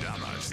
Caballeros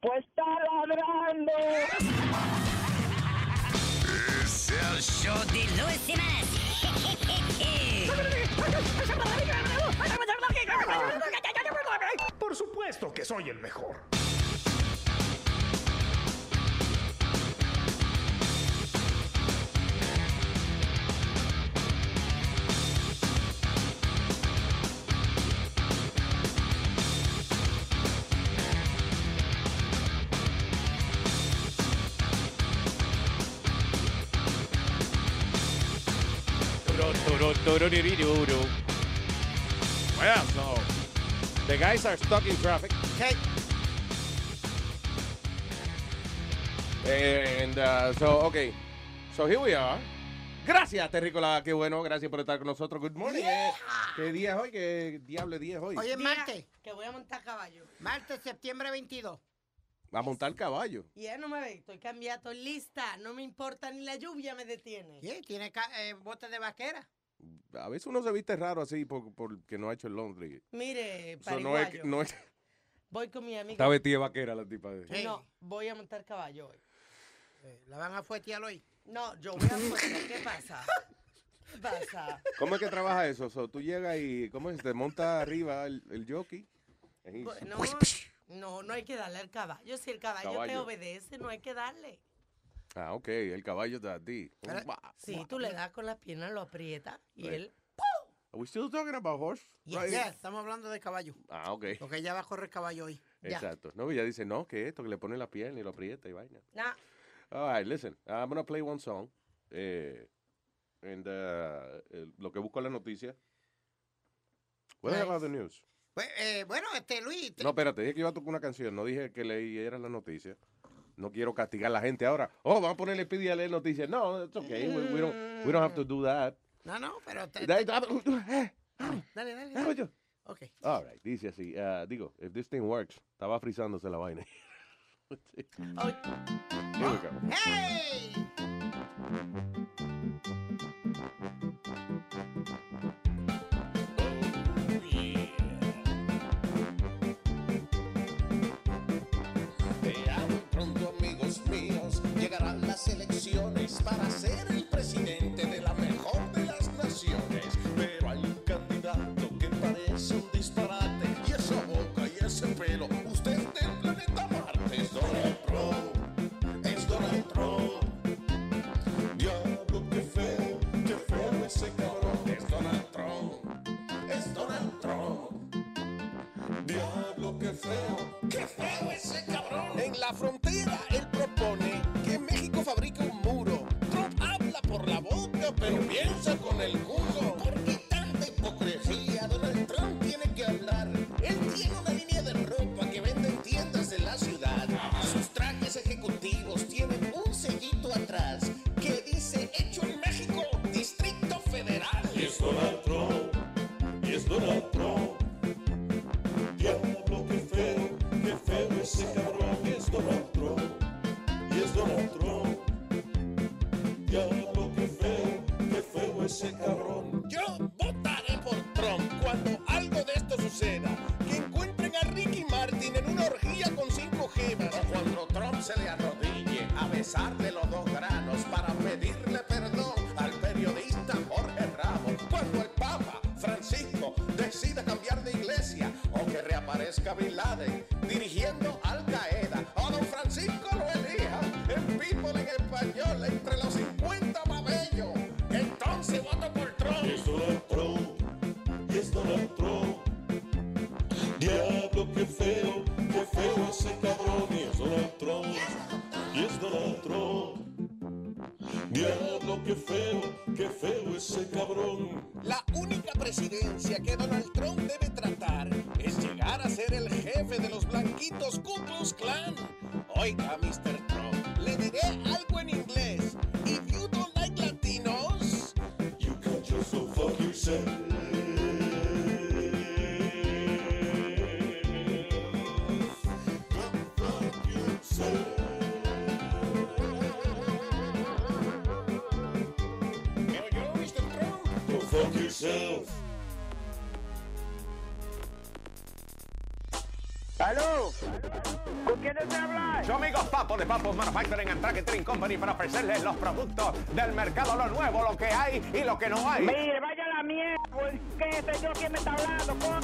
Pues está ladrando. Es el show de Luis Semanas. Por supuesto que soy el mejor. Well, so the guys are stuck in traffic. Okay. And uh, so, okay. So here we are. Gracias, Terrícola. Qué bueno. Gracias por estar con nosotros. Good morning. Eh, ¿Qué día es hoy? ¿Qué diablo día es hoy? Hoy es Mira, martes. Que voy a montar caballo. Martes, septiembre 22. A montar caballo. Y ya no me ve, estoy cambiada, estoy lista. No me importa ni la lluvia me detiene. Sí, tiene ca- eh, botas de vaquera. A veces uno se viste raro así por- porque no ha hecho el laundry. Mire, So, pariguayo, no es, que- no es, voy con mi amiga. está vestida de vaquera la tipa. De... Sí. No, voy a montar caballo hoy. Eh, la van a fuetear hoy. No, yo voy a montar. ¿Qué pasa? ¿Qué pasa? ¿Cómo es que trabaja eso? So, tú llegas y ¿cómo es? te monta arriba el, el jockey. Ahí. No, no, no hay que darle al caballo. Si el caballo, te Pues, Caballo. obedece, no hay que darle. Ah, ok, el caballo está a ti. Are Si tú le das con las piernas, lo aprietas y Right. él. we still talking about horse? Yes. Right. Yes, estamos hablando de caballo. Ah, ok. Porque ella va a correr caballo hoy. Ya. Exacto. No, ella dice, no, que esto, que le pone la pierna y lo aprieta y vaina. Nah, All right, listen, I'm gonna play one song. Eh, and, uh, eh, lo que busco en la noticia. What Nice. about the news? Pues, eh, bueno, este Luis. te- No, espérate, dije que iba a tocar una canción, no dije que leyera la noticia. No quiero castigar a la gente ahora. Oh, vamos a ponerle PD a leer noticias. No, it's okay. We, we don't, we don't have to do that. No, no, pero. te- That- that- dale, dale, eh, dale. oye. Ok. All right, dice así. ah, digo, if this thing works, estaba frizándose la vaina. Ay. Here we go. ¡Hey! Vean pronto, amigos míos, llegarán las elecciones para ser el presidente de la mejor de las naciones. Pero hay un candidato que parece un disparate. Y esa boca y ese pelo, usted es del planeta Marte. Es Donald Trump, es Donald Trump. Diablo, qué feo, qué feo ese cabrón. Es Donald Trump, es Donald Trump. Diablo, qué feo, qué feo ese cabrón. En la frontera él propone que México fabrica un muro. Trump habla por la boca, pero piensa con el culo. ¿Por qué tanta hipocresía? Donald Trump tiene que hablar. Él tiene una línea de ropa que vende en tiendas de la ciudad. Sus trajes ejecutivos tienen un sellito atrás que dice hecho en México, Distrito Federal. Y es Donald Trump, y es Donald Trump. Diablo, qué feo, qué feo ese cabrón es Donald Trump. Y es Donald Trump. Diablo, qué feo, qué feo ese cabrón. Yo votaré por Trump cuando algo de esto suceda. Que encuentren a Ricky Martin en una orgía con cinco jevas. O cuando Trump se le arrodille a besarle los dos granos para pedirle perdón al periodista Jorge Ramos. Cuando el Papa Francisco decida cambiar de iglesia o que reaparezca Bin Laden dirigiendo Al Qaeda o don Francisco lo elija en People en español entre los 50 más bellos. Entonces voto por Trump. es Donald Trump, es Donald Trump. Diablo, qué feo, qué feo ese cabrón. Y es Donald Trump, y es Donald Trump. Diablo, qué feo, qué feo ese cabrón. La única presidencia que Donald Trump debe tratar es llegar a ser el jefe de los blanquitos Ku Klux Klan. Oiga, Mr. Trump, le myself. ¡Aló! ¿Con quién te hablas? Yo amigos Papo de Papo Manufacturing and Packaging Company para ofrecerles los productos del mercado, lo nuevo, lo que hay y lo que no hay. Mire, vaya a la mierda, güey. ¿Qué sé yo quién me está hablando, con?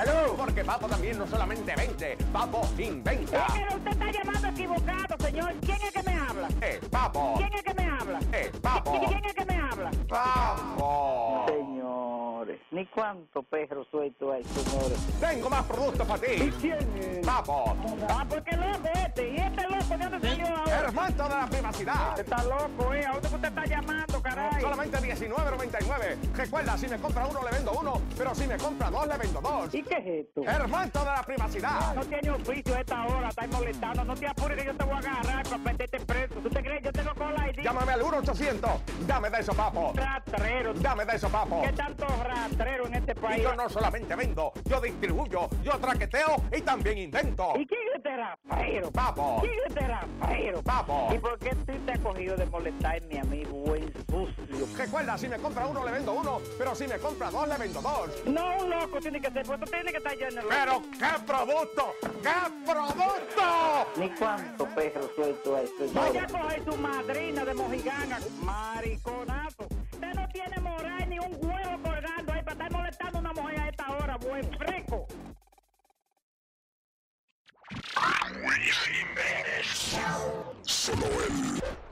¡Aló! Porque Papo también no solamente vende, Papo inventa. Pero usted está llamando equivocado, señor. ¿Quién es que me habla? ¡Eh, Papo! ¿Quién es que me habla? ¡Eh, Papo! ¿Quién es que me habla? ¡Papo! Señores, ni cuánto perro suelto hay, señores. Tengo más productos para ti. ¿Y quién es? Papo. Ah, pues qué loco este. ¿Y este loco de dónde salió ahora? Hermano de la privacidad. Usted está loco, ¿eh? ¿A dónde usted está llamando, caray? Solamente 19.99. Recuerda, si me compra uno, le vendo uno. Pero si me compra dos, le vendo dos. ¿Y qué es esto? Hermano de la privacidad. No tiene oficio a esta hora, estáis molestando. No te apures que yo te voy a agarrar para meterte preso. ¿Tú te crees? Yo tengo cola y Llámame al 1-800. Dame de eso, papo. Rastrero. Dame de eso, papo. ¿Qué tanto rastrero en este Y país? yo no solamente vendo, yo distribuyo, yo traqueteo y también invento. ¿Y quién es este rastrero? Papo. ¿Quién es este rastrero? Papo. ¿Y por qué tú te has cogido de molestarme a mí, buen sucio? Recuerda, si me compra uno, le vendo uno. Pero si me compra dos, le vendo dos. No, un loco tiene que ser, pues tú tienes que estar lleno de loco. Pero qué producto, qué producto. Ni cuánto perro suelto a esto. Voy a coger tu madrina de mojiganga, mariconazo. Usted no tiene moral ni un huevo colgando ahí para estar molestando a una mujer a esta hora, buen fresco.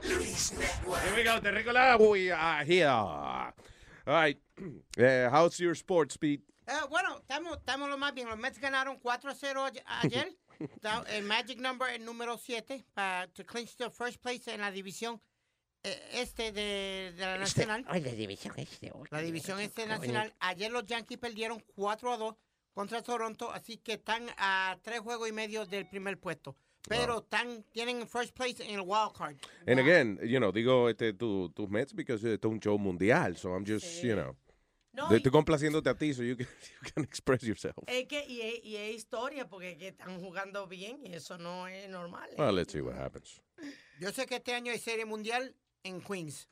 Here we go, Terricola. We are here. All right. Eh, how's your sports, Pete? Eh, bueno, estamos, estamos lo más bien. Los Mets ganaron 4-0 a- ayer. Da- el magic number, el número 7, para to clinch the first place en la división eh, este de, de Este, la nacional. Oye, división este. La división este nacional. Ayer los Yankees perdieron 4 a 2 contra Toronto, así que están a tres juegos y medio del primer puesto. Pero están, tienen first place en el wild card. And again, you know, digo este, tu, tus Mets because esto es un show mundial, so I'm just, you know. No, te y- estoy complaciéndote a ti, so you can, you can express yourself. Eh, Es que, y, es, y es historia, porque es que están jugando bien y eso no es eh, normal. ¿eh? Well, let's see what happens. Yo sé que este año hay serie mundial en Queens.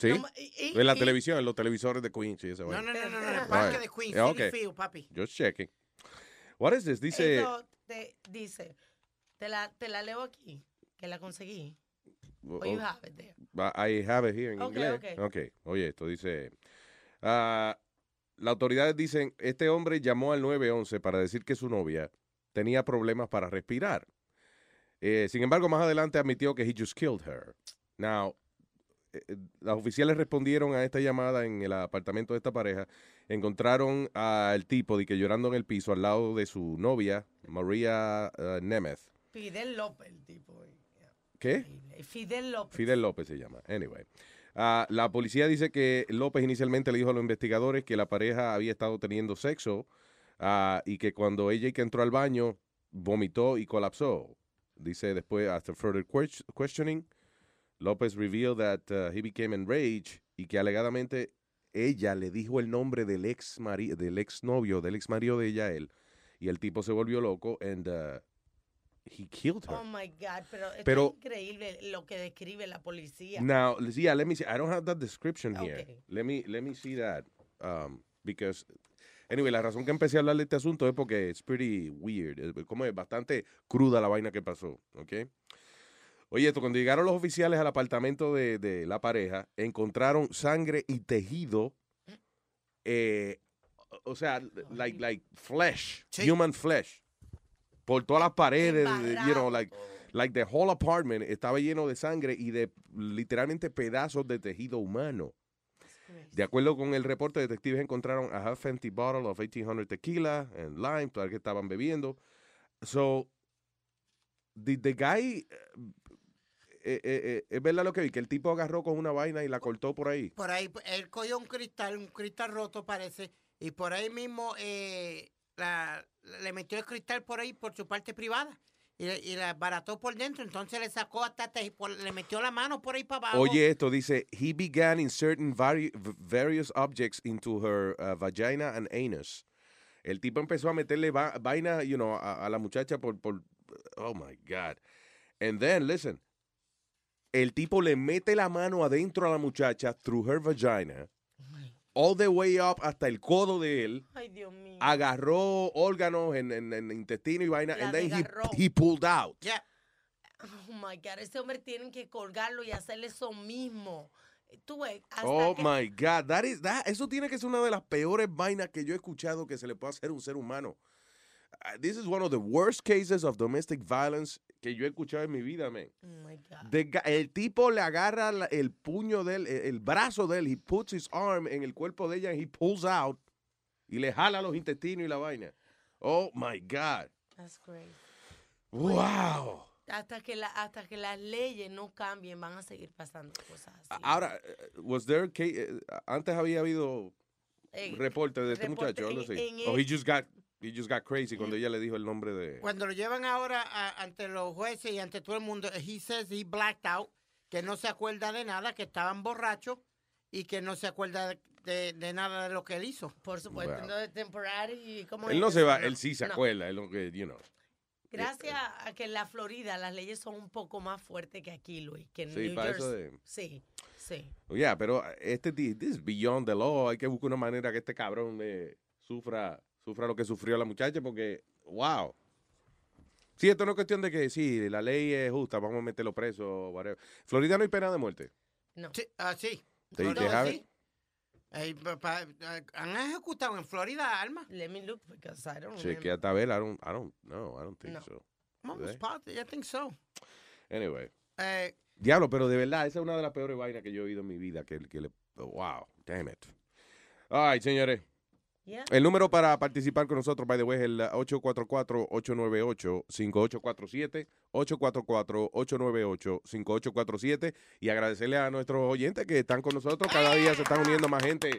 ¿Sí? No, ma- y- y- en la y- televisión, en los televisores de Queens y esa No, vaina. no, no, no, no, en el All parque right. de Queens, Yeah, City okay. Field, papi. Just checking. What is this? Dice, Eso te dice, te la, te la leo aquí, que la conseguí. Oh, Or you have it there. I have it here en Okay, inglés. okay. Ok, oye, esto dice, ah, las autoridades dicen, este hombre llamó al 911 para decir que su novia tenía problemas para respirar. Eh, sin embargo, más adelante admitió que he just killed her. Now, eh, eh, las oficiales respondieron a esta llamada en el apartamento de esta pareja. Encontraron al tipo de que llorando en el piso al lado de su novia, María eh, Nemeth. Fidel López, el tipo. eh. ¿Qué? Fidel López. Fidel López se llama. Anyway. Ah, la policía dice que López inicialmente le dijo a los investigadores que la pareja había estado teniendo sexo ah, y que cuando ella que entró al baño vomitó y colapsó. Dice después, after further ques- questioning, López revealed that uh, he became enraged y que alegadamente ella le dijo el nombre del ex mari- del ex novio, del ex marido de ella a él y el tipo se volvió loco and uh, he killed her. Oh my God, pero esto Pero- es increíble lo que describe la policía. Now, yeah, let me see. I don't have that description here. Okay. Let me let me see that um, because anyway, la razón que empecé a hablar de este asunto es porque it's pretty weird. Es como es bastante cruda la vaina que pasó, ¿ok? Oye, esto, cuando llegaron los oficiales al apartamento de, de la pareja, encontraron sangre y tejido, eh, o sea, like, like flesh, human flesh, por todas las paredes, you know, like, like the whole apartment estaba lleno de sangre y de literalmente pedazos de tejido humano. De acuerdo con el reporte, detectives encontraron a half empty bottle of 1800 tequila and lime, todas que estaban bebiendo. So, did the guy. eh, eh, eh, es verdad lo que vi, que el tipo agarró con una vaina y la cortó por ahí. Por ahí, él cogió un cristal, un cristal roto parece, y por ahí mismo eh, la- le metió el cristal por ahí, por su parte privada, y, le- y la barató por dentro, entonces le sacó hasta, te- por- le metió la mano por ahí para abajo. Oye, esto dice: He began inserting vari- v- various objects into her uh, vagina and anus. El tipo empezó a meterle va- vaina, you know, a, a la muchacha por, por. Oh my God. And then, listen. El tipo le mete la mano adentro a la muchacha through her vagina, all the way up hasta el codo de él. Ay, Dios mío. Agarró órganos en, en- en intestino y vaina, La and then he, desgarró. he pulled out. Oh my God, ese hombre tienen que colgarlo y hacerle eso mismo. Tú ves, hasta Oh que- my God, that is- that- eso tiene que ser una de las peores vainas que yo he escuchado que se le puede hacer a un ser humano. Ah, This is one of the worst cases of domestic violence que yo he escuchado en mi vida, man. Oh Desga- el tipo le agarra la- el puño del, el, el brazo de él, he puts his arm en el cuerpo de ella, and he pulls out y le jala los intestinos y la vaina. Oh my God, That's crazy. wow. Hasta que, la, hasta que las leyes no cambien, van a seguir pasando cosas. Ahora, eh, was there ca- eh, antes había habido Eh, reporte de este reporte muchacho, algo en- así. en O he el- just got, he just got crazy cuando ella le dijo el nombre de. Cuando lo llevan ahora a- ante los jueces y ante todo el mundo, he says he blacked out, que no se acuerda de nada, que estaban borrachos y que no se acuerda de, de- de nada de lo que él hizo. Por supuesto, Wow. no de temporario y como... Él no se va, él sí se No. acuerda, es lo que, you know. Gracias a que en la Florida las leyes son un poco más fuertes que aquí, Luis. Que en Sí, New para eso Jersey. de- Sí, sí. Oh, Yeah, pero este ti- this is beyond the law. Hay que buscar una manera que este cabrón eh, sufra, sufra lo que sufrió la muchacha, porque, wow. Sí, esto no es cuestión de que sí, la ley es justa, vamos a meterlo preso, whatever. Florida no hay pena de muerte. No. Sí, ah, sí. They- No, they no, have sí. Eh, pa- pa- eh, han ejecutado en Florida, Alma. Let me look because I don't Chequea hasta ver, I don't, I don't, no, I don't think No. so. I'm Do they? almost positive, I think so. Anyway. Eh, Diablo, pero de verdad, esa es una de las peores vainas que yo he oído en mi vida. Que, que le, wow, damn it. Ay, señores. Yeah. El número para participar con nosotros, by the way, es el 844-898-5847. 844-898-5847. Y agradecerle a nuestros oyentes que están con nosotros. Ah. Cada día se están uniendo más gente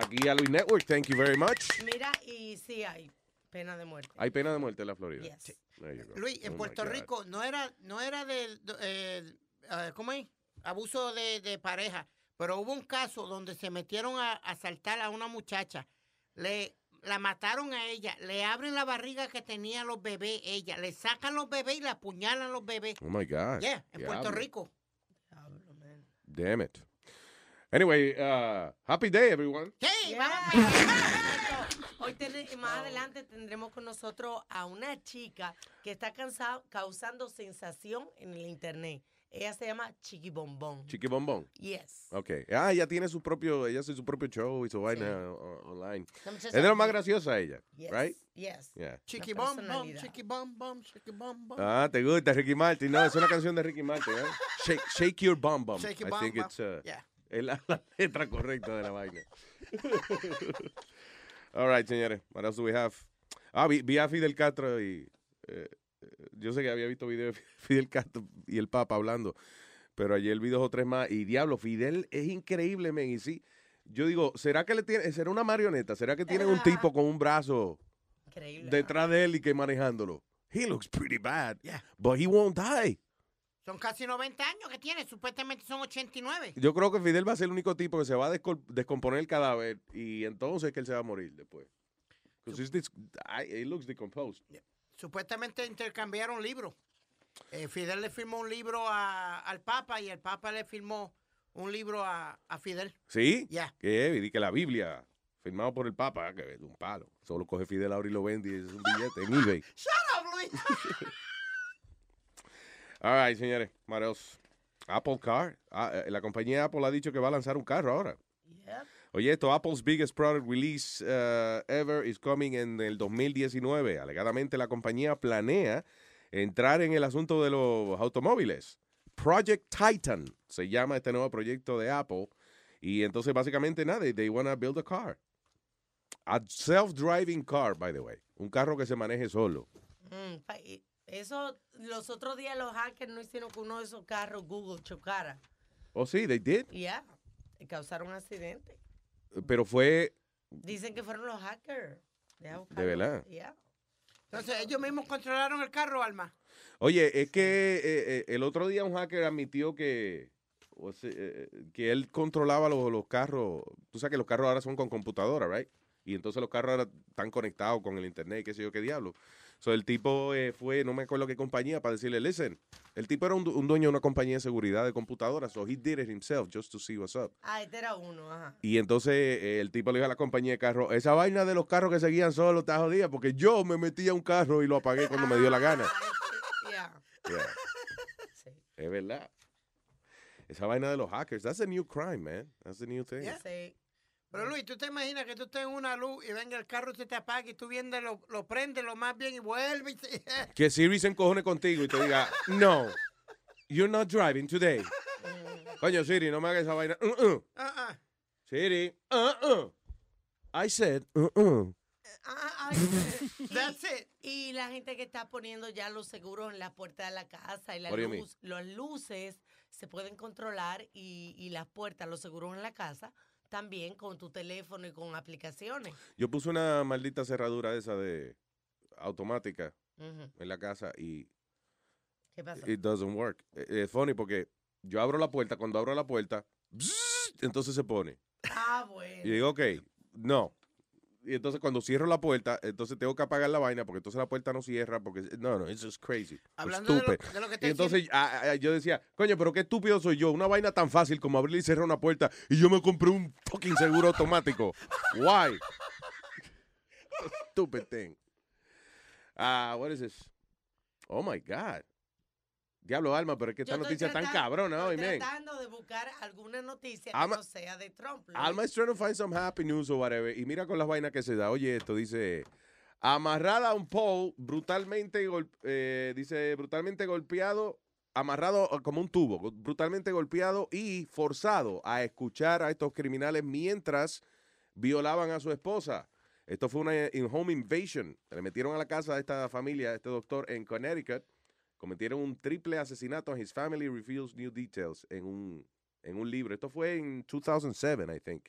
aquí a Luis Network. Thank you very much. Mira, y sí hay pena de muerte. Hay pena de muerte en la Florida. Yes. Sí. There you go. Luis, Oh en my Puerto God. Rico no era, no era de, eh, eh, ¿cómo es? Abuso de, de pareja, pero hubo un caso donde se metieron a a asaltar a una muchacha, le la mataron a ella, le abren la barriga que tenía los bebés, ella, le sacan los bebés y le apuñalan los bebés. Oh my God. Yeah, en Puerto Diablo. Rico. Damn it. Anyway, uh, happy day, everyone. Hey, vamos. Hoy ten- más adelante tendremos con nosotros a una chica que está cansa- causando sensación en el internet. Ella se llama Chiqui Bombón. Chiqui Bombón. Yes. Ok. Ah, ella tiene su propio, ella hace su propio show y su vaina o- online. La muchacha- Es de lo más graciosa ella, Yes, right? yes. Yeah. Chiqui bom bom, chiqui bom bom, chiqui bom bom. Ah, te gusta Ricky Martin. No, es una canción de Ricky Martin, ¿eh? Shake, shake your bum bum. Shake your I bum think bum. it's uh, Yeah. es la, la letra correcta de la vaina. All right, señores. What else do we have? Ah, vi, vi a Fidel Castro y eh, yo sé que había visto videos de Fidel Castro y el Papa hablando, pero ayer vi dos o tres más y diablo, Fidel es increíble, men, y sí. Yo digo, ¿será que le tiene, será una marioneta? ¿Será que tiene un tipo con un brazo detrás de él y que manejándolo? He looks pretty bad, but he won't die. Son casi 90 años que tiene, supuestamente son 89. Yo creo que Fidel va a ser el único tipo que se va a descol- descomponer el cadáver y entonces que él se va a morir después. 'Cause it's dis- I- it looks decomposed. supuestamente intercambiaron libros. Eh, Fidel le firmó un libro a- al Papa y el Papa le firmó un libro a, a Fidel. ¿Sí? Ya. Que heavy, di que la Biblia, firmado por el Papa, que es un palo. Solo coge Fidel ahora y lo vende y es un billete en eBay. Shut up, Luis. All right, señores. What else? Apple Car. Ah, eh, la compañía Apple ha dicho que va a lanzar un carro ahora. Oye, esto, Apple's biggest product release uh, ever is coming en el 2019. Alegadamente la compañía planea entrar en el asunto de los automóviles. Project Titan se llama este nuevo proyecto de Apple. Y entonces básicamente nada, they wanna build a car. A self-driving car, by the way. Un carro que se maneje solo. Mm, pa- y eso, los otros días los hackers no hicieron que uno de esos carros Google chocara. Oh, sí, they did. Ya, y causaron un accidente. Pero fue Dicen que fueron los hackers. Deja buscar. de verdad. Ya. Entonces ellos mismos controlaron el carro, Alma. Oye, es que eh, eh, el otro día un hacker admitió que, o sea, eh, que él controlaba los, los carros. Tú sabes que los carros ahora son con computadora, ¿right? Y entonces los carros ahora están conectados con el internet, qué sé yo, qué diablo. So, el tipo eh, fue, no me acuerdo qué compañía, para decirle, listen, el tipo era un, du- un dueño de una compañía de seguridad de computadoras, so he did it himself just to see what's up. Ah, este era uno, ajá. Y entonces eh, el tipo le dijo a la compañía de carro, esa vaina de los carros que seguían solo está jodida porque yo me metí a un carro y lo apagué cuando me dio la gana. Yeah. Yeah. Es verdad. Esa vaina de los hackers, that's a new crime, man. That's a new thing. Sí. Pero Luis, ¿tú te imaginas que tú estés en una luz y venga el carro y se te apaga y tú vienes, lo, lo prendes lo más bien y vuelve? Y se- Que Siri se encojone contigo y te diga, no, you're not driving today. Coño, Siri, no me hagas esa vaina. Uh -uh. Ah, Siri, uh -uh. I said, uh -uh. Ah, ay, y, y la gente que está poniendo ya los seguros en la puerta de la casa y la What do you mean? luz, las luces se pueden controlar y, y las puertas, los seguros en la casa, también con tu teléfono y con aplicaciones. Yo puse una maldita cerradura esa de automática Ujú. en la casa y ¿Qué pasa? it doesn't work. E, Es funny porque yo abro la puerta, cuando abro la puerta, bzzz, entonces se pone. Ah, bueno. Y digo, ok, no. Y entonces cuando cierro la puerta, entonces tengo que apagar la vaina porque entonces la puerta no cierra porque no, no, it's just crazy. Hablando de lo- Stupid. de lo que te y entonces ah, ah, yo decía, coño, pero qué estúpido soy yo, una vaina tan fácil como abrir y cerrar una puerta y yo me compré un fucking seguro automático. Why? Stupid thing. Ah, what is this? Oh my god. Diablo Alma, pero es que esta Yo estoy noticia es tan tratan- cabrona hoy, estoy men. tratando de buscar alguna noticia Ama- que no sea de Trump. Luis. Alma is trying to find some happy news or whatever. Y mira con las vainas que se da. Oye, esto dice. Amarrada a un pole, brutalmente, gol- eh, dice, brutalmente golpeado, amarrado como un tubo, go- brutalmente golpeado y forzado a escuchar a estos criminales mientras violaban a su esposa. Esto fue una in-home invasion. Le metieron a la casa de esta familia, este doctor, en Connecticut. Cometieron un triple asesinato. His family reveals new details en un, en un libro. Esto fue en 2007, I think.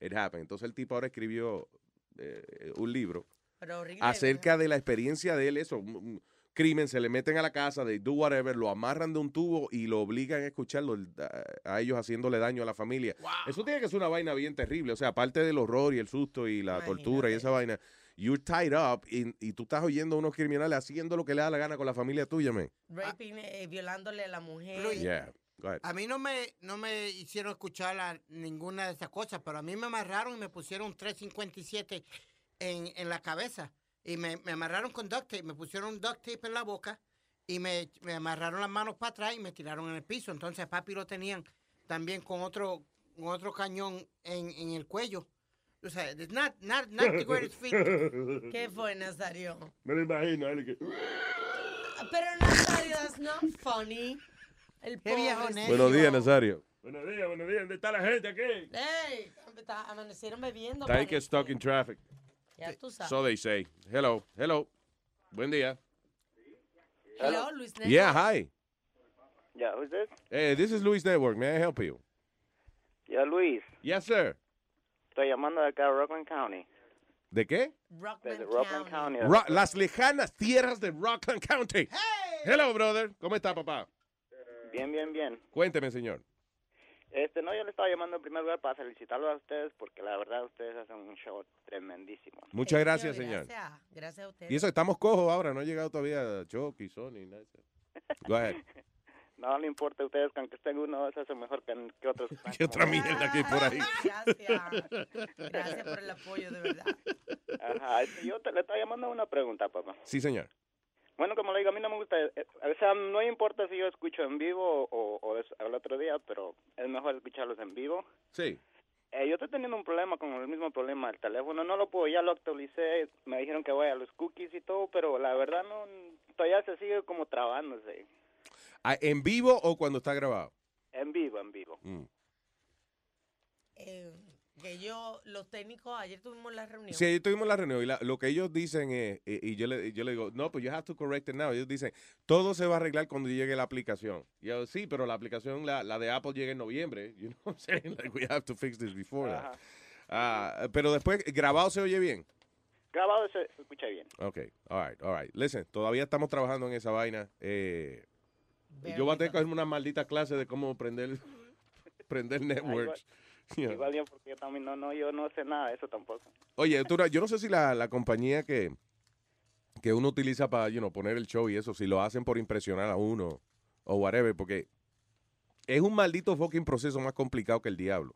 It happened. Entonces el tipo ahora escribió eh, un libro Pero horrible, acerca de la experiencia de él. Eso, un- un crimen, se le meten a la casa, they do whatever, lo amarran de un tubo y lo obligan a escucharlo el- a, a ellos haciéndole daño a la familia. Eso tiene que ser una vaina bien terrible. O sea, aparte del horror y el susto y la tortura y esa vaina, you're tied up y, y tú estás oyendo a unos criminales haciendo lo que le da la gana con la familia tuya, man. Raping, eh, violándole a la mujer. Yeah. Go ahead. A mí no me, no me hicieron escuchar la- ninguna de esas cosas, pero a mí me amarraron y me pusieron 357 en, en la cabeza. Y me, me amarraron con duct tape, me pusieron duct tape en la boca y me, me amarraron las manos para atrás y me tiraron en el piso. Entonces a papi lo tenían también con otro, con otro cañón en, en el cuello. O sea, it's not, not, not the greatest feat. ¿Qué fue, Nazario? Me lo imagino, él "Uh, que... Pero Nazario, that's not funny. El Qué viejo pobre. Buenos días, Nazario. Buenos días, buenos días. ¿Dónde está la gente aquí? Ey, está- amanecieron bebiendo. Está ahí pare- que stuck in traffic. Ya tú sabes. So they say. Hello, hello. Buen día. Hello, Luis Negro. Yeah, hi. Yeah, who's this? Hey, this is Luis Network. May I help you? Yeah, Luis. Yes, sir. Estoy llamando de acá a Rockland County. ¿De qué? Rockland, Rockland County. Ro- las lejanas tierras de Rockland County. Hello, brother. ¿Cómo está, papá? Bien, bien, bien. Cuénteme, señor. Este, no, yo le estaba llamando en primer lugar para felicitarlo a ustedes porque la verdad ustedes hacen un show tremendísimo. Muchas gracias, señor. Gracias, gracias a usted. Y eso, estamos cojos ahora. No ha llegado todavía Chucky, Sony, nada. de eso. Go ahead. No, no importa ustedes, con que estén uno, se hacen mejor que, que otros. ¿Qué otra mierda que hay por ahí? Gracias. Gracias por el apoyo, de verdad. Ajá, este, yo te, le estaba llamando una pregunta, papá. Sí, señor. Bueno, como le digo, a mí no me gusta, eh, o sea, no importa si yo escucho en vivo o, o es el otro día, pero es mejor escucharlos en vivo. Sí. Eh, yo estoy teniendo un problema con el mismo problema del teléfono. No lo puedo, ya lo actualicé. Me dijeron que vaya a los cookies y todo, pero la verdad no. Todavía se sigue como trabándose. Ah, ¿En vivo o cuando está grabado? En vivo, en vivo. Mm. Eh, que yo, los técnicos, ayer tuvimos la reunión. Sí, ahí tuvimos la reunión y la- lo que ellos dicen es, eh, y, y yo, le, y yo le digo, no, pues you have to correct it now. Ellos dicen, todo se va a arreglar cuando llegue la aplicación. Y yo, sí, pero la aplicación, la, la de Apple llega en noviembre. You know what I'm saying? Like, we have to fix this before that. Ajá. Ah, pero después, grabado se oye bien. Grabado se, se escucha bien. Ok, all right, all right. Listen, todavía estamos trabajando en esa vaina. Eh, yo voy a tener que hacerme una maldita clase de cómo prender, prender networks. You know. Igual bien, porque yo también no, no, yo no sé nada de eso tampoco. Oye, tú no- yo no sé si la, la compañía que, que que uno utiliza para you know, poner el show y eso, si lo hacen por impresionar a uno o whatever, porque es un maldito fucking proceso más complicado que el diablo.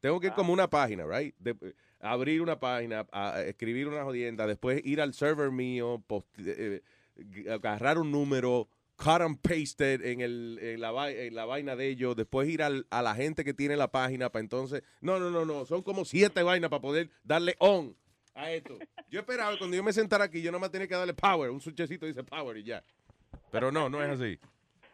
Tengo que ir como una página, right? De- eh, abrir una página, a- a escribir una jodienda, después ir al server mío, post- eh, eh, agarrar un número, cut and paste it en, el, en, la, vai- en la vaina de ellos, después ir al- a la gente que tiene la página para entonces... No, no, no, no, son como siete vainas para poder darle on a esto. Yo esperaba que cuando yo me sentara aquí, yo nada más tenía que darle power, un suchecito dice power y ya. Pero no, no es así.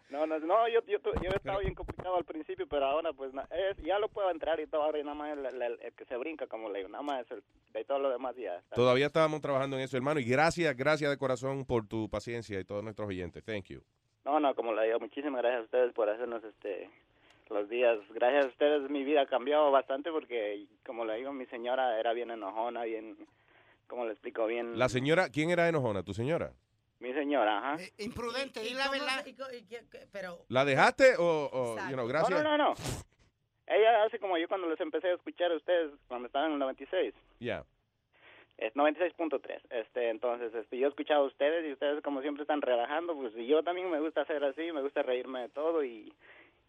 No, no, no yo, yo, tu- yo estaba bien complicado al principio, pero ahora pues na- es- ya lo puedo entrar y todo, ahora y nada más el, el- el- el que se brinca, como le digo, nada más el, de todo lo demás ya está. Todavía estábamos trabajando en eso, hermano. Y gracias, gracias de corazón por tu paciencia y todos nuestros oyentes. Thank you. No, no, como le digo, muchísimas gracias a ustedes por hacernos este los días. Gracias a ustedes mi vida ha cambiado bastante porque, como le digo, mi señora era bien enojona, bien, como le explico, bien... La señora, ¿quién era enojona? ¿Tu señora? Mi señora, ajá. Imprudente, y, Eh, la verdad. pero, ¿La dejaste o, o, you know, gracias? No, no, no, no. Ella hace como yo cuando les empecé a escuchar a ustedes cuando estaban en el 96. Yeah. Es 96.3. Este, entonces, este, yo he escuchado a ustedes y ustedes como siempre están relajando, pues y yo también me gusta hacer así, me gusta reírme de todo y,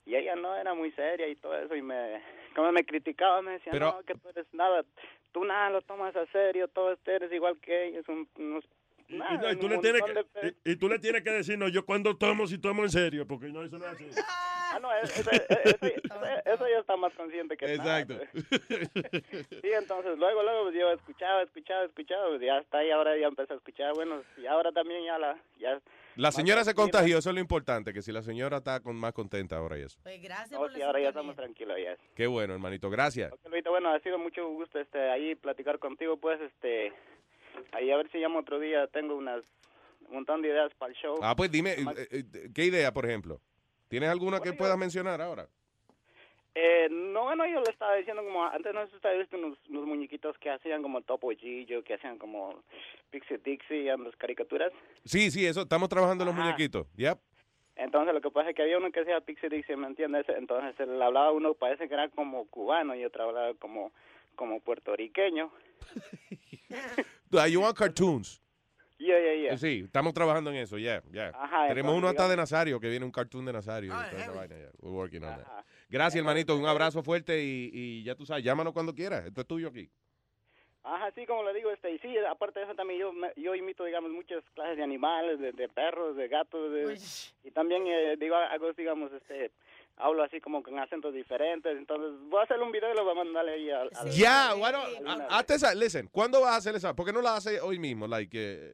y ella no era muy seria y todo eso y me como me criticaba, me decía, Pero- "No, que tú eres nada, tú nada lo tomas a serio, todo este eres igual que ellos, un- unos Y, y- nada, no, y tú un le tienes montón de que, eh, y, y tú le tienes que decir, no, yo cuando tomo, si tomo en serio, porque no, eso no es así. Ah, no, es- es- es- es- es- e-, eso ya está más consciente que nada, Exacto. pues. Sí, entonces luego, luego pues, yo escuchaba, escuchaba, escuchaba, pues, ya está y ahora ya empecé a escuchar, bueno, y ahora también ya la, ya, La señora se tranquila. contagió, eso es lo importante, que si la señora está con más contenta ahora y eso. pues gracias oh, por sí, la ahora ya sintonía. estamos tranquilos ya. Qué bueno, hermanito, gracias. Luito, bueno, ha sido mucho gusto este ahí platicar contigo, pues este ahí a ver si llamo otro día, tengo unas un montón de ideas para el show. Ah, pues dime, Además, eh, eh, ¿qué idea, por ejemplo? ¿Tienes alguna que puedas mencionar ahora? Eh, no, bueno, yo le estaba diciendo como antes no sé si ustedes viste unos, unos muñequitos que hacían como Topo Gillo, que hacían como Pixie Dixie, ambas caricaturas. Sí, sí, eso, estamos trabajando los Ajá. muñequitos. Yep. Entonces lo que pasa es que había uno que decía Pixie Dixie, ¿me entiendes? Entonces él hablaba uno, parece que era como cubano y otro hablaba como, como puertorriqueño. Do You want cartoons. Yeah, yeah, yeah. Sí, estamos trabajando en eso, ya, ya. Ajá, Tenemos entonces, uno hasta digamos- de Nazario, que viene un cartoon de Nazario. y toda esa vaina, ya. We're working on that. Gracias, hermanito, un abrazo fuerte y, y ya tú sabes, llámanos cuando quieras, esto es tuyo aquí. Ajá, sí, como le digo, este, y sí, aparte de eso también yo, me- yo imito, digamos, muchas clases de animales, de, de perros, de gatos, de- y también eh, digo, hago, digamos, este, hablo así como con acentos diferentes, entonces voy a hacer un video y lo voy a mandarle ahí al... al- Ya, al- bueno, ah, alguna a- vez. hazte esa, listen, ¿cuándo vas a hacer esa? ¿Por qué no la haces hoy mismo? Like, eh,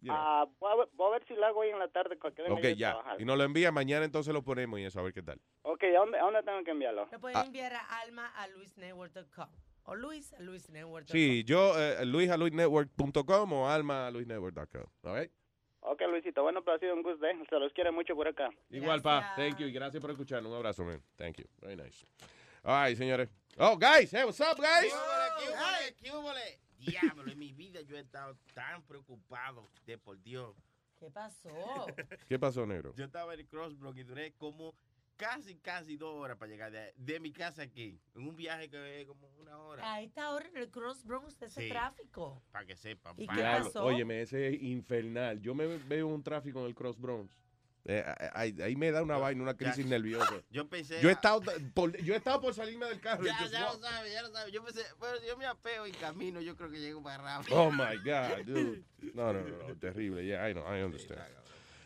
you know. Ah, voy, a ver, voy a ver si lo hago hoy en la tarde cuando que venga ok, yo ya, de trabajar. y nos lo envía mañana, entonces lo ponemos y eso, a ver qué tal. Ok, ¿a dónde, a dónde tengo que enviarlo? Lo Ah. pueden enviar a alma a luisnetwork.com o luis a luisnetwork.com. Sí, yo, eh, luisaluisnetwork.com o almaluisnetwork.com, all right? Ok, Luisito, bueno, pues ha sido un gusto, ¿eh? se los quiere mucho por acá. Igual, pa. Thank you. Y gracias por escucharnos. Un abrazo, man. Thank you. Very nice. All right, señores. Oh, guys. Hey, what's up, guys? ¿Qué húbole? Diablo, en mi vida yo he estado tan preocupado de por Dios. ¿Qué pasó? ¿Qué pasó, negro? Yo estaba en el Crossbrook y duré como casi, casi dos horas para llegar de, de mi casa aquí. En un viaje que es como una hora. A esta hora en el Cross Bronx ese Sí. tráfico. Para que sepan. ¿Y pa- qué Diablo, pasó? Óyeme, ese es infernal. Yo me veo un tráfico en el Cross Bronx. Eh, a- a- ahí, ahí me da una vaina, una crisis nerviosa. Yo pensé. Yo he estado por, yo he estado por salirme del carro. y Ya, just ya walk. lo sabes, ya lo sabes. Yo pensé, bueno, yo me apeo y camino, yo creo que llego más rápido. Oh my God, dude. No, no, no, no, terrible. Yeah, I know, I understand.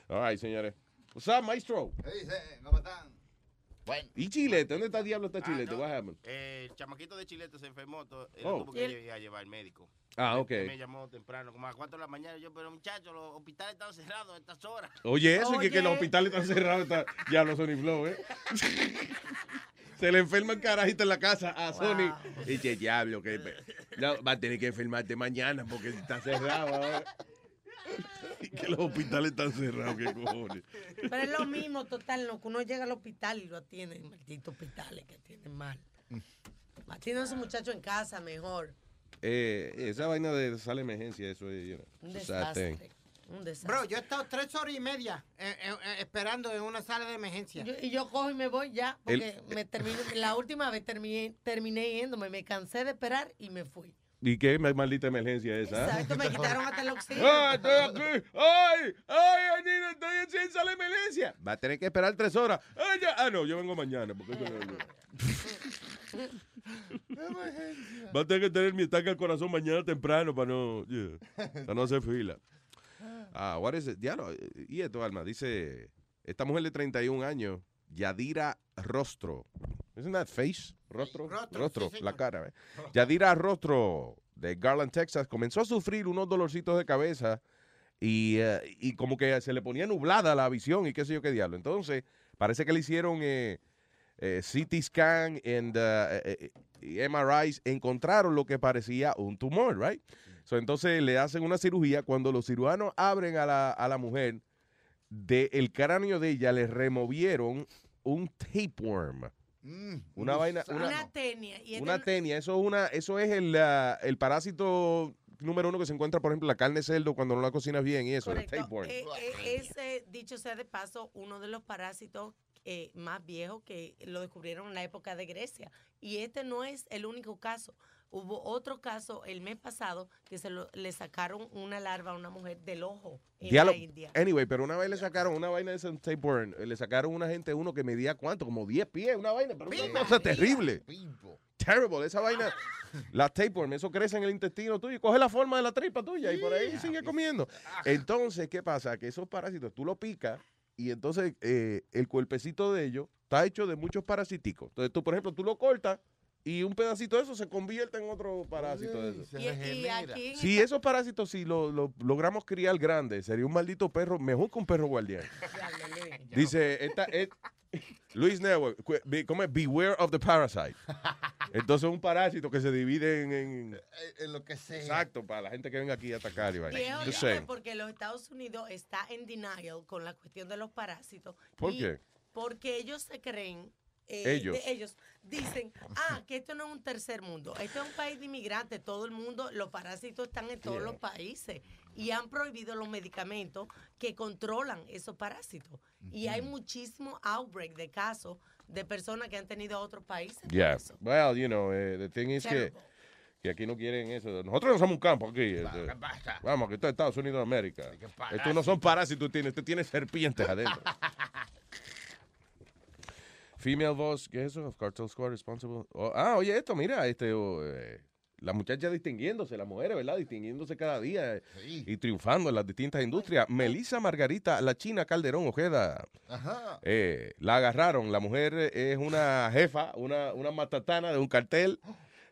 All right, señores. What's up, maestro? ¿Qué dice? ¿Cómo están? Bueno. ¿Y Chilete? ¿Dónde está Diablo está Ah, Chilete? no, What happened? eh, el chamaquito de Chilete se enfermó, to- él Oh. lo tuvo que lle- a llevar al médico. Ah, Me- ok. Me llamó temprano, como a las 4 de la mañana. Yo, pero muchachos, los hospitales están cerrados a estas horas. Oye, eso, y que, que los hospitales están cerrados, está- ya los Sony Flow, ¿eh? Se le enferma el carajito en la casa a Sony. Y dice, diablo, que no, va a tener que enfermarte mañana porque está cerrado ¿eh? ahora. que los hospitales están cerrados, qué cojones. Pero es lo mismo, total, no, que uno llega al hospital y lo atienden, malditos hospitales que tienen mal. Mm. Atienden a su muchacho en casa mejor. Eh, esa vaina de sale emergencia, eso es, you know, Un it's a sad desastre. thing. Un desastre. Bro, yo he estado tres horas y media eh, eh, eh, esperando en una sala de emergencia. y yo cojo y me voy ya, El- eh, porque me termino, la última vez terminé, terminé yéndome, me cansé de esperar y me fui. ¿Y qué maldita emergencia es esa? Exacto, me quitaron hasta el oxígeno. ¡Ah, estoy aquí! ¡Ay! ¡Ay, Anina, estoy en ciencia la emergencia! Va a tener que esperar tres horas. ¡Ay, ya! Ah, no, yo vengo mañana. Porque eso no- Va a tener que tener mi ataque al corazón mañana temprano para no, yeah, para no hacer fila. Ah, what is it? Diablo, eh, y esto, Alma, dice, esta mujer de 31 años, Yadira Rostro. Isn't that face? Rostro. Rostro, la cara. ¿eh? Yadira Rostro, de Garland, Texas, comenzó a sufrir unos dolorcitos de cabeza y, eh, y como que se le ponía nublada la visión y qué sé yo qué diablo. Entonces, parece que le hicieron... eh, eh, CT scan and, uh, eh, eh, MRIs encontraron lo que parecía un tumor, right? So, entonces le hacen una cirugía. Cuando los cirujanos abren a la, a la mujer, del cráneo de ella le removieron un tapeworm. una vaina, Una, una, tenia. Y este una no- tenia. Eso es, una, eso es el, ah, el parásito número uno que se encuentra, por ejemplo, en la carne de cerdo cuando no la cocinas bien y eso, Correcto. el tapeworm. Eh, eh, es, eh, dicho sea de paso, uno de los parásitos eh, más viejos que lo descubrieron en la época de Grecia. Y este no es el único caso. Hubo otro caso el mes pasado que se lo- le sacaron una larva a una mujer del ojo en Diablo- la India. Anyway, pero una vez le sacaron una vaina de ese tapeworm, eh, le sacaron una gente uno que medía cuánto, como 10 pies, una vaina, pero una cosa terrible. Terrible, esa vaina. La tapeworm, eso crece en el intestino tuyo y coge la forma de la tripa tuya y por ahí sigue comiendo. Entonces, ¿qué pasa? Que esos parásitos tú lo picas y entonces eh, el cuerpecito de ellos está hecho de muchos parasiticos. Entonces tú, por ejemplo, tú lo cortas y un pedacito de eso se convierte en otro parásito de eso. Y, y aquí en Si esos parásitos, si lo, lo logramos criar grande, sería un maldito perro, mejor que un perro guardián. Dice, esta, et- Luis Network, ¿cómo es? Beware of the parasite. Entonces un parásito que se divide en... en- Eh, En lo que sea. exacto, para la gente que venga aquí a atacar y vaina. Y es Just horrible saying. porque los Estados Unidos está en denial con la cuestión de los parásitos. ¿Por Y qué? Porque ellos se creen. eh, Ellos. de- ellos dicen, ah, que esto no es un tercer mundo, este es un país de inmigrantes, todo el mundo, los parásitos están en todos Yeah. los países y han prohibido los medicamentos que controlan esos parásitos. Y hay muchísimo outbreak de casos de personas que han tenido a otros países. Yeah. Well, you know, eh, the thing is que, Terrible. que aquí no quieren eso. Nosotros no somos un campo aquí. este. Vamos, que esto es Estados Unidos de América. Estos no son parásitos, tiene- usted tiene serpientes adentro. Female Voice, ¿qué es eso? Of Cartel Squad Responsible. Oh, ah, oye, esto, mira, este, oh, eh, la muchacha distinguiéndose, las mujeres, ¿verdad? Distinguiéndose cada día eh, y triunfando en las distintas industrias. Melissa Margarita, la china Calderón Ojeda. Ajá. Eh, la agarraron. La mujer eh, es una jefa, una, una matatana de un cartel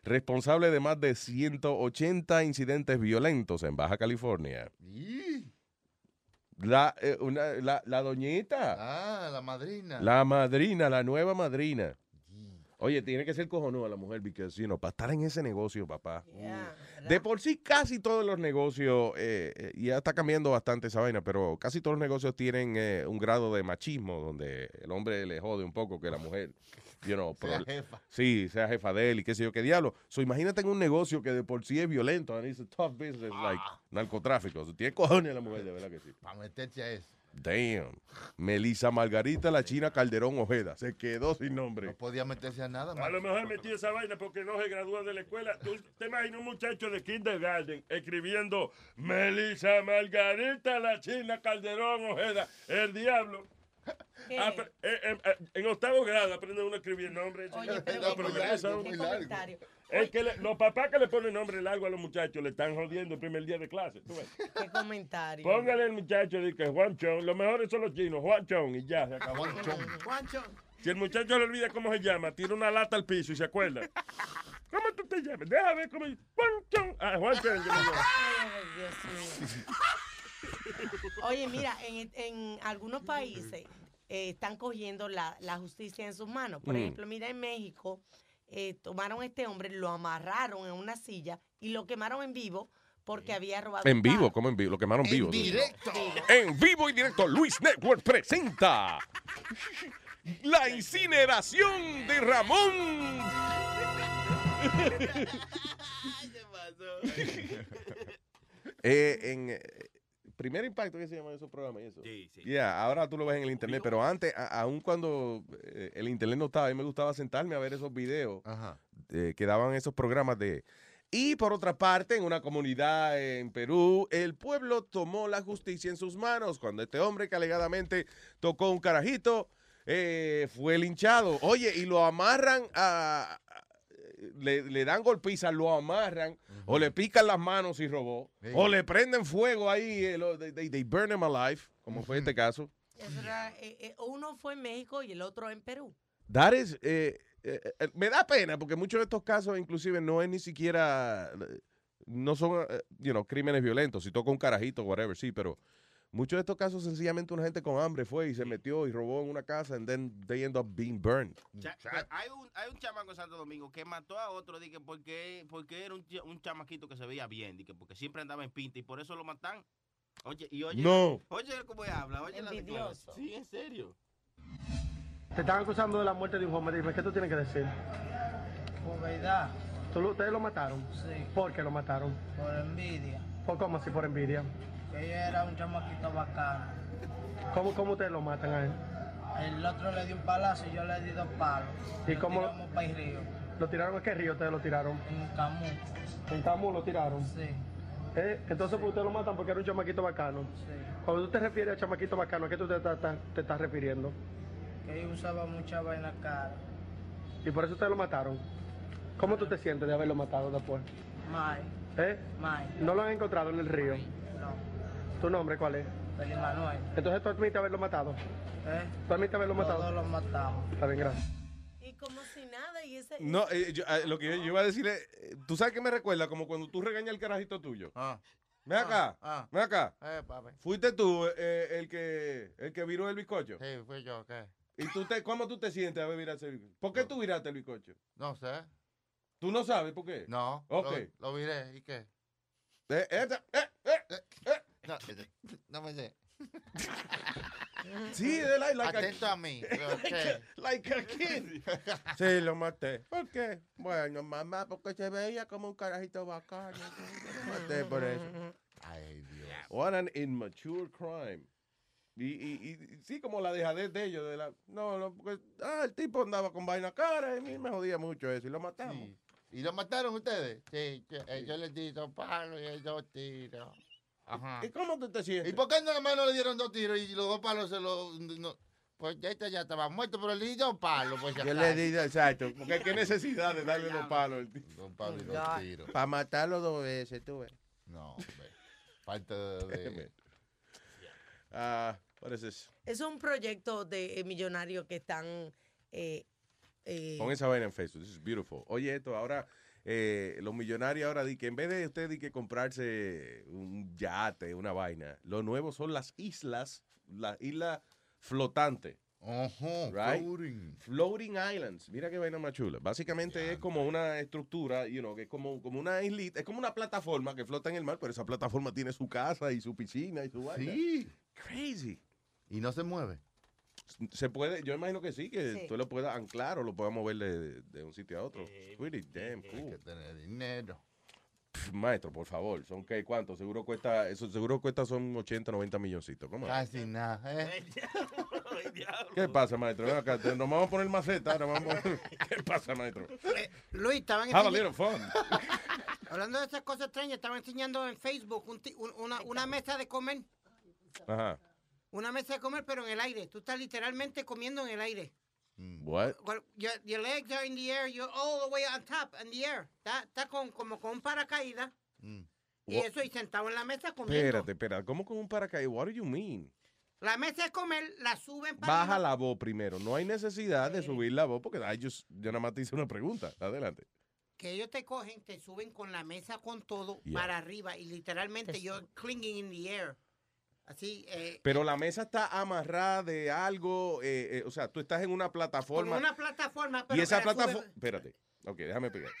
responsable de más de 180 incidentes violentos en Baja California. La, eh, una- la, la doñita, Ah, la madrina. la madrina, la nueva madrina. Oye, tiene que ser cojonuda la mujer, porque si no, para estar en ese negocio, papá. De por sí, casi todos los negocios, eh, eh, ya está cambiando bastante esa vaina, pero casi todos los negocios tienen eh, un grado de machismo donde el hombre le jode un poco que la mujer, you know, Sea pro- jefa. Sí, sea jefa de él y qué sé yo qué diablo. So, imagínate en un negocio que de por sí es violento, and it's a tough business, like Ah. narcotráfico. So, tiene cojones la mujer, de verdad que sí. Para meterte a eso. Damn. Melissa Margarita, la china Calderón Ojeda. Se quedó sin nombre. No podía meterse a nada. A macho. lo mejor metí esa vaina porque no se gradúa de la escuela. ¿Tú te imaginas un muchacho de kindergarten escribiendo Melissa Margarita la China Calderón Ojeda, el diablo? Apre- eh, eh, eh, en octavo grado aprende uno a escribir nombres. Oye, pero No, qué progresa comentario, uno. qué comentario. Es que le- los papás que le ponen nombre largo a los muchachos le están jodiendo el primer día de clase. tú ves. Qué comentario. Póngale al muchacho de que Juan Chong, los mejores son los chinos, Juan Chong y ya se acabó. Juancho. Si el muchacho le olvida cómo se llama, tira una lata al piso y se acuerda. ¿Cómo tú te llamas? Déjame ver cómo. Juan Chong. Ah, Juan Chong. yo me llamo. Ay, Dios mío. Oye, mira, en, e, en algunos países eh, están cogiendo la, la justicia en sus manos. Por Mm. ejemplo, mira, en México eh, tomaron a este hombre, lo amarraron en una silla y lo quemaron en vivo porque había robado. En un vivo, ¿cómo en vivo? Lo quemaron vivo. En vivo y directo, Luis Network presenta la incineración de Ramón. Eh, en eh, Primer Impacto, ¿qué se llama esos programas? y Eso? Sí, sí. ahora tú lo ves en el internet, pero antes, a- aún cuando eh, el internet no estaba, a mí me gustaba sentarme a ver esos videos eh, que daban esos programas de Y por otra parte, en una comunidad en Perú, el pueblo tomó la justicia en sus manos cuando este hombre que alegadamente tocó un carajito eh, fue linchado. Oye, y lo amarran a... a- Le, le dan golpizas, lo amarran, o le pican las manos si robó, Sí. o le prenden fuego ahí, eh, lo- they, they- they burn him alive, como fue este caso. Eso era, eh, eh, uno fue en México y el otro en Perú. That is, eh, eh, eh, me da pena porque muchos de estos casos inclusive no es ni siquiera, eh, no son, eh, you know, crímenes violentos. Si toca un carajito, whatever, sí, pero muchos de estos casos sencillamente una gente con hambre fue y se metió y robó en una casa and then they end up being burned. Cha- pero hay un hay un chamaco en Santo Domingo que mató a otro dije, porque porque era un, ch- un chamaquito que se veía bien dije, porque siempre andaba en pinta y por eso lo matan oye y oye No. oye cómo habla oye la declaración. sí en serio Te están acusando de la muerte de un joven. Dime, ¿qué tú tienes que decir? Por verdad, ¿Tú lo- ¿Ustedes lo mataron? Sí. ¿Por qué lo mataron? por envidia. ¿Por cómo así por envidia? Ella era un chamaquito bacano. ¿Cómo, cómo ustedes lo matan a él? El otro le dio un palazo y yo le di dos palos. ¿Y Lo cómo- tiramos para el río. ¿Lo tiraron a qué río ustedes lo tiraron? En Camú. ¿En Camus lo tiraron? Sí. Eh, entonces pues, ustedes lo matan porque era un chamaquito bacano. Cuando tú te refieres a chamaquito bacano, ¿a qué tú te, estás- estás- te estás refiriendo? Que ella usaba mucha vaina cara. Y por eso ustedes lo mataron. ¿Cómo tú te sientes de haberlo matado después? Mai, ¿Eh? Mai. ¿No lo han encontrado en el río? No. ¿Tu nombre cuál es? Feliz Manuel. Entonces tú admites haberlo matado. ¿Eh? ¿Tú admites haberlo Todos matado? los matamos. Está bien, gracias. Y como si nada, y ese... No, eh, yo, eh, lo que yo, yo iba a decirle, eh, tú sabes que me recuerda como cuando tú regañas al carajito tuyo. Ven acá, ah. ven acá. Eh, papi. Fuiste tú eh, el que el que viró el bizcocho. Sí, fui yo, ¿qué? ¿Y tú te, cómo tú te sientes a ver virar ese bizcocho? ¿Por qué tú viraste el bizcocho? No sé. ¿Tú no sabes por qué? No. Ok. Lo, lo miré, ¿y qué? Eh, esta- eh, eh, eh. No, no me sé. Sí, de like, like Atento a mí. pero, ¿qué? Like a kid. Sí, lo maté. ¿Por qué? Bueno, mamá, porque se veía como un carajito bacano. Lo maté por eso. Ay, Dios. What an immature crime. Y, y, y- y sí, como la dejadez de ellos. De la, no, no, porque ah, el tipo andaba con vaina cara y a mí me jodía mucho eso y lo matamos. ¿Y lo mataron ustedes? Sí, yo, eh, yo les di dos palos y él dos tiros. Ajá. ¿Y cómo tú te sientes? ¿Y por qué nada más no le dieron dos tiros y los dos palos se los... no? pues este ya estaba muerto, pero le di dos palos. Pues, Yo le di, exacto, porque qué necesidad de darle dos palos. Dos palos y dos Ya. tiros. Para matarlo dos veces, tú ves. No, hombre. Falta de... de- Ah, what is this? Es un proyecto de eh, millonarios que están... eh, eh, Pon esa vaina en Facebook. This is beautiful. Oye, esto ahora, eh, los millonarios ahora di que en vez de usted di que comprarse un yate, una vaina, lo nuevo son las islas, las islas flotantes. Right? floating. Floating Islands. Mira qué vaina más chula. Básicamente es como una estructura, you know, que es como, como una islita, es como una plataforma que flota en el mar, pero esa plataforma tiene su casa y su piscina y su vaina. Sí. Crazy. Y no se mueve. Se puede, yo imagino que sí, que Sí. tú lo puedas anclar o lo puedas mover de, de un sitio a otro. Eh, It's pretty damn cool. dinero. maestro, por favor, son qué, cuánto, seguro cuesta, eso seguro cuesta son 80, 90 milloncitos. ¿Cómo? es? Casi nada, ¿eh? ¿Qué pasa, maestro? Ven acá, te- nos vamos a poner maceta, ahora vamos a- ¿Qué pasa, maestro? Eh, Luis, estaban Have a enseñando- little fun. hablando de esas cosas extrañas, estaban enseñando en Facebook un ti- un- una, una mesa de comer. Ajá. Una mesa de comer, pero en el aire. Tú estás literalmente comiendo en el aire. What? Well, Your, your legs are in the air, you're all the way on top, in the air. Está, está con, como con un paracaídas. Y What? eso, y sentado en la mesa comiendo. Espérate, espérate, ¿cómo con un paracaídas? What do you mean? La mesa de comer la suben para Baja arriba. la voz primero, no hay necesidad de subir la voz porque ay, yo, yo nada más te hice una pregunta. Adelante. Que ellos te cogen, te suben con la mesa con todo Yeah. para arriba. Y literalmente yo clinging in the air. Así, eh, Pero la mesa está amarrada de algo, eh, eh, o sea, tú estás en una como plataforma. una plataforma. Pero Y esa que la plataforma. suben- Espérate. Ok, déjame pegar.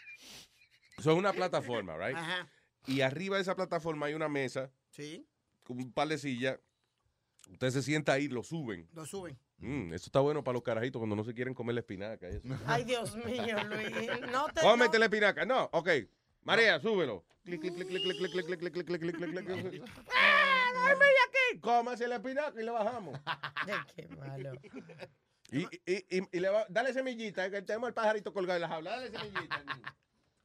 Eso es una plataforma, ¿right? Ajá. Y arriba de esa plataforma hay una mesa. Sí. Con un par de sillas. Usted se sienta ahí, lo suben. Lo suben. Mm, esto está bueno para los carajitos cuando no se quieren comer la espinaca. Eso. Ay, Dios mío, Luis. No te... Cómete la espinaca. No, ok. María, súbelo. Clic, clic, clic, clic, clic, clic, clic, clic, clic, clic, clic, clic, clic, clic. ¡Ah, no hay media aquí! Cómase la espinaca y lo bajamos. ¡Qué malo! Y, y, y, y le va- dale semillita, eh, que tenemos el pajarito colgado en la jaula. Dale semillita. niño.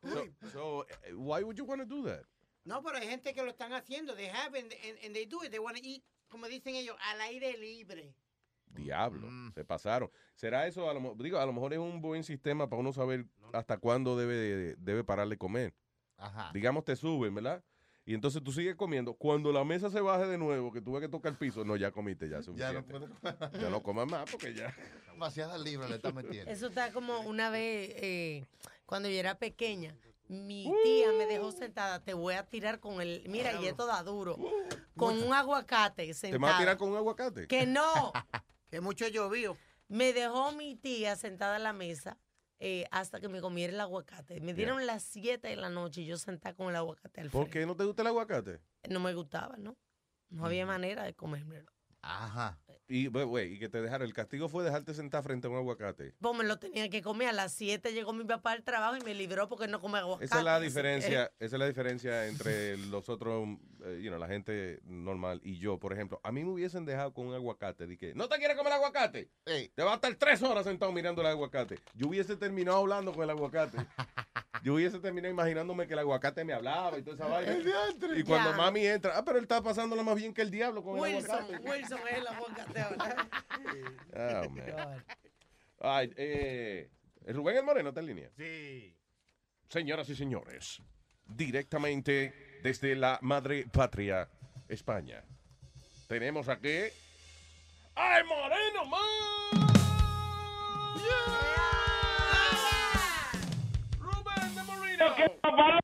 So, so, eh, why would you want to do that? No, pero hay gente que lo están haciendo. They have and, and, and they do it. They want to eat, como dicen ellos, al aire libre. Diablo, se pasaron. ¿Será eso? A lo, mo- digo, a lo mejor es un buen sistema para uno saber hasta cuándo debe, de- debe parar de comer. Ajá. Digamos, te suben, ¿verdad? Y entonces tú sigues comiendo. Cuando la mesa se baje de nuevo, que tú ves que toca el piso, no, ya comiste, ya es Ya no suficiente. puedo Ya no comas más porque ya. Demasiadas libras le estás metiendo. Eso está como una vez, eh, cuando yo era pequeña, mi tía me dejó sentada, te voy a tirar con el, mira, y esto da duro, con un aguacate ¿Te vas a tirar sentada. con un aguacate? Que no. que mucho llovió. Me dejó mi tía sentada en la mesa eh, hasta que me comiera el aguacate. Me dieron las 7 de la noche y yo sentada con el aguacate al ¿Por qué no te gusta el aguacate? frente. No me gustaba, ¿no? No había manera de comérmelo. Ajá. Y, güey, güey, y que te dejaron. El castigo fue dejarte sentar frente a un aguacate. Pues me lo tenía que comer. A las 7 llegó mi papá al trabajo y me libró porque no come aguacate. Eh, Esa es la Así Ah, que- diferencia, esa es la diferencia entre los otros, eh, you know, la gente normal y yo, por ejemplo. A mí me hubiesen dejado con un aguacate, de que no te quieres comer aguacate. Te vas a estar tres horas sentado mirando el aguacate. Yo hubiese terminado hablando con el aguacate. Yo hubiese terminado imaginándome que el aguacate me hablaba y toda esa vaina. El diantre. Y cuando Ya. mami entra, ah, pero él está pasándola más bien que el diablo con el Wilson, aguacate. Wilson es el aguacate ahora. Oh, man. Ay, eh, Rubén El Moreno está en línea. Sí. Señoras y señores, directamente desde la madre patria, España, tenemos aquí ¡Ay, moreno, man! ¡Rubén de Moreno!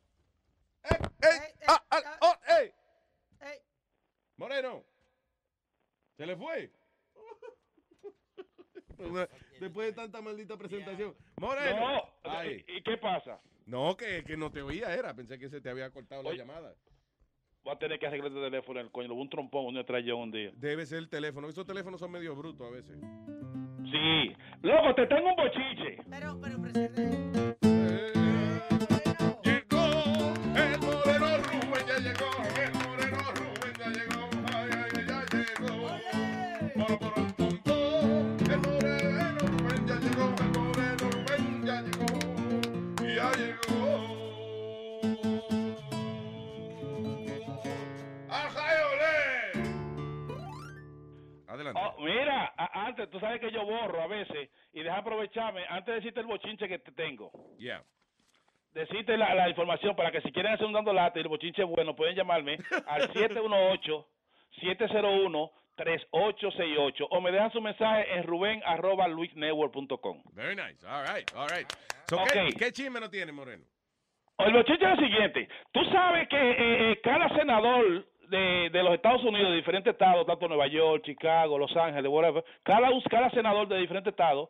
¡Ey! ¡Ah, ah, oh, ey! Moreno, ¿se le fue? Pues, Después de tanta maldita presentación. Moreno. No, Ay. ¿y qué pasa? No, que, que no te oía, era. Pensé que se te había cortado Oye. la llamada. Voy a tener que arreglar el teléfono en el coño. Un trompón, un estrellón un día. Debe ser el teléfono. Esos teléfonos son medio brutos a veces. Sí. Loco, te tengo un bochiche. Pero, Llegó el moreno Rubén, ya llegó. El moreno Rubén ya llegó. Ay, ay, ay, ya llegó. Por, por, pum, pum. El moreno Rubén ya llegó. El moreno Rubén ya llegó. Ya llegó. ¡Ajá, y olé! Adelante. Oh, mira, a- antes, tú sabes que yo borro a veces. Y deja aprovecharme, antes de decirte el bochinche que te tengo. Yeah. Decirte la, la información para que si quieren hacer un dando lata y el bochinche es bueno, pueden llamarme al 718-701-3868 o me dejan su mensaje en ruben arroba luisnetwork.com. Very nice. All right, all right. So, ¿qué, Ok. ¿Qué chisme no tiene, Moreno? El bochinche es el siguiente. Tú sabes que eh, eh, cada senador de, de los Estados Unidos, de diferentes estados, tanto Nueva York, Chicago, Los Ángeles, whatever, cada, un- cada senador de diferentes estados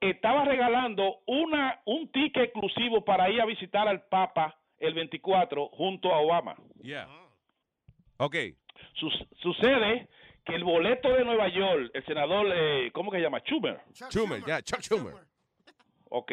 estaba regalando una un ticket exclusivo para ir a visitar al Papa el 24 junto a Obama. Yeah. Ah. Ok. Sus- sucede que el boleto de Nueva York, el senador, eh, ¿cómo que se llama? Schumer. Schumer, ya, Chuck Schumer. Ok.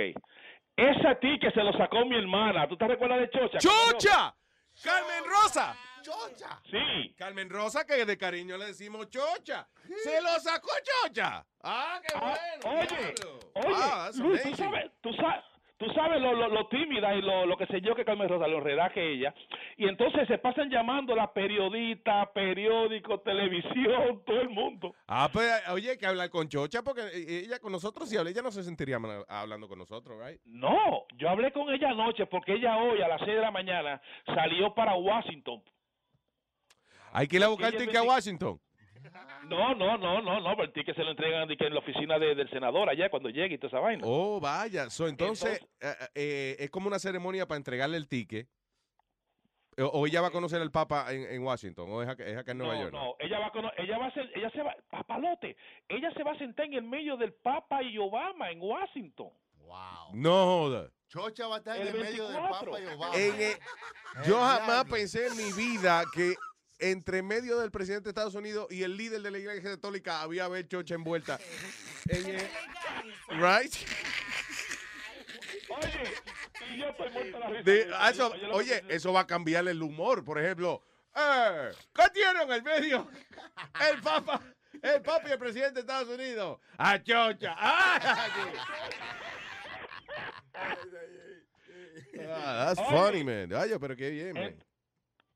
Esa ticket se lo sacó mi hermana. ¿Tú te recuerdas de Chocha? ¡Chocha! ¡Carmen Rosa! ¡Chocha! Sí. Carmen Rosa, que de cariño le decimos chocha. ¡Se lo sacó chocha! ¡Ah, qué bueno! Oye, diablo. oye, Ah, that's Luis, tú amazing. sabes, tú sabes, tú sabes lo, lo, lo tímida y lo, lo que sé yo que Carmen Rosa, lo enredada que ella. Y entonces se pasan llamando la periodista, periódico, televisión, todo el mundo. Ah, pues, oye, hay que hablar con Chocha porque eh, ella con nosotros, si habla, ella no se sentiría mal hablando con nosotros, ¿right? No, yo hablé con ella anoche porque ella hoy a las 6 de la mañana salió para Washington. Hay que ir a buscar el Ella ticket a me- Washington. No, no, no, no, no, pero el ticket se lo entregan de que en la oficina de- del senador allá cuando llegue y toda esa vaina. Oh, vaya. So, entonces, eh, eh, es como una ceremonia para entregarle el ticket. O, o ella va a conocer al Papa en, en Washington, o es acá, es acá en Nueva no, York. ¿no? no, ella va a cono- ella va a ser, ella se va, papalote, ella se va a sentar en el medio del Papa y Obama en Washington. No joda. Chocha va a estar en El el medio del 24. Papa y Obama. En el- yo jamás pensé en mi vida que entre medio del presidente de Estados Unidos y el líder de la iglesia católica había haber chocha envuelta. En el- right? Y yo estoy muerto de la risa. De- ah, eso- oye, eso va a cambiarle el humor. Por ejemplo, eh, ¿qué tiene en el medio? El Papa, el Papa y el presidente de Estados Unidos. ¡A chocha! ¡Ah! Ah, that's funny, man. Oye, Eh. pero qué bien, man.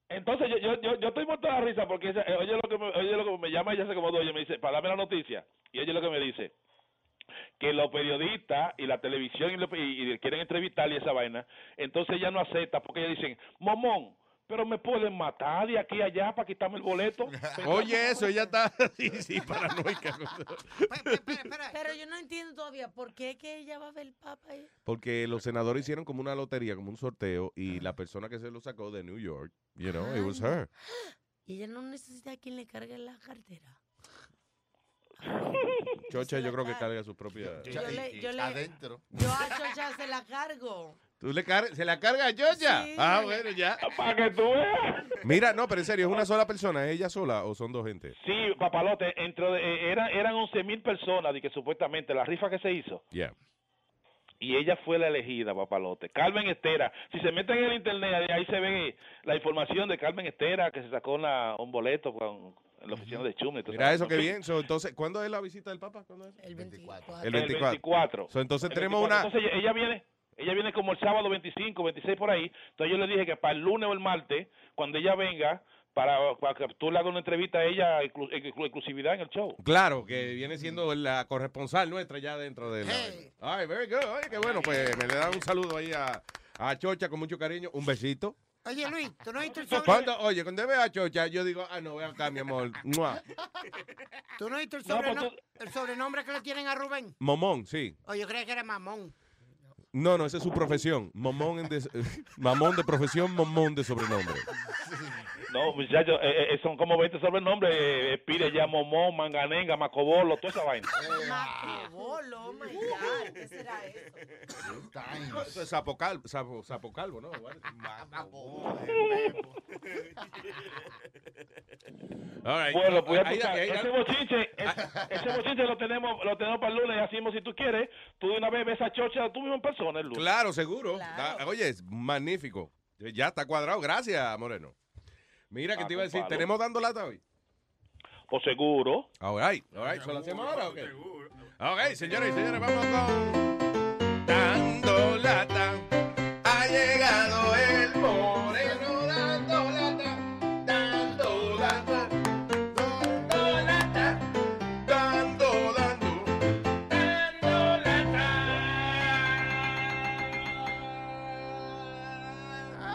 Entonces yo, yo, yo, yo estoy muerto de la risa porque ella- eh, oye lo que me, oye lo que me llama ella hace como dos y me dice, para darme la noticia. Y oye lo que me dice, que los periodistas y la televisión y, lo- y- y quieren entrevistar y esa vaina, entonces ella no acepta porque ella dicen, momón, pero me pueden matar de aquí a allá para quitarme el boleto. Oye, eso ya está. Sí, sí, paranoica. Pero yo no entiendo todavía por qué es que ella va a ver el Papa ahí. Porque los senadores hicieron como una lotería, como un sorteo, y la persona que se lo sacó de New York, you know, it was her. Y ella no necesita a quien le cargue la cartera. Chocha, yo creo que carga su propia. Yo le, yo le, Yo a Chocha se la cargo. ¿Tú le car- ¿Se la carga a Chocha? Sí. Ah, bueno, ya. Para que tú veas. Mira, no, pero en serio, ¿es una sola persona? ¿Es ella sola o son dos gente? Sí, papalote, entre, eh, eran, eran 11 mil personas de que supuestamente la rifa que se hizo. Yeah. y ella fue la elegida, papalote. Carmen Estera. Si se meten en el internet, ahí se ve la información de Carmen Estera que se sacó una- un boleto con en la oficina de Chumne. Mira eso, qué bien. So, entonces, ¿cuándo es la visita del Papa? ¿Cuándo es? El 24. El 24. So, entonces tenemos una... Entonces ella, ella viene. Ella viene como el sábado 25, 26 por ahí. Entonces yo le dije que para el lunes o el martes, cuando ella venga, para, para que tú le hagas una entrevista a ella, exclu- exclu- exclusividad en el show. Claro, que viene siendo la corresponsal nuestra ya dentro de la... All right, very good. Oye, qué bueno. Pues me le da un saludo ahí a, a Chocha con mucho cariño. Un besito. Oye, Luis, tú no viste el Cuando, sobrino. oye, cuando veo a Chocha, yo digo, ah, no, ven acá, mi amor. Mua. ¿Tú no viste el, No, pues sobreno- el sobrenombre que le tienen a Rubén? Momón, sí. O yo creía que era Mamón. No, no, esa es su profesión. Momón en de, mamón de profesión, momón de sobrenombre. No, muchachos, eh, eh, son como 20 sobrenombres. eh, eh, pide ya Momón, Manganenga, Macobolo, toda esa vaina. Macobolo, oh my God, ¿qué será eso? Eso es sapo calvo, sapo, sapo calvo, ¿no? All right. Bueno, pues ya Ahí- tú ahí- sabes, ese bochinche, es- ese bochinche lo tenemos, lo tenemos para el lunes y hacemos si tú quieres, tú de una vez ves a Chocha tú mismo en persona el lunes. Claro, seguro. Da- Oye, es magnífico. Ya está cuadrado. Gracias, Moreno. Mira, que Ah, te iba a decir, compadre. ¿tenemos dando Ah, lata hoy? Por seguro. All right, all right. ¿Solo hacemos ahora o qué? Ok, señores y señores, vamos con... Dando lata. Ha llegado el moreno dando lata, dando lata, dando lata, dando, dando, dando lata.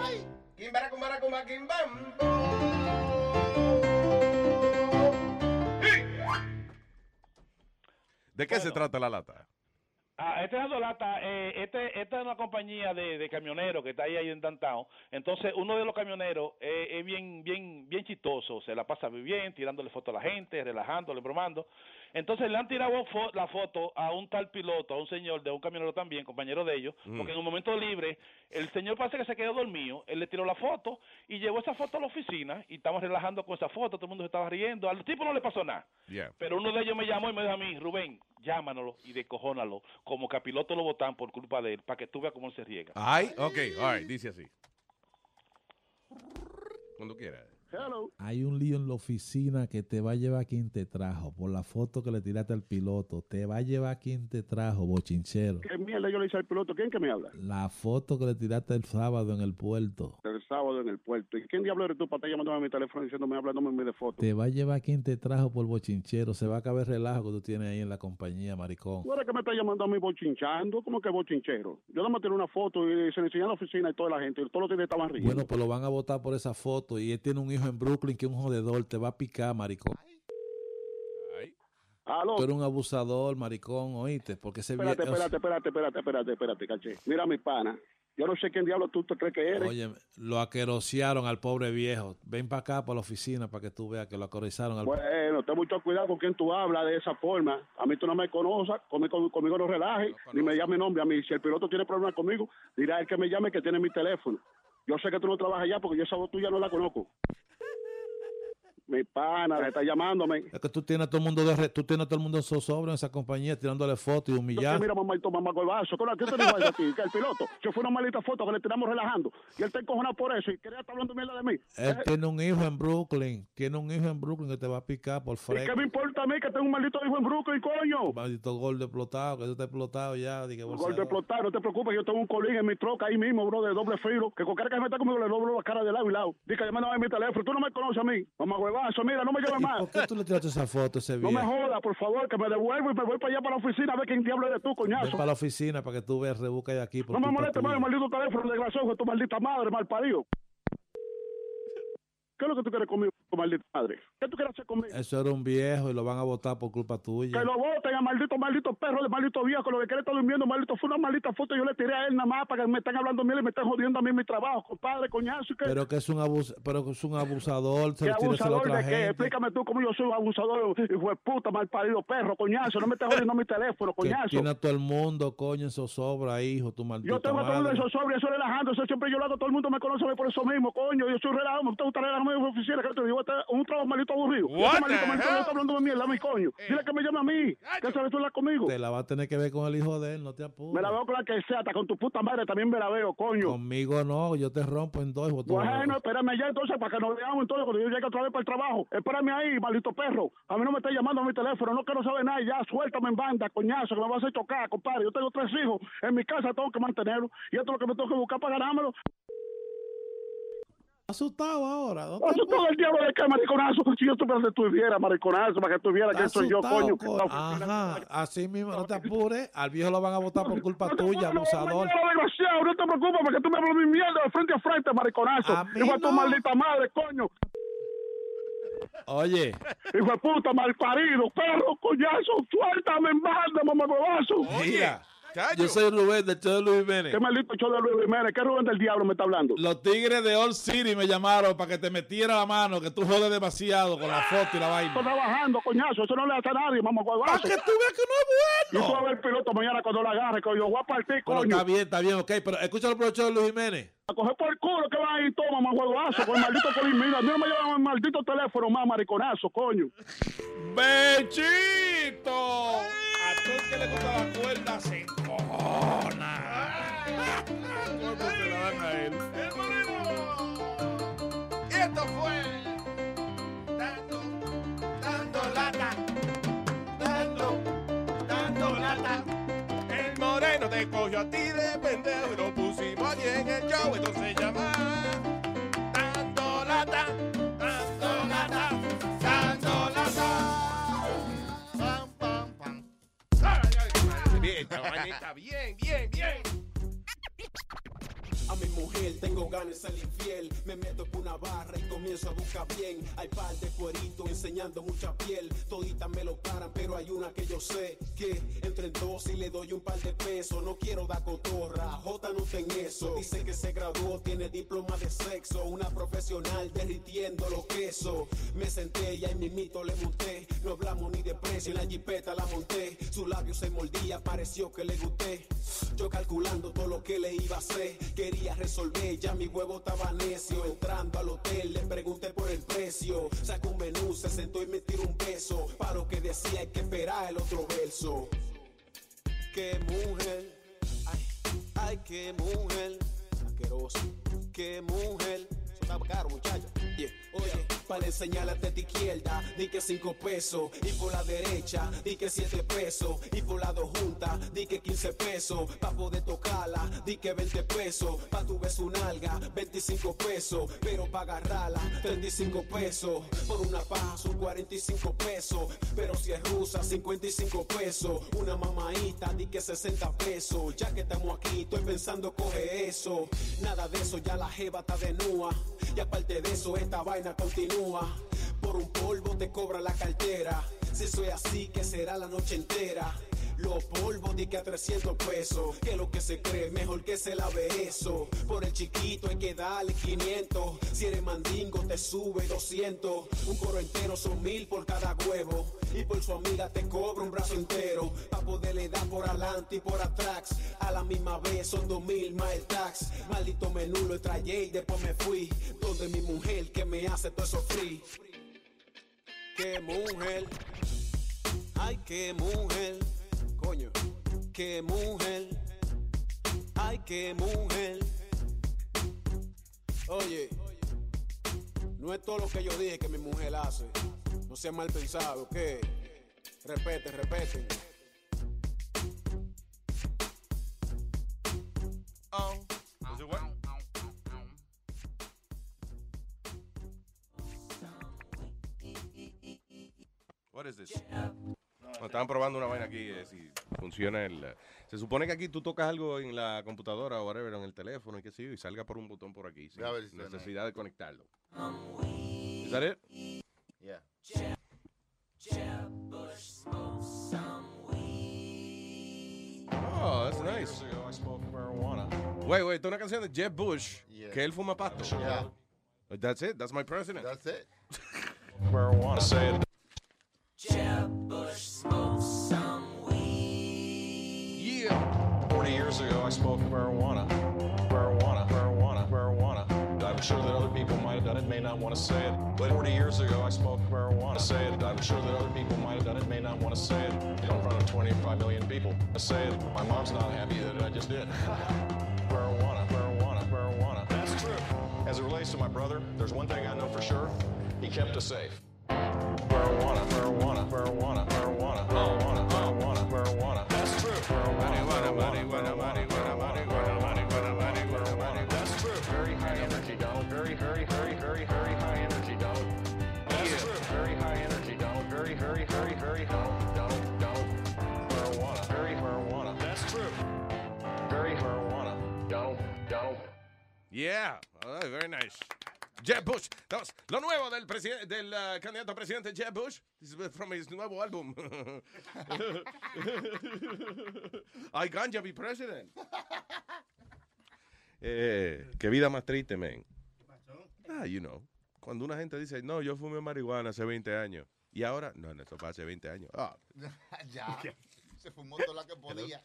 Ay, quimbara, cumbara, cumba, ¿De qué se trata la lata? Ah, este es Dando Lata, eh, este, esta es una compañía de, de camioneros que está ahí, ahí en downtown. Entonces, uno de los camioneros eh, es bien, bien, bien chistoso, se la pasa muy bien, tirándole fotos a la gente, relajándole, bromando. Entonces, le han tirado fo- la foto a un tal piloto, a un señor de un camionero también, compañero de ellos, Mm. porque en un momento libre, el señor parece que se quedó dormido, él le tiró la foto y llevó esa foto a la oficina y estamos relajando con esa foto, todo el mundo se estaba riendo, al tipo no le pasó nada. Yeah. Pero uno de ellos me llamó y me dijo a mí, Rubén, llámanolo y descojónalo, como que a piloto lo votan por culpa de él, para que tú veas cómo él se riega. Ay, ok, all right, dice así. Cuando quieras. Hay un lío en la oficina que te va a llevar quien te trajo. Por la foto que le tiraste al piloto, te va a llevar quien te trajo, bochinchero. ¿Qué mierda yo le hice al piloto? ¿Quién que me habla? La foto que le tiraste el sábado en el puerto, El sábado en el puerto. ¿Y quién diablo eres tú para estar llamándome a mi teléfono diciéndome, hablándome de foto? te va a llevar quien te trajo por bochinchero. Se va a acabar el relajo que tú tienes ahí en la compañía, maricón. ¿Tú eres que me estás llamando a mí bochinchando? ¿Cómo que bochinchero? Yo nada más tiré una foto y se le enseñé a la oficina y toda la gente. Y todos los días estaban riendo. Bueno, pues lo van a votar por esa foto. Y él tiene un hijo en Brooklyn que es un jodedor. Te va a picar, maricón. Aló. Tú eres un abusador, maricón, oíste. Porque se Espérate, espérate, espérate, espérate, espérate, espérate, caché. Mira, mi pana. Yo no sé quién diablo tú te crees que eres. Oye, lo aquerosearon al pobre viejo. Ven para acá, para la oficina, para que tú veas que lo aquerosearon al Bueno, eh, ten mucho cuidado con quien tú hablas de esa forma. A mí tú no me conoces, conmigo, conmigo no relajes, ni me llame nombre. A mí, si el piloto tiene problemas conmigo, dirá el que me llame que tiene mi teléfono. Yo sé que tú no trabajas allá porque yo esa voz tuya no la conozco. Mi pana, le está llamándome. Es que tú tienes a todo el mundo de re- tú tienes a todo el mundo en zozobra en esa compañía tirándole fotos y Entonces, humillando. mira, mamá, y toma mamá con el vaso. ¿Qué qué te dijo eso a ti? Que el piloto, yo fue una maldita foto que le tiramos relajando. Y él está encojonado por eso y quería estar hablando mierda de mí. Eh, Él tiene un hijo en Brooklyn, tiene un hijo en Brooklyn que te va a picar por ¿Y qué fresco. me importa a mí que tengo un maldito hijo en Brooklyn, coño. Maldito gordo explotado, que eso está explotado ya. di que Gol de bolseador. explotar, no te preocupes, yo tengo un colín en mi troca ahí mismo, bro, de doble filo, que con cara que se meta conmigo le doblo la cara de lado y lado. Dice que me en mi teléfono, tú no me conoces a mí, mamá huevazo, mira, no me llames ¿Y más. ¿Por qué tú le tiraste esa foto a ese No me viejo? jodas, por favor, que me devuelvo y me voy para allá para la oficina a ver quién diablo eres tú, Ven coñazo. para la oficina para que tú veas rebusca de aquí. por No me culpa molestes más, tuya. maldito teléfono, desgraciado, hijo de tu maldita madre, mal parido. ¿Qué es lo que tú quieres conmigo, maldita madre? ¿Qué tú quieres hacer conmigo? Eso era un viejo y lo van a votar por culpa tuya. Que lo voten a maldito, maldito perro de maldito viejo, lo que quiere estar durmiendo, maldito, fue una maldita foto, yo le tiré a él nada más para que me están hablando miel y me están jodiendo a mí mi trabajo, compadre, coñazo, y que... Pero que es un abus pero que es un abusador, se ¿Qué le tira eso a la abusador otra de qué? gente. Explícame tú cómo yo soy un abusador, hijo de puta, mal parido perro, coñazo. No me estés jodiendo mi teléfono, Que coñazo. tiene a todo el mundo, coño, en zozobra, hijo, tu maldita Yo tengo todo el mundo madre. en zozobra, eso relajando, eso siempre yo lo hago, todo el mundo me conoce por eso mismo, coño. Yo soy relajado, me gusta relajarme en mi oficina, que te digo, este es un trabajo malito aburrido. What Este maldito the maldito hell? yo está hablando de mierda, mi coño. Dile que me llame a mí, que sabes tú hablar conmigo. Te la va a tener que ver con el hijo de él, no te apures. Me la veo con la que sea, hasta con tu puta madre también me la veo, coño. Conmigo no, yo te rompo en dos, hijo, tú. Bueno, espérame allá entonces para que nos veamos entonces cuando yo llegue otra vez para el trabajo. Espérame ahí, maldito perro. A mí no me estés llamando a mi teléfono, no quiero saber nada. Ya suéltame en banda, coñazo, que me vas a hacer chocar, compadre. Yo tengo tres hijos en mi casa, tengo que mantenerlos. Y esto es lo que me tengo que buscar para ganármelo. Asustado ahora, ¿no? Pues, Eso todo el diablo de acá, mariconazo. Si yo tuviera que estuviera, mariconazo, para que estuviera, que soy yo, Asustado, pues. Ah. coño. co- Ajá, así mismo, no te apures, al viejo lo van a votar por culpa tuya, abusador. Pero desgraciado, no te preocupes, porque tú me hablas mi mierda de frente a frente, mariconazo. Hijo de tu maldita madre, coño. Oye. Hijo de puta, malparido, perro, coñazo, suéltame en banda, mamagobazo. Mira, yo soy Rubén del show de Luis Jiménez. ¿Qué maldito show de Luis Jiménez? ¿Qué Rubén del diablo me está hablando? Los tigres de All City me llamaron para que te metiera la mano, que tú jodes demasiado con la foto y la vaina. Estoy trabajando, coñazo, eso no le hace a nadie, mamagobazo. que tú veas que no es bueno. Yo voy a ver el piloto mañana cuando lo agarre, que yo voy a partir, Pero coño. está bien, está bien, ok, pero escúchalo por el show de Luis Jiménez. A coger por el culo que va ahí, toma, mamagobazo, con el maldito colín. Mira, a mí no me llevan el maldito teléfono más, mariconazo, coño. ¡Bechito! A todo el que le toca la cuerda se encojona. ¡El Y esto fue dando, dando lata, dando, dando lata. El moreno te cogió a ti de pendejo y lo pusimos allí en el show, entonces se llama dando lata, dando lata, dando lata. Pam, pam, pam. Ay, ay, Bien, chavalita, bien, bien, bien. A mi mujer tengo ganas de ser infiel. Me meto en una barra y comienzo a buscar bien. Hay par de cueritos enseñando mucha piel. Toditas me lo paran, pero hay una que yo sé que entre en dos y le doy un par de pesos. No quiero dar cotorra, Jota no ten eso. Dice que se graduó, tiene diploma de sexo. Una profesional derritiendo los quesos. Me senté y ahí mimito le monté. No hablamos ni de precio, en la jipeta la monté. Su labio se mordía, pareció que le gusté. Yo calculando todo lo que le iba a hacer. Quería resolver, ya mi huevo estaba necio. Entrando al hotel, le pregunté por el precio. Sacó un menú, se sentó y me tiró un beso. Para lo que decía, hay que esperar el otro verso. Qué mujer, ay, ay, qué mujer. Asqueroso, qué mujer. Eso estaba caro, muchacho. Yeah. Oye, para enseñar la teta izquierda, di que cinco pesos. Y por la derecha, di que siete pesos. Y por la dos juntas, di que 15 pesos. Pa' poder tocarla, di que 20 pesos. Pa' tu beso un alga, 25 pesos. Pero pa' agarrarla, 35 pesos. Por una paja son 45 pesos. Pero si es rusa, 55 pesos. Una mamaita, di que 60 pesos. Ya que estamos aquí, estoy pensando coge eso. Nada de eso, ya la jeva está de nua. Y aparte de eso, esta vaina continúa. Por un polvo te cobra la cartera. Si soy así, que será la noche entera. Los polvos di que a 300 pesos. Que lo que se cree, mejor que se lave eso. Por el chiquito hay que darle 500. Si eres mandingo, te sube 200. Un coro entero son mil por cada huevo. Y por su amiga te cobra un brazo entero. Pa' poderle dar por adelante y por atrás. A la misma vez son dos mil más el tax. Maldito menú lo trayé y después me fui. Donde mi mujer que me hace todo eso free. Qué mujer. Ay, qué mujer, coño, qué mujer. Ay, qué mujer. Oye, no es todo lo que yo dije que mi mujer hace. No sea mal pensado, ¿ok? Repete, repete. Oh. Was it what? What is this? No, estaban probando una vaina aquí, eh, si funciona el... eh, Se supone que aquí tú tocas algo en la computadora o whatever, en el teléfono y qué sé yo, y salga por un botón por aquí, sin A ver si suena. necesidad de conectarlo. ¿Es that it? Yeah. Oh, that's nice. Wait, wait, esta es una canción de Jeb Bush, que él fuma pasto. That's it, that's my president. That's it. Marijuana. Say it. Jeb Bush smokes some weed. Yeah. 40 years ago, I smoked marijuana. Marijuana, marijuana, marijuana. I'm sure that other people might have done it, may not want to say it. But 40 years ago, I smoked marijuana. Say it. I'm sure that other people might have done it, may not want to say it. In front of 25 million people, I say it. My mom's not happy that I just did. marijuana, marijuana, marijuana. That's true. As it relates to my brother, there's one thing I know for sure. He kept us safe. Marijuana, marijuana, marijuana, marijuana, marijuana, marijuana, marijuana. That's true. Marijuana, marijuana, marijuana, marijuana, marijuana, marijuana, marijuana. That's true. Very high energy, Donald. Very, very, very, very, very high energy, Donald. That's true. Very high energy, Donald. Very, very, very, very Donald, Donald, Donald. Marijuana. Very marijuana. That's true. Very marijuana, Donald, Donald. Yeah, all right, very nice. Jeb Bush, that was lo nuevo del, presiden- del uh, candidato a presidente Jeb Bush. This is from his nuevo álbum. I ganja be president. Eh, qué vida más triste, man. Ah, you know. Cuando una gente dice, no, yo fumé marihuana hace 20 años. Y ahora, no, no, esto fue hace 20 años. Ah, ya. Se fumó toda la que podía.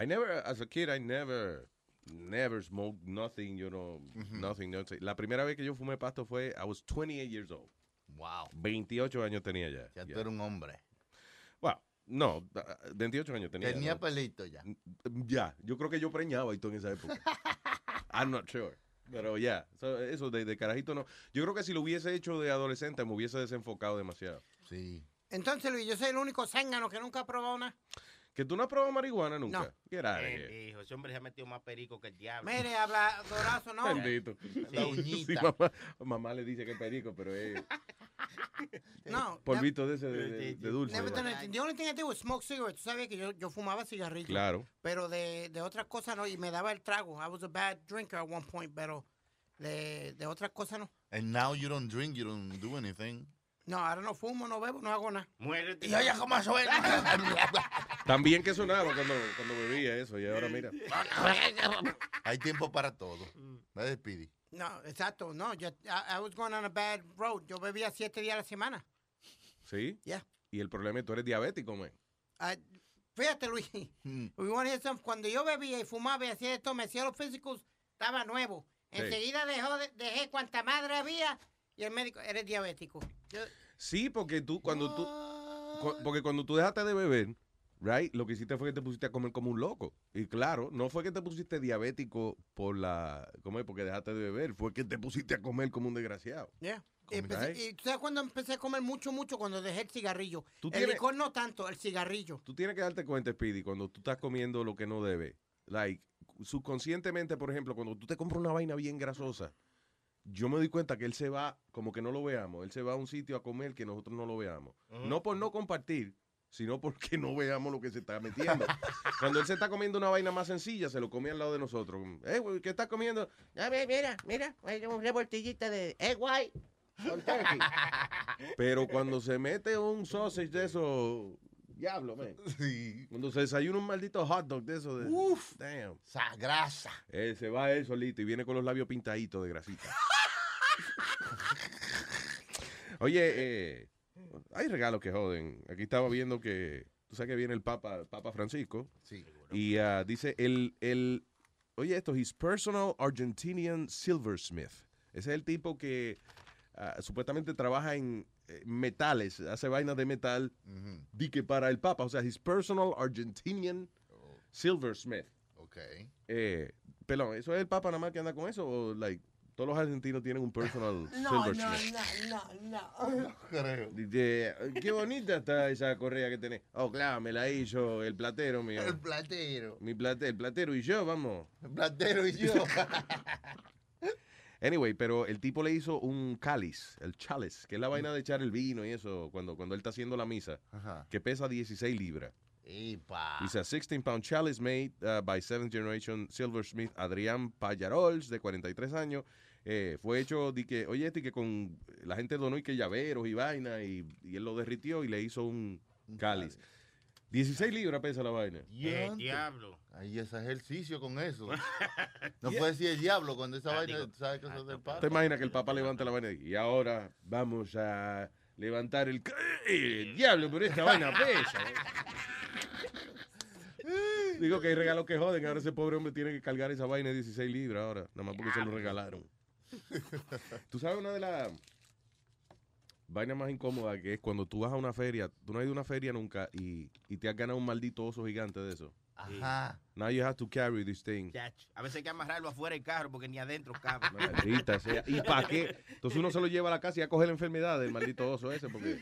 I never, as a kid, I never, never smoked nothing, you know, nothing, nothing. La primera vez que yo fumé pasto fue, I was 28 years old. Wow. 28 años tenía ya. Ya tú Yeah. eres un hombre. Bueno, no, da- 28 años tenía. Tenía ¿no? pelito ya. Ya, yo creo que yo preñaba y todo en esa época. I'm not sure. Pero ya, so, eso de, de carajito no. Yo creo que si lo hubiese hecho de adolescente me hubiese desenfocado demasiado. Sí. Entonces, Luis, yo soy el único zángano que nunca ha probado nada. Que tú no has probado marihuana nunca. No. Get out of Eh, here. Hijo, ese hombre se ha metido más perico que el diablo. Mire, habla dorazo, ¿no? eh. Bendito. La Sí, uñita. mamá, mamá le dice que es perico, pero es No. Eh, polvito de ese de, de- de dulce. Never done it. The only thing I did was smoke cigarettes. Tú sabes que yo, yo fumaba cigarrillos. Claro. Pero de, de otras cosas no, y me daba el trago. I was a bad drinker at one point, pero de, de otras cosas no. And now you don't drink, you don't do anything. No, ahora no fumo, no bebo, no hago nada. Muérete. Y oye cómo suena. También que sonaba cuando, cuando bebía eso y ahora mira. Hay tiempo para todo. Me despidí. No, exacto, no. Yo, I, I was going on a bad road. Yo bebía siete días a la semana. ¿Sí? Yeah. Y el problema es que tú eres diabético, man. I- Ah, fíjate, Luis. Mm. We wanna hear some- Cuando yo bebía y fumaba y hacía esto, me hacía los físicos, estaba nuevo. Sí. Enseguida dejó de- dejé cuanta madre había y el médico, eres diabético. Yo- Sí, porque tú, cuando tú, cu- porque cuando tú dejaste de beber, right, lo que hiciste fue que te pusiste a comer como un loco. Y claro, no fue que te pusiste diabético por la, ¿cómo es? Porque dejaste de beber, fue que te pusiste a comer como un desgraciado. Yeah. Come Empecé- right. y tú sabes cuando empecé a comer mucho, mucho, cuando dejé el cigarrillo. Tú el tienes- licor no tanto, el cigarrillo. Tú tienes que darte cuenta, Speedy, cuando tú estás comiendo lo que no debe. Like, subconscientemente, por ejemplo, cuando tú te compras una vaina bien grasosa, yo me doy cuenta que él se va, como que no lo veamos, él se va a un sitio a comer que nosotros no lo veamos. Ujú. No por no compartir, sino porque no veamos lo que se está metiendo. cuando él se está comiendo una vaina más sencilla, se lo come al lado de nosotros. Eh, güey, ¿qué estás comiendo? A ver, mira, mira, hay un revoltillito de egg white con turkey. Pero cuando se mete un sausage de eso, diablo, man. Cuando se desayuna un maldito hot dog de eso, de, Uf. damn. Esa grasa. Eh, se va él solito y viene con los labios pintaditos de grasita. Oye, eh, hay regalos que joden. Aquí estaba viendo que, tú sabes que viene el Papa, Papa Francisco. Sí. Y ah, dice el, el, oye esto, his personal Argentinian silversmith. Ese es el tipo que ah, supuestamente trabaja en eh, metales, hace vainas de metal, di que para el Papa, o sea, his personal Argentinian silversmith. Ok. Eh, pelón, ¿eso es el Papa nada más que anda con eso? O, like, Todos los argentinos tienen un personal No, no, silversmith. no, no, no. Creo. Dice, qué bonita está esa correa que tenés. Oh, claro, me la hizo el platero mío. El platero. Mi plate, el platero y yo, vamos. El platero y yo. Anyway, pero el tipo le hizo un cáliz, el chalice, que es la vaina de echar el vino y eso cuando, cuando él está haciendo la misa, Ajá. que pesa 16 libras. Y pa. It's a 16-pound chalice made uh, by seventh generation silversmith Adrián Pallarols, de 43 años. Eh, fue hecho de que, oye, este que con la gente donó y que llaveros y vaina, y, y él lo derritió y le hizo un cáliz. 16 libras pesa la vaina. El diablo. Ahí es ejercicio con eso. No puede decir el diablo cuando Ah, esa vaina, ¿sabes que eso es del padre? ¿Te imaginas que el papá levanta la vaina y, dice, y ahora vamos a levantar el... ca- ¡Eh, diablo, pero esta vaina pesa! Digo que hay regalos que joden. Ahora ese pobre hombre tiene que cargar esa vaina de 16 libras ahora. Nada más porque se lo regalaron. Tú sabes una de las vainas más incómodas que es cuando tú vas a una feria. Tú no has ido a una feria nunca y, y te has ganado un maldito oso gigante de eso. Ajá. Now you have to carry this thing. Chacho, A veces hay que amarrarlo afuera del carro porque ni adentro cabe. Maldita sea. ¿Y para qué? Entonces uno se lo lleva a la casa y ya coge la enfermedad del maldito oso ese. Porque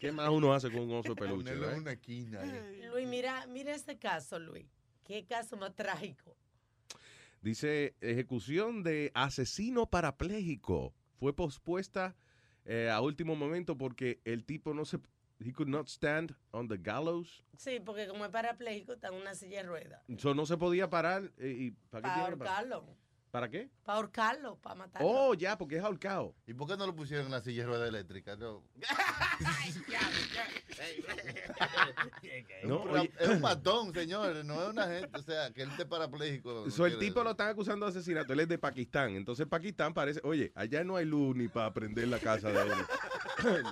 ¿qué más uno hace con un oso de peluche? Ponerlo en right? una esquina. ahí. Luis, mira, mira ese caso, Luis. Qué caso más trágico. Dice, ejecución de asesino parapléjico fue pospuesta eh, a último momento porque el tipo no se... He could not stand on the gallows. Sí, porque como es parapléjico, está en una silla de ruedas. So, no se podía parar. eh, y, ¿Para qué? Para tiene que parar? ahorcarlo. ¿Para qué? Para ahorcarlo, para matarlo. Oh, ya, porque es ahorcado. ¿Y por qué no lo pusieron en la silla de ruedas eléctrica? No. No, Es un- oye. es un matón, señores. No es una gente. O sea, que él esté parapléjico. no So, el quiere tipo lo están acusando de asesinato. Él es de Pakistán. Entonces, Pakistán parece, oye, allá no hay luz ni para prender la casa de él.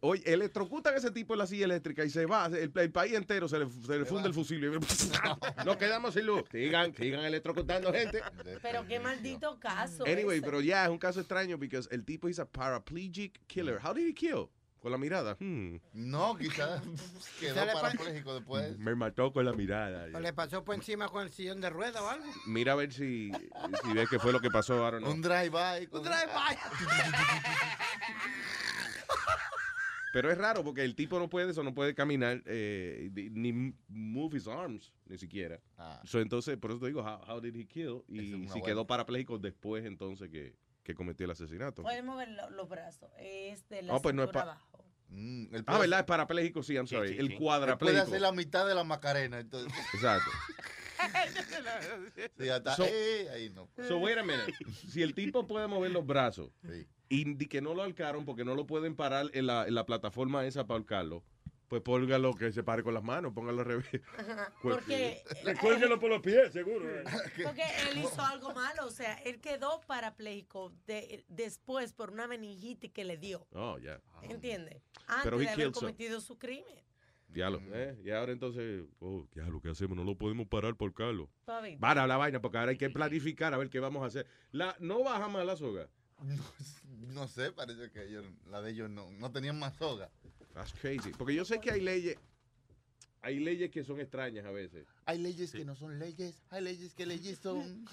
oye, electrocutan a ese tipo en la silla eléctrica y se va. El, el país entero se le, se le funde el fusil. y- Nos quedamos sin luz. Sigan, sigan electrocutando gente. Pero qué maldito caso. Mm. Anyway, ese. pero ya es un caso extraño porque el tipo es a paraplegic killer. How did he kill? Con la mirada. Hmm. No, quizás quedó Sale pues? pa- parapléjico después. Me mató con la mirada. O le pasó por encima con el sillón de rueda o algo. Mira a ver si, si ves qué fue lo que pasó ahora. Un drive-by. Un drive-by. Pero es raro porque el tipo no puede eso, no puede caminar, eh, di- ni m- move his arms, ni siquiera. Ah. So, entonces, por eso te digo, how, how did he kill? Y si buena- quedó parapléjico después entonces que, que cometió el asesinato. Podemos ver lo- los brazos. Es de la Ah, pues no es cintura pa- abajo. Mm, él Ah, puede- ¿verdad? Es parapléjico, sí, I'm sorry. El él Puede cuadrapléjico. hacer la mitad de la macarena. Entonces, Exacto. sí, hasta- So- eh, ahí no. So, wait a minute. Si el tipo puede mover los brazos y di que no lo alcaron porque no lo pueden parar en la, en la plataforma esa para alcarlo, pues póngalo que se pare con las manos, póngalo al revés. Pues Porque, eh, Recuérdelo por los pies, seguro. eh. porque él hizo algo malo. O sea, él quedó parapléjico de- después por una meningitis que le dio. Oh, ya. ¿Entiendes? Antes Pero he de haber killed some. cometido su crimen. Diablo. ¿eh? Y ahora entonces, oh, diablo, ¿qué hacemos? No lo podemos parar por Carlos. Todavía. Para la vaina, porque ahora hay que planificar a ver qué vamos a hacer. La, no baja más la soga. No sé, parece que ellos, la de ellos no, no tenían más soga. That's crazy. Porque yo sé que hay leyes, hay leyes que son extrañas a veces. Hay leyes que no son leyes, hay leyes que leyes son.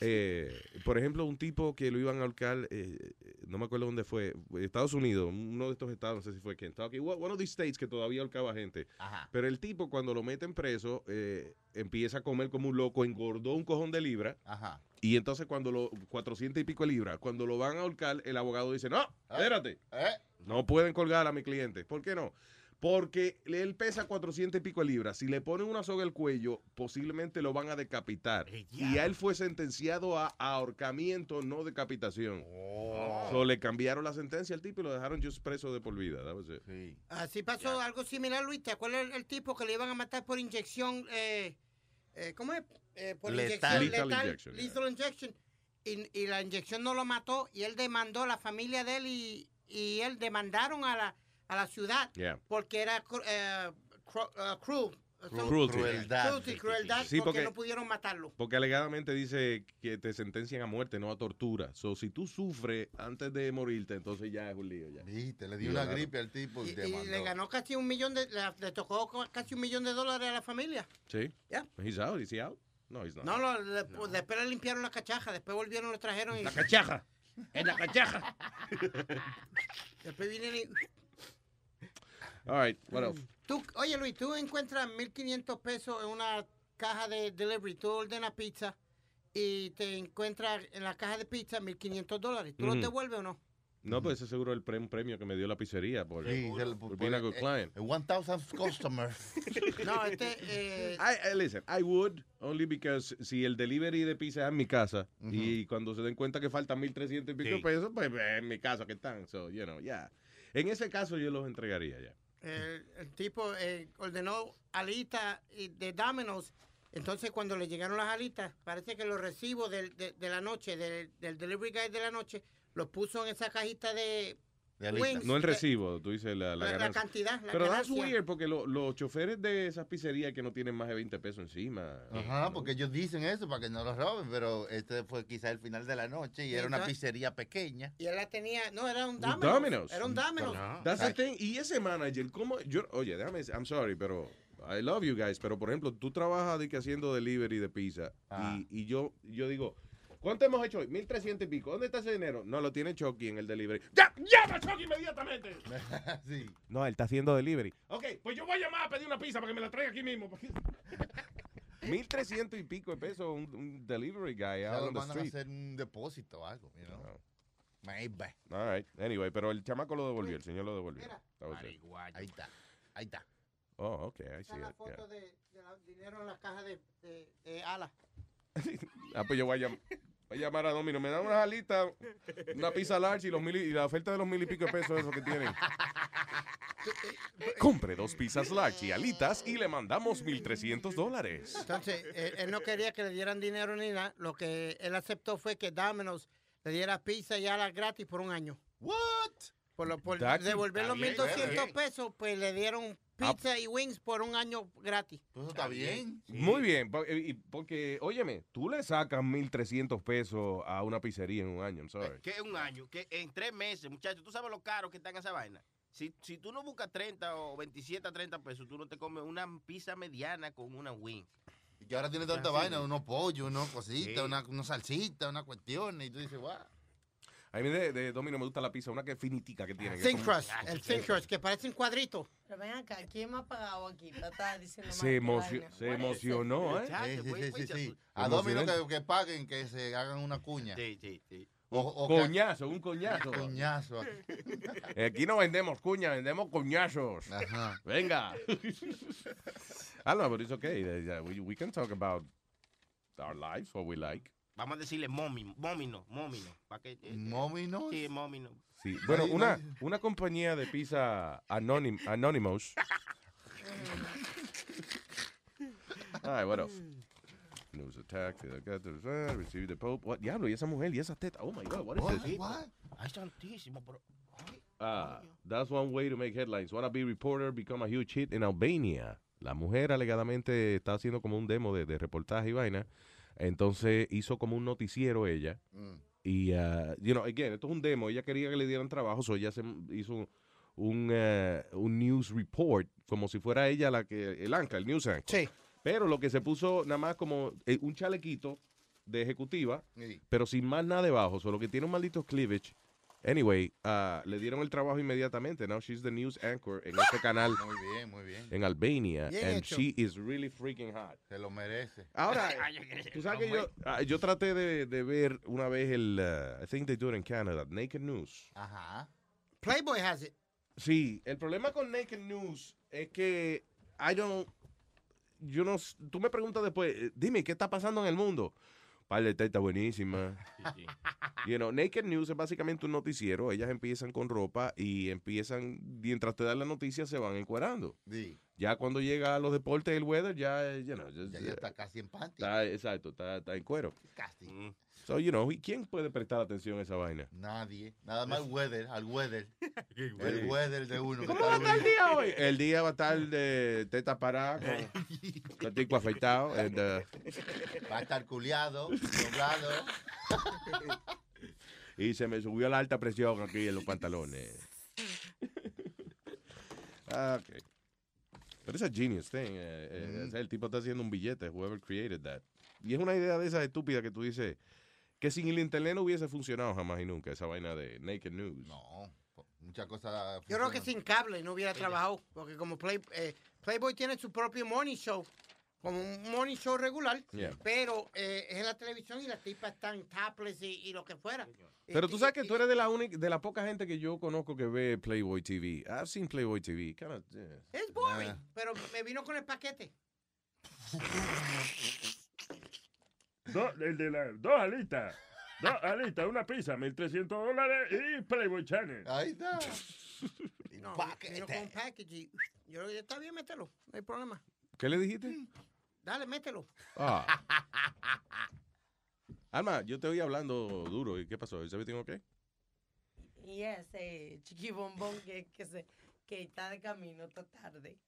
Eh, por ejemplo, un tipo que lo iban a ahorcar, eh, no me acuerdo dónde fue, Estados Unidos, uno de estos estados, no sé si fue Kentucky, one one of these states que todavía ahorcaba gente. Pero el tipo cuando lo meten preso, eh, empieza a comer como un loco, engordó un cojón de libra. Ajá. Y entonces cuando lo, 400 y pico de libras, cuando lo van a ahorcar, el abogado dice, no, espérate, ¿Eh? no pueden colgar a mi cliente. ¿Por qué no? Porque él pesa 400 y pico de libras. Si le ponen una soga al cuello, posiblemente lo van a decapitar. Y a él fue sentenciado a ahorcamiento, no decapitación. Oh. So, le cambiaron la sentencia al tipo y lo dejaron just preso de por vida. That was it. Así pasó algo similar, Luis. ¿Te acuerdas el, el tipo que le iban a matar por inyección? Eh, eh, ¿Cómo es? Eh, por Letal. Lethal inyección. Letal injection, yeah. lethal injection. Y, y la inyección no lo mató y él demandó a la familia de él y, y él demandaron a la, a la ciudad Yeah. porque era cru- eh, cru- eh, cruel. Son- Cruelty. Cruelty, Crueldad. crueldad, Sí, porque porque- no pudieron matarlo. Porque alegadamente dice que te sentencian a muerte, no a tortura. So, si tú sufres antes de morirte, entonces ya es un lío. Ya. Viste, le dio una gripe al tipo y, Y, te y mandó. le ganó casi un millón de, le, le tocó co- casi un millón de dólares a la familia. Sí. Yeah. He's out, he's out. No, he's not. No, lo- le- pues, después le limpiaron la cachaja, después volvieron, lo trajeron y... La cachaja. En la cachaja. después vienen y... All right, what else? Tú, oye, Luis, tú encuentras 1.500 pesos en una caja de delivery. Tú ordenas pizza y te encuentras en la caja de pizza 1.500 dólares. ¿Tú Ujú. los devuelves o no? No, pues ese seguro el pre- un premio que me dio la pizzería por, por being a good client. 1,000 customers. No, este... eh, I, I- listen, I would only because si el delivery de pizza es en mi casa y cuando se den cuenta que faltan 1300 y pico Sí. pesos, pues es en mi casa que están. So, you know, yeah. En ese caso yo los entregaría ya. el, el tipo eh, ordenó alitas y- de Domino's. Entonces, cuando le llegaron las alitas, parece que los recibos del- de, de la noche, del, del delivery guy de la noche, los puso en esa cajita de, wings. No el de- recibo, tú dices la, la La- la ganancia. cantidad, la Pero that's ganancia. weird porque lo- los choferes de esas pizzerías que no tienen más de 20 pesos encima. Ajá, porque ellos dicen eso para que no los roben, pero este fue quizás el final de la noche y era una Entonces- pizzería pequeña. Y él la tenía, no, era un Un Domino's. Domino's. Era un Domino's. That's the thing. Y ese manager, ¿cómo? Yo, oye, déjame, decir- I'm sorry, pero I love you guys, pero por ejemplo, tú trabajas de que haciendo delivery de pizza Ah. y, y yo, yo digo, ¿cuánto hemos hecho hoy? 1300 y pico. ¿Dónde está ese dinero? No, lo tiene Chucky en el delivery. ¡Ya! ¡Llama a Chucky inmediatamente! No, él está haciendo delivery. Ok, pues yo voy a llamar a pedir una pizza para que me la traiga aquí mismo. 1300 y pico de pesos un, un delivery guy Ya out lo on the mandan a street. hacer un depósito o algo, you know. Maybe. All right. Anyway, pero el chamaco lo devolvió, el señor lo devolvió. That was it. Ahí está, ahí está. Oh, okay, I see Está la it. yeah. foto de, de la- dinero en la caja de, de, de alas. Ah, pues yo voy a, llam- voy a llamar a Domino. Me dan unas alitas, una pizza large y, los mil y, y la oferta de los mil y pico de pesos esos que tienen. Compre dos pizzas large y alitas y le mandamos 1.300 dólares. Entonces, él, él no quería que le dieran dinero ni nada. Lo que él aceptó fue que Domino's le diera pizza y alas gratis por un año. ¿What? Por, lo, por That's- devolver los Está bien, eh. 1.200 bien. pesos, pues le dieron Ah. pizza y wings por un año gratis. Pues Eso está bien. Muy bien, po- y- y porque, óyeme, tú le sacas 1.300 pesos a una pizzería en un año, I'm sorry. Que un año, que en tres meses, muchachos, tú sabes lo caro que están esa vaina. Si, si tú no buscas 30 o 27 a 30 pesos, tú no te comes una pizza mediana con una wing. Y ahora tiene tanta Así vaina, es. unos pollos, unos cositas, Sí. una, una salsita, una cuestión, y tú dices, wow. A mí de, de Domino me gusta la pizza, una que es finitica que tiene. que es Thin como- Ah, crust, el thin crust, que parece un cuadrito. Pero ven acá, ¿quién me ha pagado aquí para estar diciendo más Se, que emocio- vaina? se emocionó, ¿eh? Sí, sí, sí, sí, sí. A Emocionante. Domino que, que paguen, que se hagan una cuña. Sí, sí, sí. O, o que- Coñazo, un coñazo. Eh, coñazo aquí. Aquí no vendemos cuñas, vendemos coñazos. Venga. I don't know, but it's okay. Uh, We, we can talk about our lives, what we like. Vamos a decirle momino, momino, momino. ¿Para que, eh, ¿Momino? Sí, momino. Sí. Bueno, Nadie- una, nadie- una compañía de pizza anonym, Anonymous. All right, what else? News attack. uh, got to, uh, Received the Pope. What? Diablo, y esa mujer y esa teta. Oh my God, what is this? Ay, santísimo, pero... Ah, that's one way to make headlines. Wanna be reporter become a huge hit in Albania. La mujer alegadamente está haciendo como un demo de, de reportaje y vaina. Entonces hizo como un noticiero ella. Y, ah, you know, again, esto es un demo. Ella quería que le dieran trabajo, so ella se hizo un, eh, un news report, como si fuera ella la que, el anca, el news anchor. Pero lo que se puso nada más como eh, un chalequito de ejecutiva, Sí. pero sin más nada debajo, solo que tiene un maldito cleavage. Anyway, ah, le dieron el trabajo inmediatamente. Now she's the news anchor en este canal Muy bien, muy bien. en Albania. Bien and hecho. she is really freaking hot. Se lo merece. Ahora, Tú sabes que yo, ah, yo traté de, de ver una vez el, ah, I think they do it in Canada, Naked News. Ajá. Playboy has it. Sí, el problema con Naked News es que I don't, yo no, s- tú me preguntas después, eh, dime, ¿qué está pasando en el mundo? Par de teta buenísima. You know, Naked News es básicamente un noticiero. Ellas empiezan con ropa y empiezan, mientras te dan la noticia, se van encuerando. Sí. Ya cuando llega a los deportes el weather, ya, eh, you know, just- Ya, ya está casi en panty. Está- exacto, está, está en cuero. Casi. So, you know, ¿y ¿quién puede prestar atención a esa vaina? Nadie. Nada más el weather, al weather. weather. el weather de uno. que ¿Cómo está va a estar el durmiendo. día hoy? El día va a estar de teta parada, con platico afeitado. and, uh, Va a estar culiado, doblado. y se me subió la alta presión aquí en los pantalones. Ah, ok. But it's a genius thing. eh, eh, Mhm. o sea, el tipo está haciendo un billete, whoever created that. Y es una idea de esas estúpidas que tú dices que sin el internet no hubiese funcionado jamás y nunca, esa vaina de Naked News. No, muchas cosas. Yo creo que sin cable no hubiera trabajado, porque como Play- eh, Playboy tiene su propio morning show, como un morning show regular, Yeah. pero eh, es en la televisión y las tipas están topless y, y lo que fuera. Pero tú sabes que tú eres de la única, de la poca gente que yo conozco que ve Playboy TV. I've seen Playboy TV. Kinda, yeah. Es boring, Ah. pero me vino con el paquete. Do- el de la, dos alitas. Dos alitas, una pizza, 1.300 dólares y Playboy Channel. Ahí está. No, vino con un package y yo le dije, está bien, mételo, no hay problema. ¿Qué le dijiste? Dale, mételo. Ah. Alma, yo te oí hablando duro. ¿Y qué pasó? ¿Is everything okay? Y ese chiquibombón que, que, se, que está de camino esta tarde.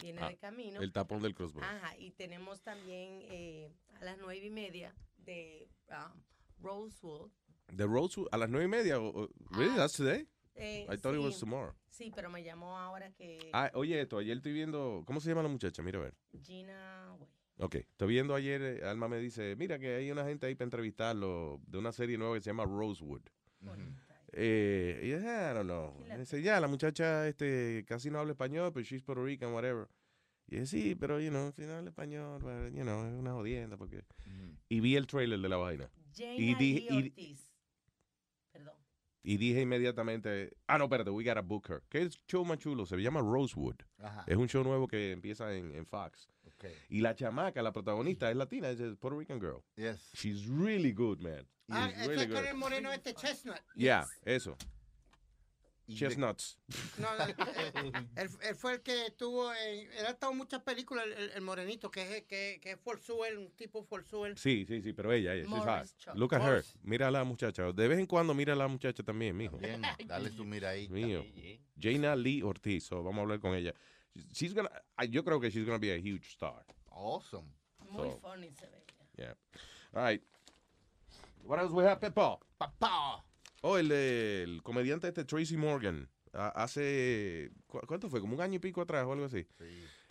Viene Ah, de camino. el tapón del crossbow. Ajá, y tenemos también eh, a las nueve y media de um, Rosewood. The road to, a las nueve y media. o- o- really? That's today? Ah. Eh, I thought it sí. was tomorrow. Sí, pero me llamó ahora que Ah, oye esto, ayer estoy viendo, ¿cómo se llama la muchacha? Mira a ver. Gina... güey, Ok, estoy viendo ayer, eh, Alma me dice, mira que hay una gente ahí para entrevistarlo de una serie nueva que se llama Rosewood. Eh, y yo, "Ah, I don't know. Me Dice, ya, la muchacha este, casi no habla español, pero she's Puerto Rican, whatever. Y yo, sí, pero, you know, si no habla español, but, you know, es una jodienda porque... Y vi el trailer de la vaina. Y Jaina dije, Lee y, Ortiz. Perdón. y dije inmediatamente, ah, no, espérate, we gotta book her. Que es show más chulo, se llama Rosewood. Ajá. Es un show nuevo que empieza en, en Fox. Ok. Y la chamaca, la protagonista, es latina, es a Puerto Rican girl. Yes. She's really good, man. Ah, She's este really es con good. el moreno este chestnut. Yeah, eso. Chestnuts. No, no, eh, él, él fue el que estuvo, en, él ha estado en muchas películas, el, el- el morenito, que es, que, que es Forzuel, un tipo Forzuel. Sí, sí, sí, pero ella, ella, she's Morris hot. Chestnut. Look at her. Morris. Mira a la muchacha. De vez en cuando mira a la muchacha también, mijo. Bien, dale su miradita. Mío. Jaina Lee Ortiz. So, vamos a hablar con ella. She's gonna, I- yo creo que she's gonna be a huge star. Awesome. Muy So, funny se ve. yeah. All right. What else we have, Pepa? Papá. Oh, el, de- el comediante este Tracy Morgan. Ah, Hace, ¿cu- ¿cuánto fue? Como un año y pico atrás o algo así.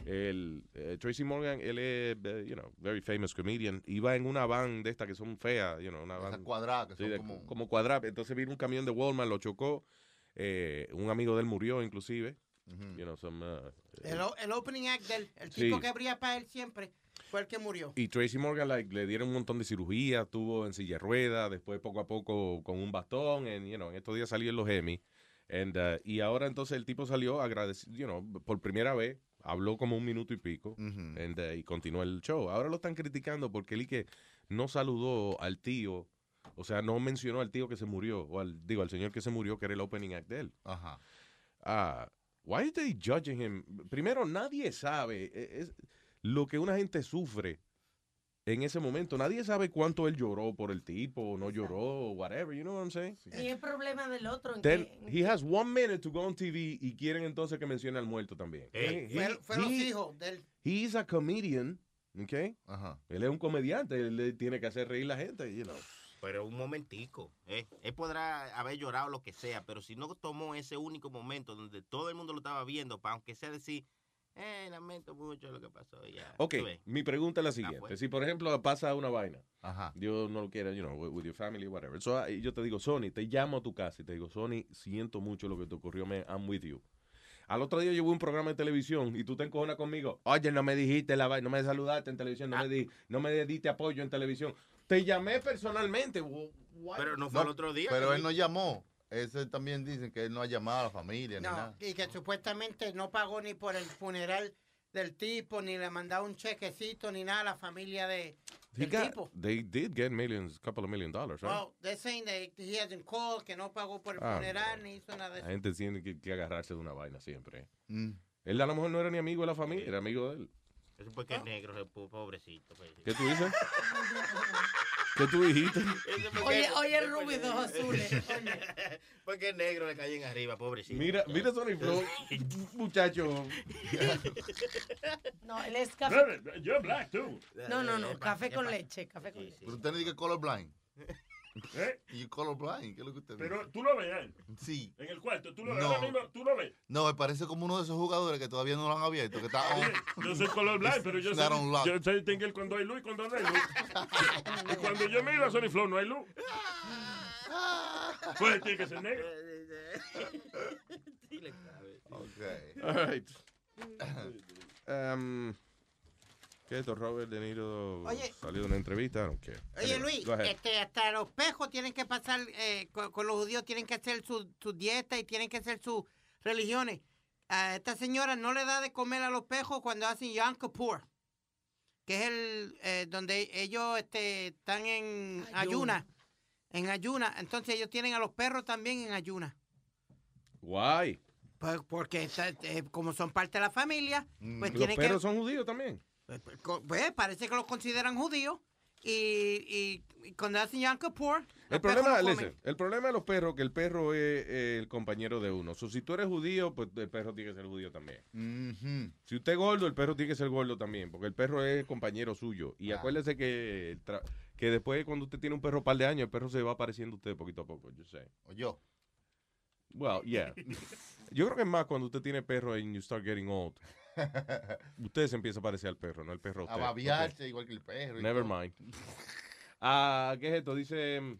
El, eh, Tracy Morgan, él es, eh, you know, very famous comedian. Iba en una van de estas que son feas, you know, una van. cuadradas, que sí, son de- como- como cuadradas. Entonces vino un camión de Walmart, lo chocó. eh, un amigo de él murió, inclusive. You know, some, uh, El, o- el opening act del el Sí. tipo que abría para él siempre fue el que murió. Y Tracy Morgan like, le dieron un montón de cirugía, estuvo en silla de ruedas, después poco a poco con un bastón, and, you know, en estos días salió en los Emmy. And, uh, y ahora entonces el tipo salió agradecido, you know, por primera vez, habló como un minuto y pico and, uh, y continuó el show. Ahora lo están criticando porque él y que no saludó al tío, o sea, no mencionó al tío que se murió, o al, digo, al señor que se murió, que era el opening act de él. Ajá. Ah, why are they judging him? Primero, nadie sabe eh, es lo que una gente sufre en ese momento. Nadie sabe cuánto él lloró por el tipo, o no lloró, o whatever, you know what I'm saying? Y es problema del otro. en Then que- he has one minute to go on TV y quieren entonces que mencione al muerto también. Fue- Eh, He- fue, fue los he- hijos del... he is a comedian, okay? Él es un comediante, él eh, tiene que hacer reír la gente, you know. Pero un momentico. ¿eh? Él podrá haber llorado lo que sea, pero si no tomó ese único momento donde todo el mundo lo estaba viendo, para aunque sea decir, eh, lamento mucho lo que pasó. Ya. Ok, Tú ves. mi pregunta es la siguiente. pues. Si, por ejemplo, pasa una vaina, Ajá. Dios no lo quiera, you know, with, with your family, whatever. So, ah, yo te digo, Sony, te llamo a tu casa y te digo, Sony, siento mucho lo que te ocurrió, man, I'm with you. Al otro día yo vi un programa de televisión y tú te encojonas conmigo. Oye, no me dijiste la vaina, no me saludaste en televisión, no, me, di, no me diste apoyo en televisión. Te llamé personalmente. wo- why- Pero él no llamó. Ese también dicen que él no ha llamado a la familia ni No, nada. y que supuestamente no pagó ni por el funeral del tipo, ni le mandaba un chequecito, ni nada a la familia de, He del got- tipo. they did get millions, couple of million dollars, right? Oh, they're saying that he hasn't called, que no pagó por el Ah, funeral, ni hizo nada de La eso. gente tiene que, que agarrarse de una vaina siempre. Mm. Él a lo mejor no era ni amigo de la familia, era amigo de él. Eso porque es negro, ese po- pobrecito. pues. ¿Qué tú dices? ¿Qué tú dijiste? Eso porque- Oye, oye, eso porque- rubido azules. oye. Porque es negro le caen arriba, pobrecito. Mira, mira Sony Flow, muchacho. No, él es No, café. no, Yo black, too. eh, eh, No, no, no, café con leche, café con leche. Pero usted no dice colorblind. ¿Eh? You colorblind, ¿qué es lo que usted ve? Pero tú lo ves, Ángel, Sí. en el cuarto. Tú lo, No. ahora mismo, tú lo ves. No, me parece como uno de esos jugadores que todavía no lo han abierto. Que está Yo soy colorblind, pero yo Not on lock. soy, yo soy tinker cuando hay luz y cuando no hay luz. y cuando yo miro a Sony Flow no hay luz. Pues tiene que ser negro. Ok. All right. Um, ¿Qué es esto? Robert De Niro Oye. salió de una entrevista. I don't care. Oye, Anyway, Luis, go ahead. este, hasta los pejos tienen que pasar, eh, con, con los judíos tienen que hacer su, su dieta y tienen que hacer sus religiones. A esta señora no le da de comer a los pejos cuando hacen Yom Kippur, que es el eh, donde ellos este, están en ayuna. Ayuno. en ayuna. Entonces ellos tienen a los perros también en ayuna, Why? Pues, porque está- eh, como son parte de la familia, pues ¿Los tienen que... perros son judíos también? Co- pues, parece que los consideran judíos y, y- y cuando hacen Yom Kippur, El los perros problema, no comen. listen, el problema de los perros que el perro es eh, el compañero de uno. So, si tú eres judío, pues el perro tiene que ser judío también. Si usted es gordo, el perro tiene que ser gordo también, porque el perro es el compañero suyo. Y Ah. acuérdese que, el tra- que después, cuando usted tiene un perro un par de años, el perro se va pareciendo a usted poquito a poco, yo sé. O yo. Well, yeah. Yo creo que es más cuando usted tiene perro and you start getting old. Usted se empieza a parecer al perro, no el perro. a A usted. babiarse igual que el perro. y Never todo. mind. Ah, ¿Qué es esto? Dice mm,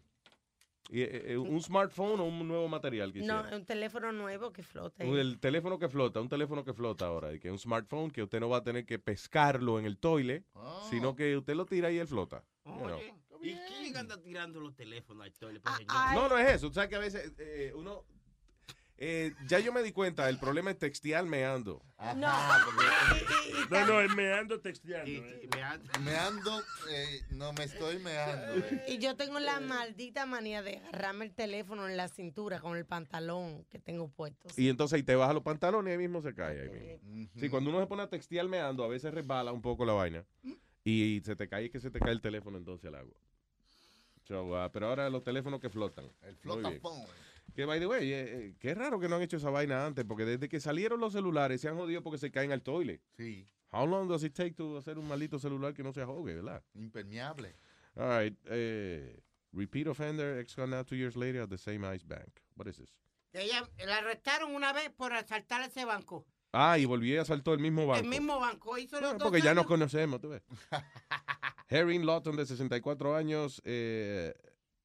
eh, eh, un smartphone o un nuevo material que No, hicieron? un teléfono nuevo que flota. ahí. Un- El teléfono que flota, un teléfono que flota ahora, y que es un smartphone que usted no va a tener que pescarlo en el toile, sino que usted lo tira y él flota. you know. Oye, ¿y quién anda tirando los teléfonos al toile? No, no es eso. Tú sabes que a veces eh, uno. eh, ya yo me di cuenta, el problema es textear meando. No. Ah, No, no, es meando texteando. eh. Me ando, eh, no me estoy meando. eh. Y yo tengo la maldita manía de agarrarme el teléfono en la cintura con el pantalón que tengo puesto. Y entonces ahí te baja los pantalones y ahí mismo se cae. Ahí mismo. Sí, cuando uno se pone a textear meando, a veces resbala un poco la vaina. Y se te cae, es que se te cae el teléfono entonces al agua. So, ah, pero ahora los teléfonos que flotan. El flota phone. Que by the way, eh, eh, qué raro que no han hecho esa vaina antes, porque desde que salieron los celulares se han jodido porque se caen al toile. Sí. How long does it take to hacer un malito celular que no se ahogue, verdad? Impermeable. All right. eh, repeat offender, ex gone out two years later at the same ice bank. What is this? Ella la arrestaron una vez por asaltar ese banco. Ah, y volví a asaltó el mismo banco. El mismo banco hizo los Bueno, dos porque ya nos años. conocemos, tú ves. Harry Lawton, de 64 años, eh,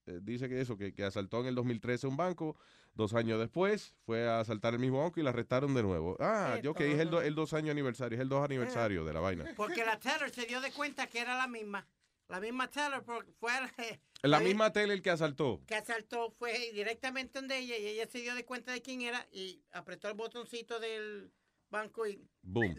eh, dice que eso, que, que asaltó en el 2013 un banco. Dos años después fue a asaltar el mismo banco y la arrestaron de nuevo. Ah, Qué yo que es el, do- el dos años aniversario, es el dos aniversario de la vaina. Porque la Taylor se dio de cuenta que era la misma. La misma Taylor por- fue a la, La misma tele el que asaltó. que asaltó, fue directamente donde ella y ella se dio de cuenta de quién era y apretó el botoncito del banco y Boom.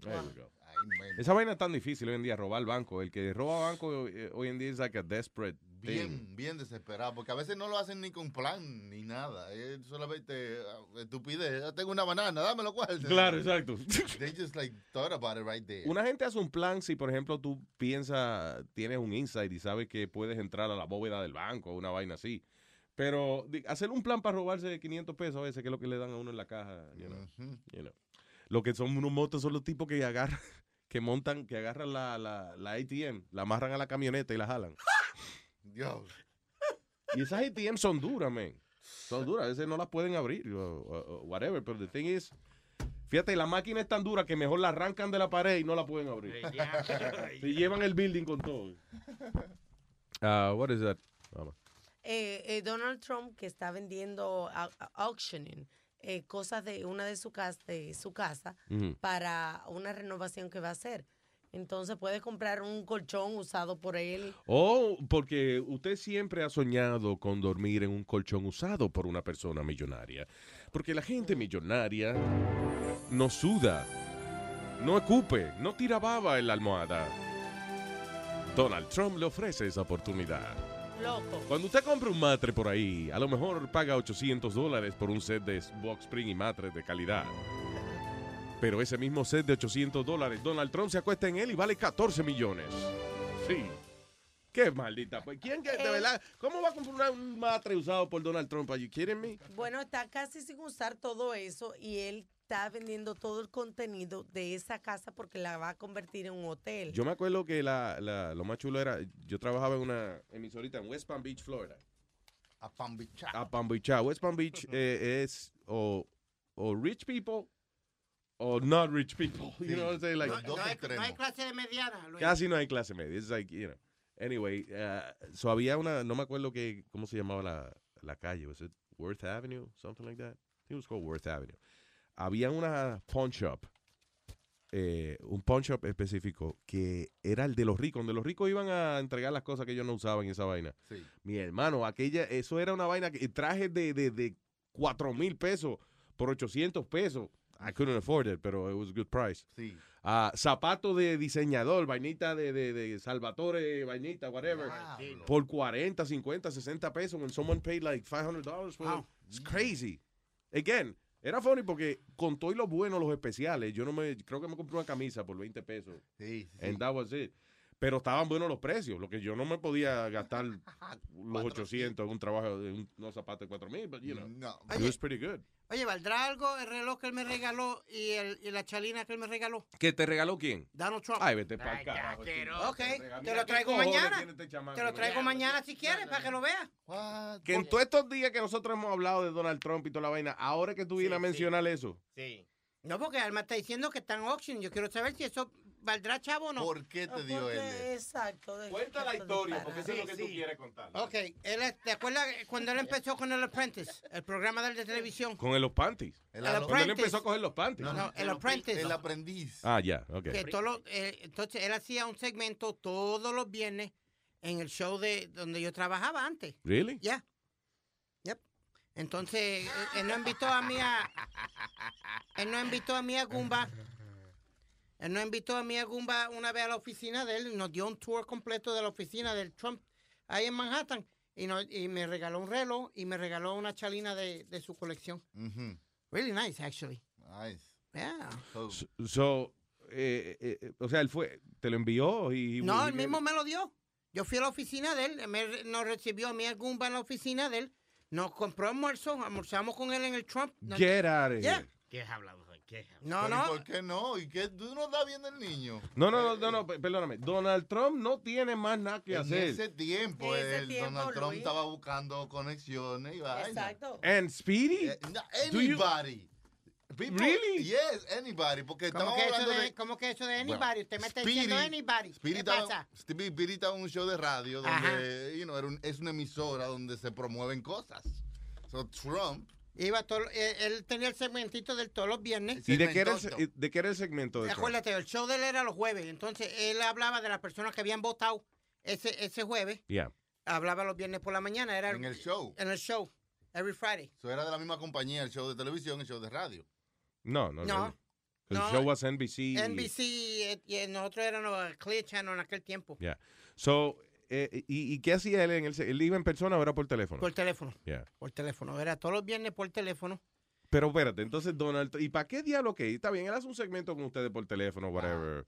There we go. Ay, men. Esa vaina es tan difícil hoy en día, robar banco. El que roba banco eh, hoy en día es like a desperate thing. Bien, bien desesperado, porque a veces no lo hacen ni con plan ni nada. Es solamente ah, estupidez. Ah, Tengo una banana, dámelo cual. Claro, exacto. They just like thought about it right there. Una gente hace un plan si, por ejemplo, tú piensas, tienes un insight y sabes que puedes entrar a la bóveda del banco o una vaina así. Pero di- hacer un plan para robarse 500 pesos a veces, que es lo que le dan a uno en la caja. you know, you know. Lo que son unos motos son los tipos que agarran, que montan, que agarran la, la, la ATM, la amarran a la camioneta y la jalan. Dios. Y esas ATM son duras, man. Son duras, a veces no las pueden abrir, o- o- o whatever. Pero the thing is, fíjate, la máquina es tan dura que mejor la arrancan de la pared y no la pueden abrir. Se llevan el building con todo. Ah, what is that? Vamos. Eh, eh, Donald Trump que está vendiendo au- au- auctioning eh, cosas de una de su casa, de su casa Ujú. para una renovación que va a hacer. Entonces puedes comprar un colchón usado por él. Oh, porque usted siempre ha soñado con dormir en un colchón usado por una persona millonaria. Porque la gente millonaria no suda, no ocupe, no tira baba en la almohada. Donald Trump le ofrece esa oportunidad. Loco. Cuando usted compra un matre por ahí, a lo mejor paga 800 dólares por un set de box spring y matres de calidad. Pero ese mismo set de 800 dólares, Donald Trump se acuesta en él y vale 14 millones. Sí. Qué maldita. Pues, ¿quién que, de verdad? ¿Cómo va a comprar un matre usado por Donald Trump? ¿Are you kidding me? Bueno, está casi sin usar todo eso y él está vendiendo todo el contenido de esa casa porque la va a convertir en un hotel. Yo me acuerdo que la, la- lo más chulo era, yo trabajaba en una emisorita en West Palm Beach, Florida. A Pambichá. a Palm Beach. Ah, West Palm Beach eh, es o, o rich people o not rich people. You know what I'm saying? Like, no, no hay, no hay clase de mediana, Luis. Casi no hay clase media. It's like, you know. Anyway, uh, so había una, no me acuerdo que, cómo se llamaba la, la calle. Was it Worth Avenue? Something like that. I think it was called Worth Avenue. Había una pawn shop. eh, un pawn shop específico que era el de los ricos. Donde los ricos iban a entregar las cosas que ellos no usaban y esa vaina. Sí. Mi hermano, aquella, eso era una vaina que trajes de, de, de 4 mil pesos por 800 pesos. I couldn't afford it, pero it was a good price. Sí. Ah, zapatos de diseñador, vainita de, de, de Salvatore, vainita, whatever. Por 40, 50, 60 pesos when someone paid like $500 for it. It's crazy. Again, era funny porque con todo y lo bueno, los especiales, yo no me, creo que me compré una camisa por 20 pesos. Sí, sí. And that was it. Pero estaban buenos los precios, lo que yo no me podía gastar los 800 en un trabajo de un- unos zapatos de 4000, but you know. No. It was pretty good. Oye, ¿valdrá algo el reloj que él me regaló y, el, y la chalina que él me regaló? ¿Qué te regaló quién? Donald Trump. Ay, vete para Ay, ya, acá. Ok, te Mira, lo ¿qué traigo cojones mañana. tiene este chamaco? Te lo traigo Ya, mañana si quieres, para que lo veas. Que en todos estos días que nosotros hemos hablado de Donald Trump y toda la vaina, ahora que tú vienes a mencionar eso. Sí. No, porque Alma está diciendo que está en auction. Yo quiero saber si eso valdrá chavo o no. ¿Por qué No, porque- Exacto. de- Cuenta la de- historia, para- porque eso es lo que tú Sí, sí. quieres contar. Ok, él, es- ¿te acuerdas cuando él empezó con El Apprentice? El programa de él de televisión. Con el- los panties. El Cuando él apprentice. empezó a coger los panties. No, El Apprentice. El aprendiz. Ah, ya, ok. Que todos los- eh, entonces él hacía un segmento todos los viernes en el show de donde yo trabajaba antes. Really? Ya. Yep. Entonces eh, él no invitó a mí a él no invitó a mí a Gumba. Él no invitó a mí a Gumba una vez a la oficina de él, nos dio un tour completo de la oficina del Trump ahí en Manhattan y, no- y me regaló un reloj y me regaló una chalina de, de su colección. Ujú. Really nice actually. Nice. Yeah. So, So, eh, eh, eh, o sea, él fue, te lo envió y... No, él mismo me lo dio. Yo fui a la oficina de él, me re- nos recibió a mí algún bar en la oficina de él, nos compró almuerzo, almorzamos con él en el Trump. Nos- Get out of Yeah. here. ¿Qué hablamos hoy? ¿Qué No, pero ¿y no. ¿Por qué no? ¿Y qué tú no estás viendo el niño? No, no, no, no, no, pe- perdóname. Donald Trump no tiene más nada que en hacer. ese tiempo, En ese el tiempo, Donald Trump Luis. estaba buscando conexiones y vainas. Exacto. And Speedy? No, Do you- anybody. People- Really? Yes, anybody. Porque ¿Cómo estamos que, eso hablando de, de... ¿Cómo que eso de anybody? Usted me está diciendo Speedy- anybody. Spirit ¿Qué estaba- pasa? Speedy- Spirit estaba en un show de radio Ajá. donde you know, era un- es una emisora donde se promueven cosas. So Trump. Iba todo, él, Eh, él tenía el segmentito del todos los viernes. ¿Y de qué, era el, se- eh, de qué era el segmento de Trump? Acuérdate, el show de él era los jueves, entonces él hablaba de las personas que habían votado ese, ese jueves, Yeah. hablaba los viernes por la mañana. Era En el show. En el show, every Friday. So era de la misma compañía, el show de televisión, el show de radio. No, no, No. no. El No. show was NBC. NBC, eh, y nosotros éramos Clear Channel en aquel tiempo. Yeah. So, eh, ¿y, y qué hacía él en el... se- ¿Él iba en persona o era por teléfono? Por teléfono. Yeah. Por teléfono. Era todos los viernes por teléfono. Pero espérate, entonces Donald Trump, ¿y para qué diablo que? Está bien, él hace un segmento con ustedes por teléfono, whatever.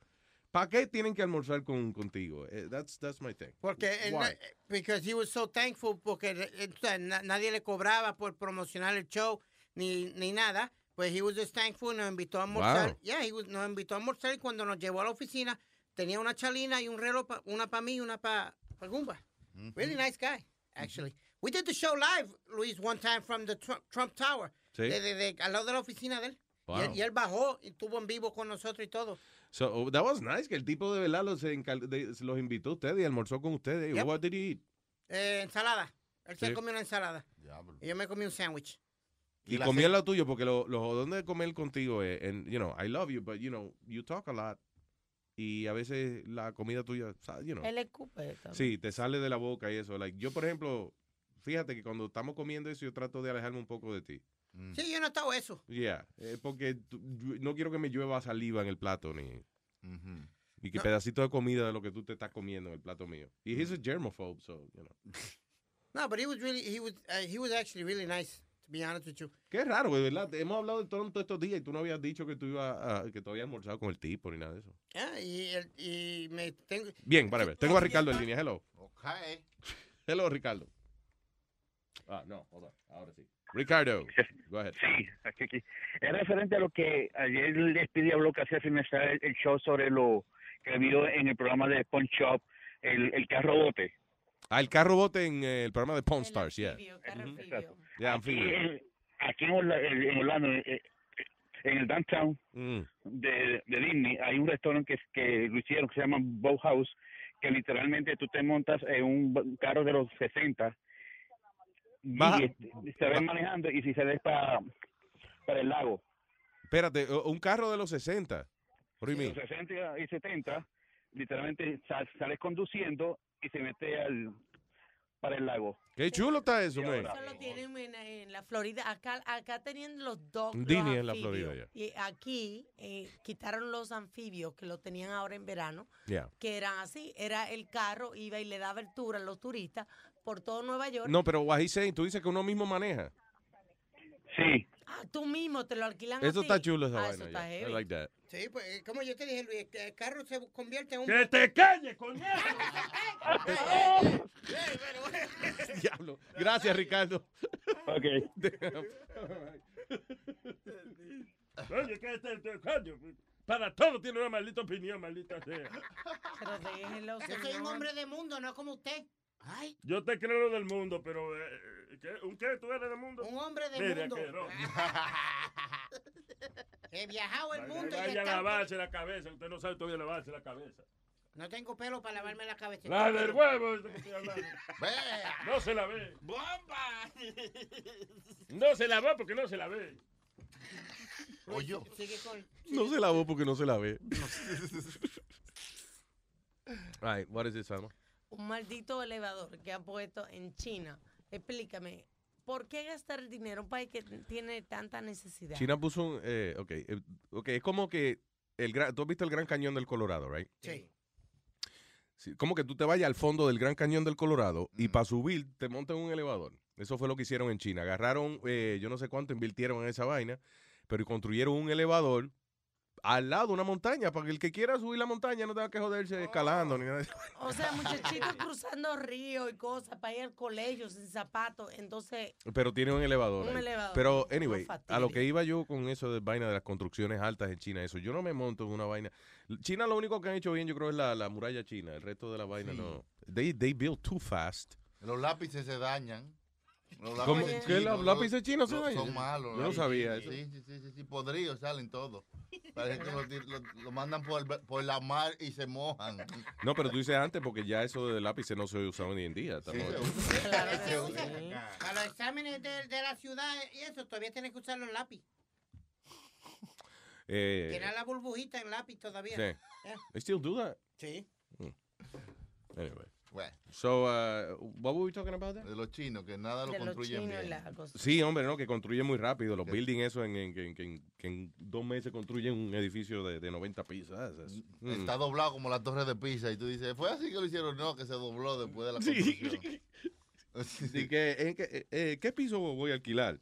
¿Para qué tienen que almorzar con, contigo? Eh, that's, that's my thing. Porque él, Why? because he was so thankful, porque eh, o sea, na- nadie le cobraba por promocionar el show ni, ni nada. Pues he was just thankful, nos invitó a almorzar. Wow. Yeah, he was- nos invitó a almorzar y cuando nos llevó a la oficina tenía una chalina y un reloj, pa- una para mí y una para pa Gumba. Really nice guy, actually. We did the show live, Luis, one time from the Trump, Trump Tower. Sí. De- de- de- al lado de la oficina de él. Y Wow. él- y él bajó y estuvo en vivo con nosotros y todo. So, oh, that was nice, que el tipo de verdad los, encal- de- los invitó a ustedes y almorzó con ustedes. Yep. What did he eat? Eh, ensalada. Él se Sí. comió una ensalada. Y yo me comí un sándwich. Y, la comía lo tuyo, porque lo, lo jodón de comer contigo es, and, you know, I love you, but, you know, you talk a lot. Y a veces la comida tuya, sa- you know. Él escupe también. Sí, te sale de la boca y eso. Like, yo, por ejemplo, fíjate que cuando estamos comiendo eso, yo trato de alejarme un poco de ti. Sí, yo no estaba eso. Yeah, eh, porque tú- yo no quiero que me llueva saliva en el plato ni y que pedacito de comida de lo que tú te estás comiendo en el plato mío. Y he's a germaphobe, so, you know. No, but he was really, he was, uh, he was actually really nice, to be honest with you. Qué raro, de verdad. Hemos hablado de Trump todos estos días y tú no habías dicho que tú ibas a- que tú habías almorzado con el tipo ni nada de eso. Ah, y, el- y me tengo... Bien, para ver. Tengo a Ricardo en línea. Hello. Okay. Hello, Ricardo. Ah, no, hold on. Ahora sí. Ricardo, go ahead. aquí, aquí. Es referente a lo que ayer les pedí a Block que hacía finalizar el, el show sobre lo que vio en el programa de Punch Shop, el, el carro bote. Ah, el carro bote en eh, el programa de Pawn Stars, yeah. Ujú. Exacto. Ya, Aquí, anfibio. eh, aquí en Orla- en en Orlando, eh, eh, en el downtown Mm. de, de Disney, hay un restaurante que, que lo hicieron que se llama Boathouse, que literalmente tú te montas en un ba- carro de los 60 y Baja- eh, se ven manejando y si se ve para, para el lago. Espérate, o- un carro de los 60. What do you mean? Los 60 y 70, literalmente sal- sales conduciendo y se mete al para el lago. Qué chulo está eso, Y man. ahora- Eso lo tienen en, en la Florida. Acá, acá tenían los dos. En los Disney, en la anfibios. Florida, Y aquí eh, quitaron los anfibios que lo tenían ahora en verano, Yeah. que eran así. Era el carro, iba y le daba el tour a los turistas por todo Nueva York. No, pero what he's saying, tú dices que uno mismo maneja. Sí. Ah, tú mismo te lo alquilan. a Eso ti. está chulo esa Ah, vaina. eso está yeah. I heavy. like that. Sí, pues, eh, como yo te dije, Luis, que el carro se convierte en un... ¡Que te calles, coño! Diablo. Gracias, Ricardo. Ok. Oye, que este, este, coño, para todo tiene una maldita opinión, maldita sea. Pero déjelo, Yo soy un hombre de mundo, no como usted. Ay, Yo te creo del mundo, pero eh, ¿qué? ¿un qué tú eres del mundo? Un hombre de mundo. he viajado el mundo y Vaya a he estado- lavarse la cabeza, usted no sabe todavía lavarse la cabeza. No tengo pelo para lavarme la cabeza. La del huevo, es de que estoy hablando. Vea. No se la ve. ¡Bomba! No se la ve porque no se la ve. Oye. Sigue con... No se lavó porque no se la ve. All right, what is it, Salma? Un maldito elevador que han puesto en China. Explícame, ¿por qué gastar el dinero en un país que tiene tanta necesidad? China puso un. Eh, ok, eh, ok, es como que. El gran, tú has visto el Gran Cañón del Colorado, right? Sí. Sí, como que tú te vayas al fondo del Gran Cañón del Colorado y para subir te montan un elevador. Eso fue lo que hicieron en China. Agarraron, eh, yo no sé cuánto invirtieron en esa vaina, pero construyeron un elevador al lado de una montaña para que el que quiera subir la montaña no tenga que Oh. joderse escalando ni nada de eso. O sea, muchachitos cruzando ríos y cosas para ir al colegio sin zapatos. Entonces, Pero tiene un elevador. Un ahí. elevador, Pero, una anyway, fastidia. a lo que iba yo con eso de vaina de las construcciones altas en China, eso. Yo no me monto en una vaina. China lo único que han hecho bien, yo creo, es la, la muralla china. El resto de la vaina Sí. no. They, they built too fast. Los lápices se dañan. Los ¿Cómo? lápices ¿Qué? ¿Los chinos, lápices chinos se los- dañan? Son malos. Yo no los sabía lápices eso. chinos. Sí, sí, sí, sí, sí, podridos salen todos. Parece que lo, ti- lo- lo mandan por, el- por la mar y se mojan. No, pero tú dices antes porque ya eso de lápices no se usa hoy en día. estamos- Para los exámenes de, de la ciudad y eso, todavía tienes que usar los lápiz. Eh, Tiene la burbujita en lápiz todavía. sí. Yeah. They still do that. Mm. Sí. Anyway. Bueno. So, uh, what were we talking about there? De los chinos, que nada lo De los construyen chinos y bien. la cosa. Sí, hombre, no, que construyen muy rápido. Los buildings, eso, en, en- que en- que en- que en dos meses construyen un edificio de, de 90 pisos. Mm. Está doblado como la torre de Pisa y tú dices, fue así que lo hicieron, no, que se dobló después de la construcción. Así que, ¿en qué, eh, eh, qué piso voy a alquilar?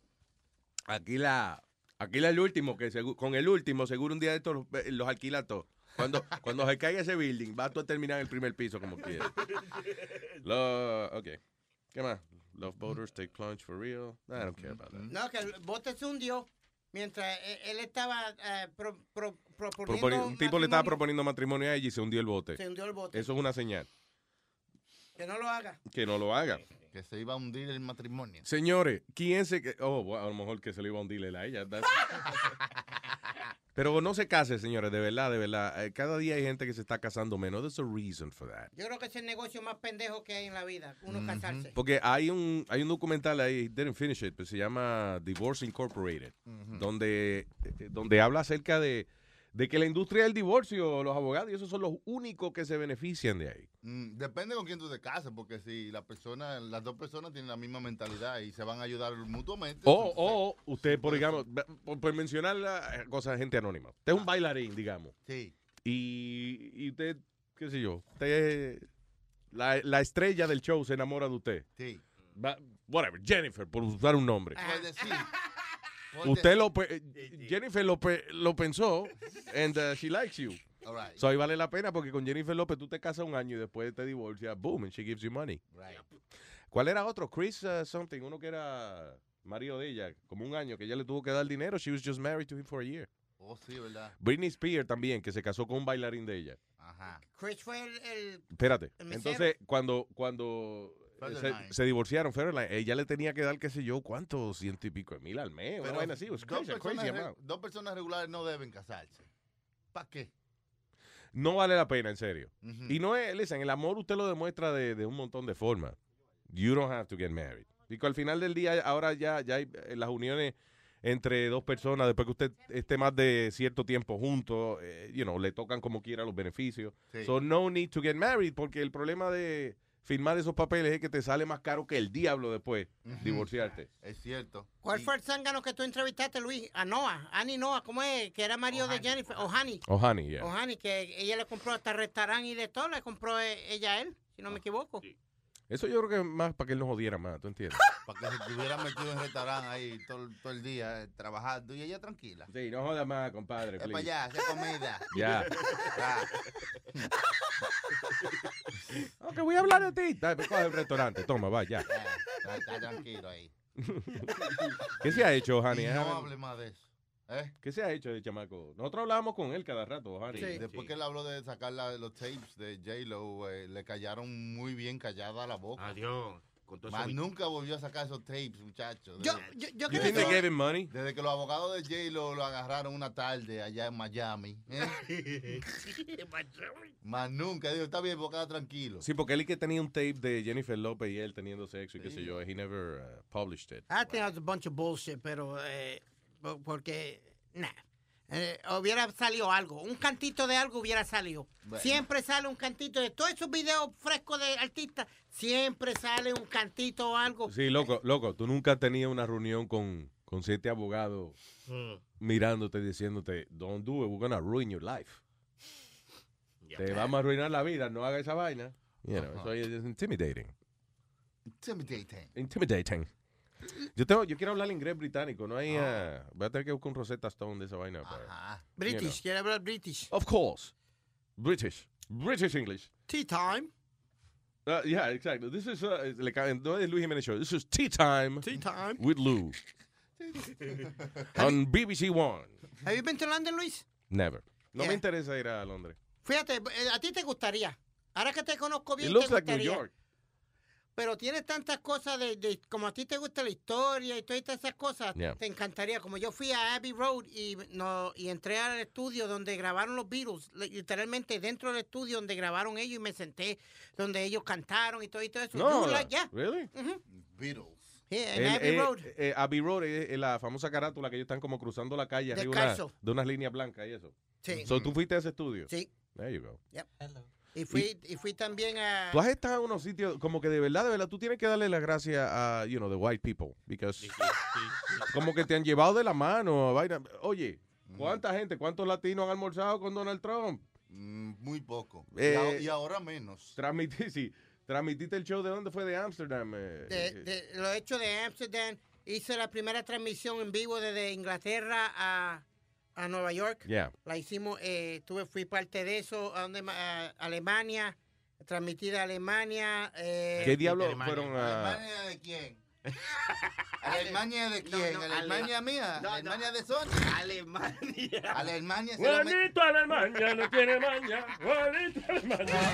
Aquí la, aquí la el último, que segu- con el último, seguro un día de estos los, eh, los alquila todos. Cuando, cuando se caiga ese building, va tú a terminar en el primer piso como quieras. ¿Eh? Lo, ok. ¿Qué más? Love boaters take plunge for real. I don't care about that. No, que el bote se hundió mientras eh, él estaba eh, pro- pro- proponiendo. Proponi- un tipo le estaba matrimonio. proponiendo matrimonio a ella y se hundió el bote. Se hundió el bote. Eso es una señal. Que no lo haga. Que no lo haga. Que se iba a hundir el matrimonio. Señores, ¿quién se... que- Oh, bueno, a lo mejor que se lo iba a hundir él a ella. that's- Pero no se case, señores, de verdad, de verdad. Eh, Cada día hay gente que se está casando menos. There's a reason for that. Yo creo que es el negocio más pendejo que hay en la vida, uno casarse. Porque hay un, hay un documental ahí, he didn't finish it, pero se llama Divorce Incorporated, Ujú. donde, eh, donde habla acerca de, de que la industria del divorcio, los abogados, y esos son los únicos que se benefician de ahí. Mm, depende con quién tú te casas, porque si la persona, las dos personas tienen la misma mentalidad y se van a ayudar mutuamente. O, o usted, por, digamos, por, por mencionar la- cosas gente anónima. Usted es un bailarín, digamos. Sí. Y, y usted, qué sé yo, usted, la, la estrella del show se enamora de usted. Sí. Ah, Va- whatever, Jennifer, por usar un nombre. Por decir, por Usted decir- lo pe- eh, Jennifer lo, pe- lo pensó and uh, she likes you. All right. So ahí vale la pena porque con Jennifer López tú te casas un año y después te divorcias, boom, and she gives you money. Right. ¿Cuál era otro? Chris uh, something, uno que era marido de ella, como un año que ella le tuvo que dar dinero. She was just married to him for a year. Oh, sí, ¿verdad? Britney Spears también, que se casó con un bailarín de ella. Ajá. Chris fue el. el- Espérate. el mesero. Entonces, cuando, cuando eh, se, Federline. se divorciaron, Federline, ella le tenía que dar, qué sé yo, cuántos ciento y pico de mil al mes. eh, Una Pero vaina así. It was dos, crazy, a personas crazy re- amount. dos personas regulares no deben casarse. ¿Para qué? No vale la pena, en serio. Ujú. Y no es, listen, el amor usted lo demuestra de, de un montón de formas. You don't have to get married. Porque al final del día, ahora ya, ya hay eh, las uniones entre dos personas, después que usted esté más de cierto tiempo juntos, eh, you know, le tocan como quiera los beneficios. Sí. So no need to get married, porque el problema de firmar esos papeles es que te sale más caro que el diablo después divorciarte. Es cierto. ¿Cuál fue el zángano que tú entrevistaste, Luis? A Noah, Annie Noah, ¿cómo es? Que era marido de Jennifer, Ohani. Ohani, yeah. Ohani, que ella le compró hasta restaurante y de todo, le compró eh, ella a él, si no me equivoco. Eso yo creo que es más para que él nos jodiera más, ¿tú entiendes? Para que se estuvieran metido en restaurante ahí todo, todo el día eh, trabajando y ella tranquila. Sí, no jodas más, compadre. Es para allá, hacer comida. Ya. Ah, Ok, voy a hablar de ti. Dale, coge el restaurante. Toma, va, ya. está, Eh, está tranquilo ahí. ¿Qué se ha hecho, Y Hani? no hable más de eso. ¿eh? ¿Qué se ha hecho de chamaco? Nosotros hablábamos con él cada rato, Hani. Después que él habló de sacar la- los tapes de J-Lo, eh, le callaron muy bien callada la boca. Adiós. Con todo eso Más vi- nunca volvió a sacar esos tapes, muchachos. Yo- Desde- yo- yo You think they gave him money? Desde que los abogados de J-Lo lo agarraron una tarde allá en Miami. ¿eh? Más nunca, dijo, está bien, bocada tranquilo. Sí, porque él es que tenía un tape de Jennifer López y él teniendo sexo y qué sé yo. He never uh, published it. I think that's a Ah, bunch of bullshit, pero eh, po- porque nah. Eh, hubiera salido algo, un cantito de algo hubiera salido. Bueno. Siempre sale un cantito de todos esos videos frescos de artistas, siempre sale un cantito o algo. Sí, loco, loco. Tú nunca has tenido una reunión con, con siete abogados Mm. mirándote, diciéndote, don't do it, we're gonna ruin your life. Te vamos a arruinar la vida, no hagas esa vaina. You know, Ajá. so it's intimidating. Intimidating. Intimidating. Yo, tengo, yo quiero hablar inglés británico, no hay... uh, voy a tener que buscar un Rosetta Stone de esa vaina. para- you Ah. British, quiere hablar British. know. Of course. British. British English. Tea time. Uh, yeah, exactly. This is, uh, le ca- no es Luis Jiménez Show. This is Tea Time. Tea Time. With Lou. on BBC One. ¿Have you been to London, Luis? Never. No me Yeah. interesa ir a Londres. Fíjate, eh, a ti te gustaría. Ahora que te conozco bien, It looks te like New gustaría. York. Pero tienes tantas cosas de, de- como a ti te gusta la historia y todas esas cosas, Yeah. te encantaría. Como yo fui a Abbey Road y no y entré al estudio donde grabaron los Beatles, li- literalmente dentro del estudio donde grabaron ellos y me senté donde ellos cantaron y todo y todo eso. No, You like- yeah. really? Ujú. Beatles. Yeah, in El- Abbey eh, Road. eh, Abbey Road es, es la famosa carátula que ellos están como cruzando la calle arriba una- Descalzo. de unas líneas blancas y eso. Sí. So, ¿Tú fuiste a ese estudio? Sí. There you go. Yep. Y fui y fui también a Tú has estado en unos sitios como que de verdad, de verdad, tú tienes que darle las gracias a, you know, the white people. Because como que te han llevado de la mano. Vaina. Oye, ¿cuánta gente, cuántos latinos han almorzado con Donald Trump? Mm, Muy poco. Eh, y, a- y ahora menos. Transmití, sí. Transmitiste el show de dónde fue de Amsterdam. eh, de, eh, de- lo hecho de Amsterdam. Hice la primera transmisión en vivo desde Inglaterra a, a Nueva York. Yeah. La hicimos, eh, tuve, fui parte de eso, a, donde, ma- a Alemania, transmitida a Alemania. eh, ¿Qué diablo fueron a- ¿Alemania de quién? ¿Alemania de quién? ¿Alemania mía? ¿Alemania de Sonia? Alemania. Alemania. se lo met- Juanito Alemania no tiene maña. Juanito Alemania.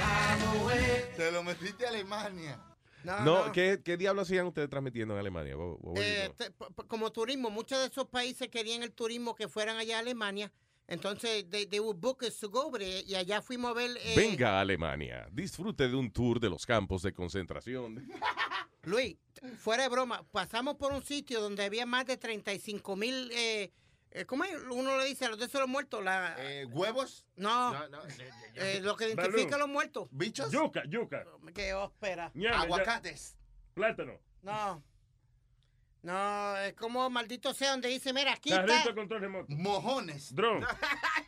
Se lo metiste a Alemania. No, Ah, No, ¿qué, ¿qué diablo hacían ustedes transmitiendo en Alemania? What- what were you eh, doing? te- p- p- como turismo, muchos de esos países querían el turismo que fueran allá a Alemania. Entonces, they, they would book us to go over there, y allá fuimos a ver. eh, Venga a Alemania, disfrute de un tour de los campos de concentración. Luis, t- fuera de broma, pasamos por un sitio donde había más de 35 mil. Eh, eh, ¿Cómo es? uno le dice a los de esos los muertos? La, ¿Huevos? No. No, no, Eh, lo que identifica Balú. a los muertos. Oh, ¿Bichos? Yuca, yuca. Qué ópera. Ñame, ya. Plátano. No. No, es como maldito sea donde dice, mira, aquí Carrito está. con todo remoto. Mojones. Dron. Ah,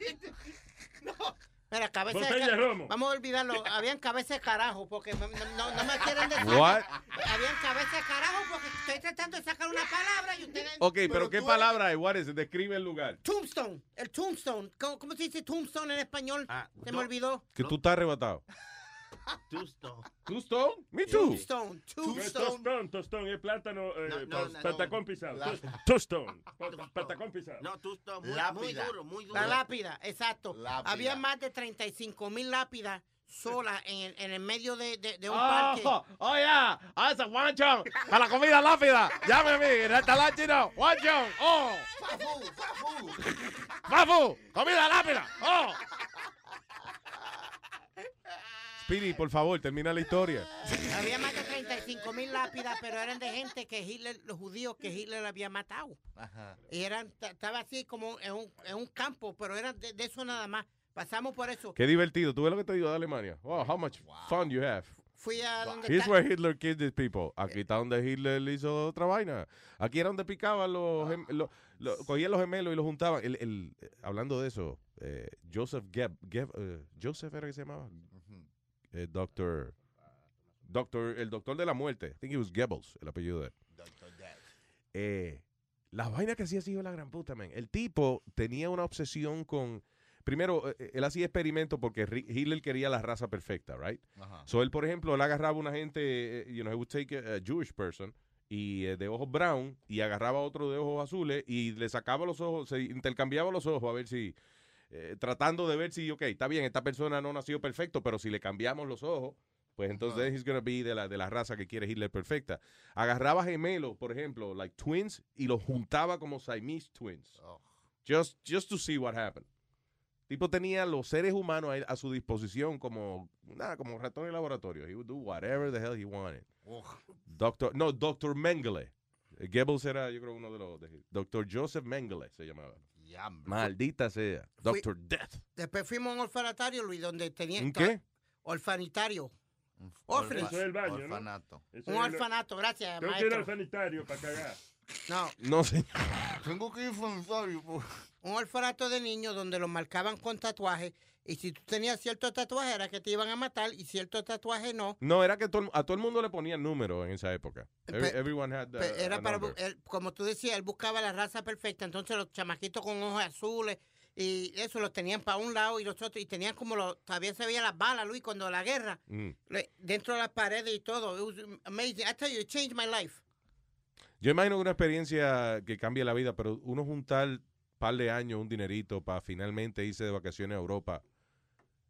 Mira, cabeza de Botella de romo. Vamos a olvidarlo. Habían cabeza de carajo porque no, no- no me quieren decir. What? Habían cabeza de carajo porque estoy tratando de sacar una palabra y ustedes. Ok, pero, ¿qué palabra es? What is it? Describe el lugar. Tombstone. Ah, El tombstone. ¿Cómo, cómo se dice tombstone en español? Se me olvidó. Que tú estás arrebatado. Tusto. Tombstone? Me too. Tombstone, Tombstone. Tostón, tostón, es plátano, eh, No, no, pas- no. patacón pisado. La- Tos- Tostón, pa- patacón pisado. No, tusto, muy, muy Lápida. duro, muy duro. La lápida, exacto. Había más de 35 mil lápidas solas en el, en el medio de, de- de un parque. Oh, oh yeah, ah, es guanchón para la comida lápida. Llame a mí, en el restaurante chino. Guanchón, oh, papu, comida lápida, oh. Speedy, por favor, termina la historia. Había más de 35 mil lápidas, pero eran de gente que Hitler, los judíos que Hitler había matado. Ah. Ajá. Y eran, ta- estaba así como en un, en un campo, pero eran de, de eso nada más. Pasamos por eso. Qué divertido. ¿Tú ves lo que te digo de Alemania? Wow, how much fun you have. Fui a donde Here's está- where Hitler killed these people. Aquí está donde Hitler le hizo otra vaina. Aquí era donde picaban los, gem- los- los- cogían los gemelos y los juntaban. El, el- eh, hablando de eso, eh, Joseph Geb, Geb- eh, Joseph era que se llamaba. Eh, doctor, doctor, el doctor de la muerte. I think it was Goebbels, el apellido de él. Eh, las vainas que hacía ese hijo de la gran puta, man. El tipo tenía una obsesión con. Primero, eh, eh, él hacía experimentos porque Ri- Hitler quería la raza perfecta, right? Ajá. So él, por ejemplo, él agarraba a una gente, eh, you know, he would take a, a Jewish person y eh, de ojos brown y agarraba a otro de ojos azules y le sacaba los ojos, se intercambiaba los ojos a ver si, eh, tratando de ver si, ok, está bien, esta persona no nació perfecto, pero si le cambiamos los ojos, pues entonces he's gonna be de la, de la raza que quiere Hitler perfecta. Agarraba gemelos, por ejemplo, like twins, y los juntaba como Siamese twins. Just, just to see what happened. Tipo tenía los seres humanos a, a su disposición como, nada, como ratón de laboratorio. He would do whatever the hell he wanted. Doctor, no, Doctor Mengele. Eh, Goebbels era, yo creo, uno de los... de- Doctor Joseph Mengele se llamaba. Maldita sea. Doctor Death. Después fuimos a un orfanatario, Luis, donde tenía. ¿Un qué? Orfanitario. Eso Orphanage. es el baño, Orfanato. ¿no? Eso Un es lo- orfanato, gracias, Tengo que ir maestro. al sanitario para cagar. No. No, señor. Tengo que ir funcionario. Un orfanato de niños donde los marcaban con tatuajes. Y si tú tenías cierto tatuaje, era que te iban a matar. Y cierto tatuaje no. No, era que todo el- a todo el mundo le ponían número en esa época. Every- Pe- everyone had the- Pues a ah, era para. bu- number. él- como tú decías, él buscaba la raza perfecta. Entonces los chamaquitos con ojos azules. Y eso los tenían para un lado y los otros. Y tenían como los. Todavía se veían las balas, Luis, cuando la guerra. Mm. le- Dentro de las paredes y todo. It was amazing. I tell you, it changed my life. Yo imagino que una experiencia que cambia la vida, pero uno juntar un par de años, un dinerito para finalmente irse de vacaciones a Europa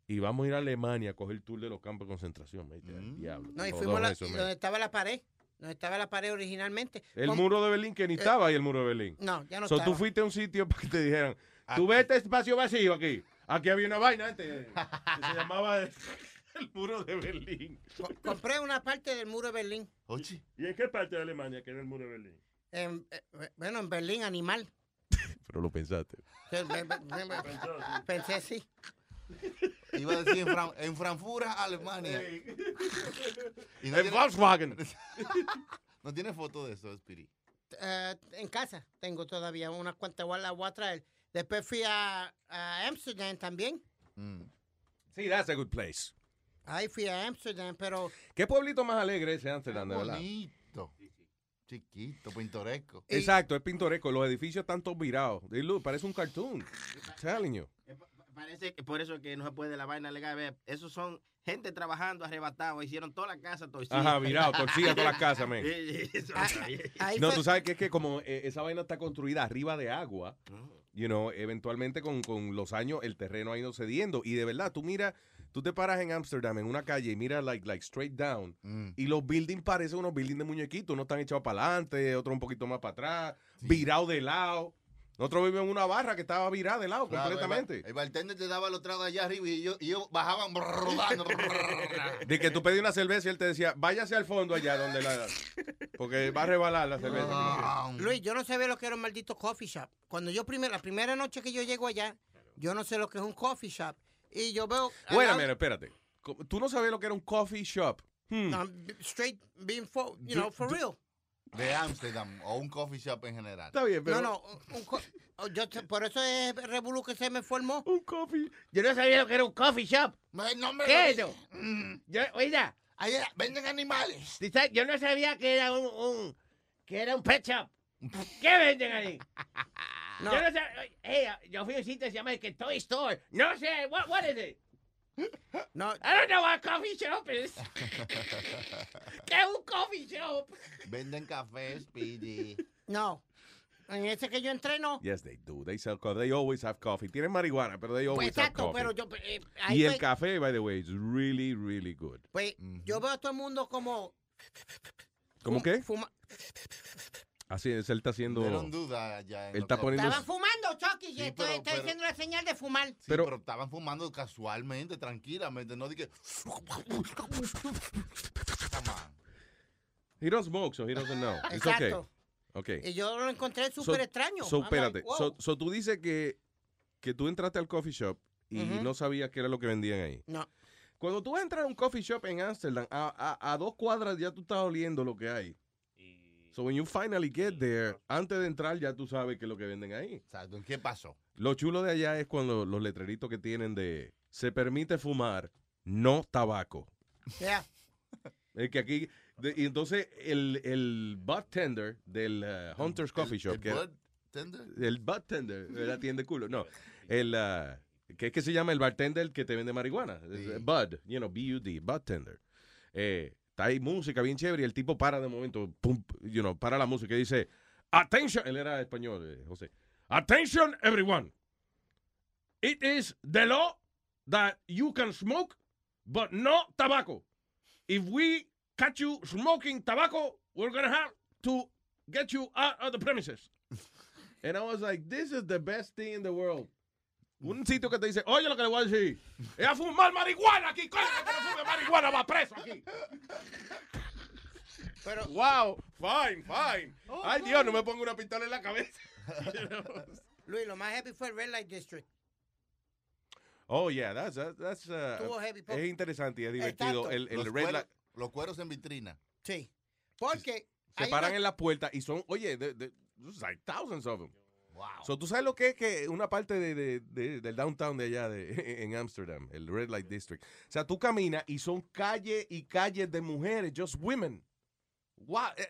y vamos a ir a Alemania a coger el tour de los campos de concentración. mate, al Diablo. Mm. No, y Todo fuimos a la- eso, man. donde estaba la pared. Donde estaba la pared originalmente. El Con- muro de Berlín, que ni Eh, estaba ahí el muro de Berlín. No, ya no So, tú estaba. Ah, fuiste a un sitio para que te dijeran, tú ves este espacio vacío aquí. Aquí había una vaina antes que se llamaba el, el muro de Berlín. Compré una parte del muro de Berlín. ¿Y en qué parte de Alemania queda el muro de Berlín? En- eh, bueno, en Berlín, animal. Pero lo pensaste. Entonces, me- me- me- Pensé así. Iba a decir en, Fran- en Frankfurt, Alemania. Y En Volkswagen. ¿No tiene foto de eso, Spirit? Eh, en casa tengo todavía unas cuantas guardas voy a traer. Después fui a, a Amsterdam también. Sí, that's a good place. Ahí fui a Amsterdam, pero Qué pueblito más alegre ese Amsterdam, de verdad. Bonito. Chiquito, pintoresco. Exacto, es pintoresco. Los edificios están todos virados. They look, parece un cartoon. I'm telling you. Parece que por eso que no se puede la vaina legal. Ve, Esos son gente trabajando arrebatado. Hicieron toda la casa torcida. Ajá, virado, torcida toda la casa, men. Sí, sí, eso Ah, está bien. No, tú sabes que es que como eh, esa vaina está construida arriba de agua, Ah. you know, eventualmente con, con los años el terreno ha ido cediendo. Y de verdad, tú mira, tú te paras en Amsterdam en una calle y mira like, like straight down. Mm. Y los buildings parecen unos buildings de muñequitos. Unos están echados para adelante, otros un poquito más para atrás, virado de lado. Nosotros vivimos en una barra que estaba virada de lado Claro, el ba- completamente. El bartender te daba los tragos allá arriba y ellos, y ellos bajaban brr, rodando. De que tú pedías una cerveza y él te decía, váyase al fondo allá donde la... Porque va a rebalar la cerveza. Ah. Luis, yo no sabía lo que era un maldito coffee shop. Cuando yo primero, la primera noche que yo llego allá, yo no sé lo que es un coffee shop. Y yo veo al Bueno, lado- mira, espérate. Co- Tú no sabías lo que era un coffee shop. Hmm. I'm straight being for, you Do- know, for do- real. De Amsterdam o un coffee shop en general. No, no, un co- oh, yo te- por eso es revolú que se me formó. Un coffee. Yo no sabía lo que era un coffee shop. ¿Qué es eso? Mm. Yo, oiga. venden animales. Yo no sabía que era un, un- que era un pet shop. ¿Qué venden ahí? No. Yo no sabía. yo fui a un sitio que se llama el Toy Store. No sé. What, what is it? No. I don't know what coffee shop is. Mm. ¿Qué es un coffee shop? Venden café, Speedy. No. En ese que yo entreno. Yes, they do. They sell coffee. They always have coffee. Tienen marihuana, pero they always Pues exacto, have coffee. pero yo. eh, ahí y el pues- café, by the way, is really, really good. Pues yo veo a todo el mundo como. ¿Cómo qué? fuma- Así es, él está haciendo... Dieron duda allá en Él los está cafés. poniendo... Estaban fumando, Chucky, y Sí, estoy, pero- estoy pero- haciendo la señal de fumar. Sí, pero, estaban fumando casualmente, tranquilamente, no dije. Come on. He don't smoke, so he doesn't know. It's Exacto. okay. Okay. Y yo lo encontré So- súper extraño. So, I'm like, espérate. wow. so, so tú dices que, que tú entraste al coffee shop y Ujú. no sabías qué era lo que vendían ahí. No. Cuando tú vas a entrar a un coffee shop en Amsterdam, a, a- a dos cuadras ya tú estás oliendo lo que hay. So when you finally get there, antes de entrar ya tú sabes qué es lo que venden ahí. Exacto. ¿Qué pasó? Lo chulo de allá es cuando los letreritos que tienen de se permite fumar, no tabaco. Yeah. Es que aquí, de- y entonces el, el bartender del eh, Hunter's Coffee Shop, que era- ¿Entendés? el bartender, la tienda de culo, no, el, ah, ¿qué es que se llama el bartender que te vende marihuana? Sí. Bud, you know, B-U-D, bartender. Eh, Está ahí música bien chévere y el tipo para de momento, pum, you know, para la música y dice, attention, él era español, eh, José, attention everyone, it is the law that you can smoke, but no tobacco. If we catch you smoking tobacco, we're gonna have to get you out of the premises. And I was like, this is the best thing in the world. Un sitio que te dice, oye lo que le voy a decir, es a fumar marihuana aquí, coño, que no fume marihuana va preso aquí. Pero, wow, fine, fine. Oh, Ay, fine. Dios, no me pongo una pistola en la cabeza. Luis, lo más happy fue el Red Light District. oh, yeah, that's, that's, that's, uh, Estuvo heavy, po- es interesante y es divertido. Exacto. El, el los, red cueros, light- los cueros en vitrina. Sí. Porque. se hay paran una- en la puerta y son, oye, de- de- there's like thousands of them. Wow. So, ¿tú sabes lo que es que una parte de, de- de- del downtown de allá, de, en Amsterdam, el Red Light District? O sea, tú caminas y son calles y calles de mujeres, just women. Wow. eh,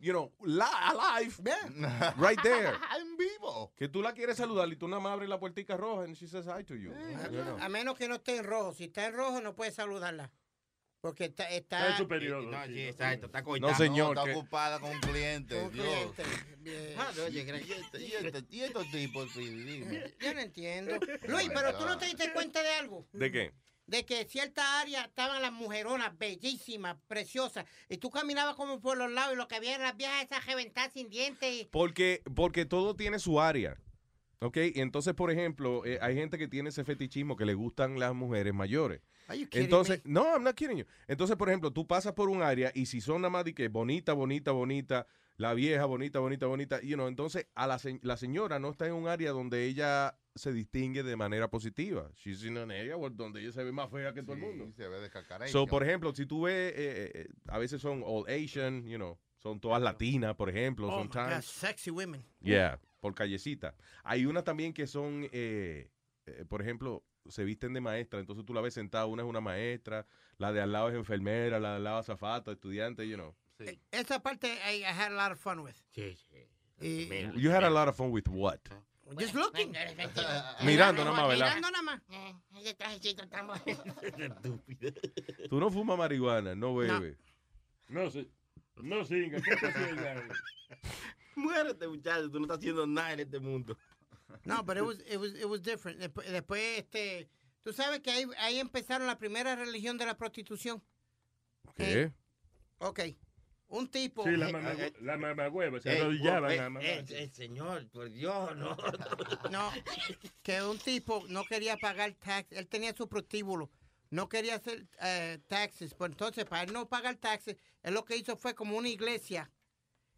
You know, li- alive. Right there. en vivo. Que tú la quieres saludar y tú nada más abres la puertica roja and she says hi to you. Eh, You know. A menos que no esté en rojo. Si está en rojo, no puedes saludarla. Porque está. Está, Está en su periodo, No, sí, exacto, está coitada. No, señor. está que- ocupada con un cliente. Un Dios. cliente. Ah, no, oye, Y- y este- y este- y estos tipos, sí, dime. Yo no entiendo. Luis, pero tú no te diste cuenta de algo. ¿De qué? de que en cierta área estaban las mujeronas bellísimas, preciosas, y tú caminabas como por los lados y lo que había eran las viejas esas reventadas sin dientes y Porque, porque todo tiene su área. ¿Ok? Y entonces, por ejemplo, eh, hay gente que tiene ese fetichismo que le gustan las mujeres mayores. Are you kidding Entonces, no, I'm not kidding you. Entonces, por ejemplo, tú pasas por un área y si son nada más de que bonita, bonita, bonita, la vieja, bonita, bonita, bonita, you know, entonces a la, se- la señora no está en un área donde ella se distingue de manera positiva. She's in an area where- donde ella se ve más fea que todo el mundo. Sí, se ve de cacareca. So, por ejemplo, si tú ves, eh, eh, a veces son all Asian, you know, son todas latinas, por ejemplo, Oh, my God, sometimes. sexy women. Yeah, por callecita. Hay unas también que son, eh, eh, por ejemplo, se visten de maestra, entonces tú la ves sentada, una es una maestra, la de al lado es enfermera, la de al lado azafata, estudiante, you know. Esa parte I, I had a lot of fun with. Sí, sí. You had a lot of fun with what? Just looking. eh, Mirando nada más, ¿verdad? Mirando Eh, nada más. Tú no fumas marihuana, no bebes. No, sí. No, singa. ¿Qué te sientas? Muérete, muchacho, tú no estás haciendo nada en este mundo. No, pero it was, it was, it was different. Después, después, este, tú sabes que ahí, ahí empezaron la primera religión de la prostitución. ¿Qué? Ok. Un tipo. Sí, la eh, mamá, eh, la mamagüeva, se Ey, arrodillaba eh, nada más. eh, señor, por Dios, no. No, que un tipo no quería pagar tax, él tenía su prostíbulo, no quería hacer eh, taxes, pues entonces para él no pagar taxes, él lo que hizo fue como una iglesia,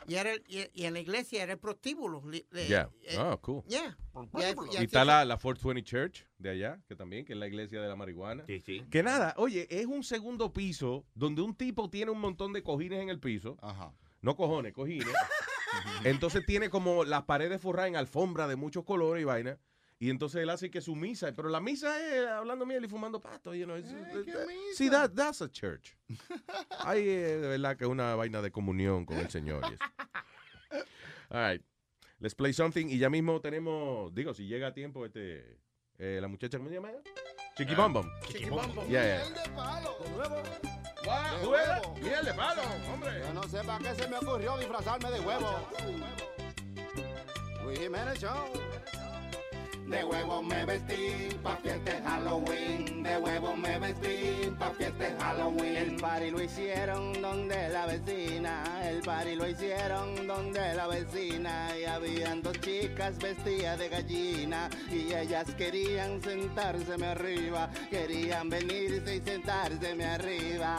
y, era el- y, y en la iglesia era el prostíbulo. li- le- Yeah. eh, Oh, cool. yeah. Y ahí- y Y así está fue. la, la 420 Church de allá, que también, que es la iglesia de la marihuana. Que nada, oye, es un segundo piso donde un tipo tiene un montón de cojines en el piso. No cojones, cojines. entonces tiene como las paredes forradas en alfombra de muchos colores y vaina. Y entonces él hace que su misa, pero la misa es hablando miel y fumando pasto, you know. it's- that- See, that, that's a church. Hay eh, de verdad que es una vaina de comunión con el Señor. y eso. All right. Let's play something. Y ya mismo tenemos, digo, si llega a tiempo, este, eh, la muchacha, ¿cómo se llama? ella? Ah, Chiquibombom. Chiquibombom. Yeah, yeah. De nuevo. De huevo. Miel de palo, hombre. Yo no sé para qué se me ocurrió disfrazarme de huevo. Luis Jiménez Show. De huevo me vestí pa' fiesta de Halloween. De huevo me vestí pa' fiesta de Halloween. El party lo hicieron donde la vecina, el party lo hicieron donde la vecina y habían dos chicas vestidas de gallina y ellas querían sentárseme arriba, querían venirse y sentárseme arriba.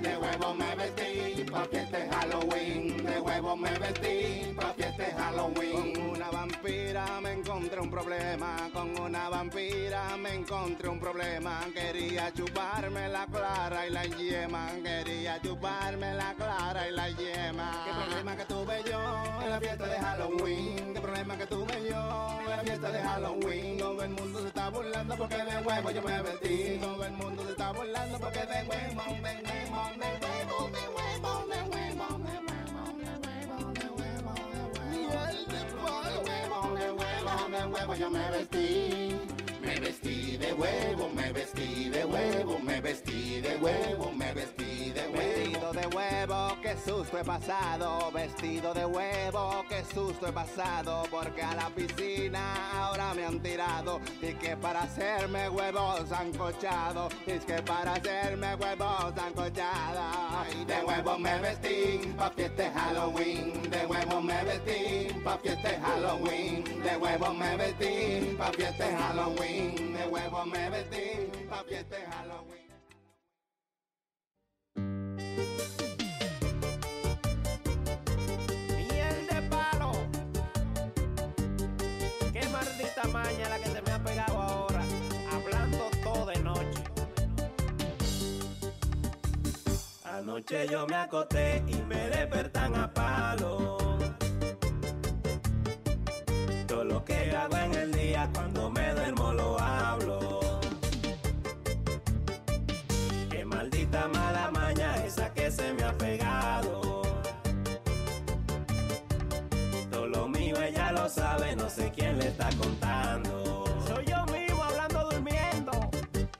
De huevo me vestí pa' fiesta de Halloween. De huevo me vestí pa' fiesta de Halloween. Con una vampira me encontré un problema, con una vampira me encontré un problema. Quería chuparme la clara y la yema, quería chuparme la clara y la yema. ¿Qué problema que tuve yo en la fiesta de Halloween? ¿Qué problema que tuve yo en la fiesta de Halloween? Todo el mundo se está burlando porque de huevo yo me vestí. Todo el mundo se está burlando porque de huevo, de huevo, de huevo, de huevo, de huevo, de huevo. De huevo, de huevo yo me vestí. Me vestí de huevo, me vestí de huevo, me vestí de huevo, me vestí de huevo. Vestido de huevo, qué susto he pasado. Vestido de huevo, qué susto he pasado. Porque a la piscina ahora me han tirado. Y que para hacerme huevos ancochado. Y que para hacerme huevos ancochado. De huevo me vestí pa' fiesta de Halloween. De huevo me vestí pa' fiesta de Halloween. De huevo me vestí pa' fiesta de Halloween. De huevo me vestí pa' fiesta de Halloween. Miel de palo. Qué maldita maña la que se me ha pegado ahora. Hablando todo de noche. Anoche yo me acosté y me despertan a palo. Todo lo que hago en el día cuando me duermo lo hablo. Qué maldita mala maña esa que se me ha pegado. Todo lo mío ella lo sabe, no sé quién le está contando. Soy yo mismo hablando durmiendo.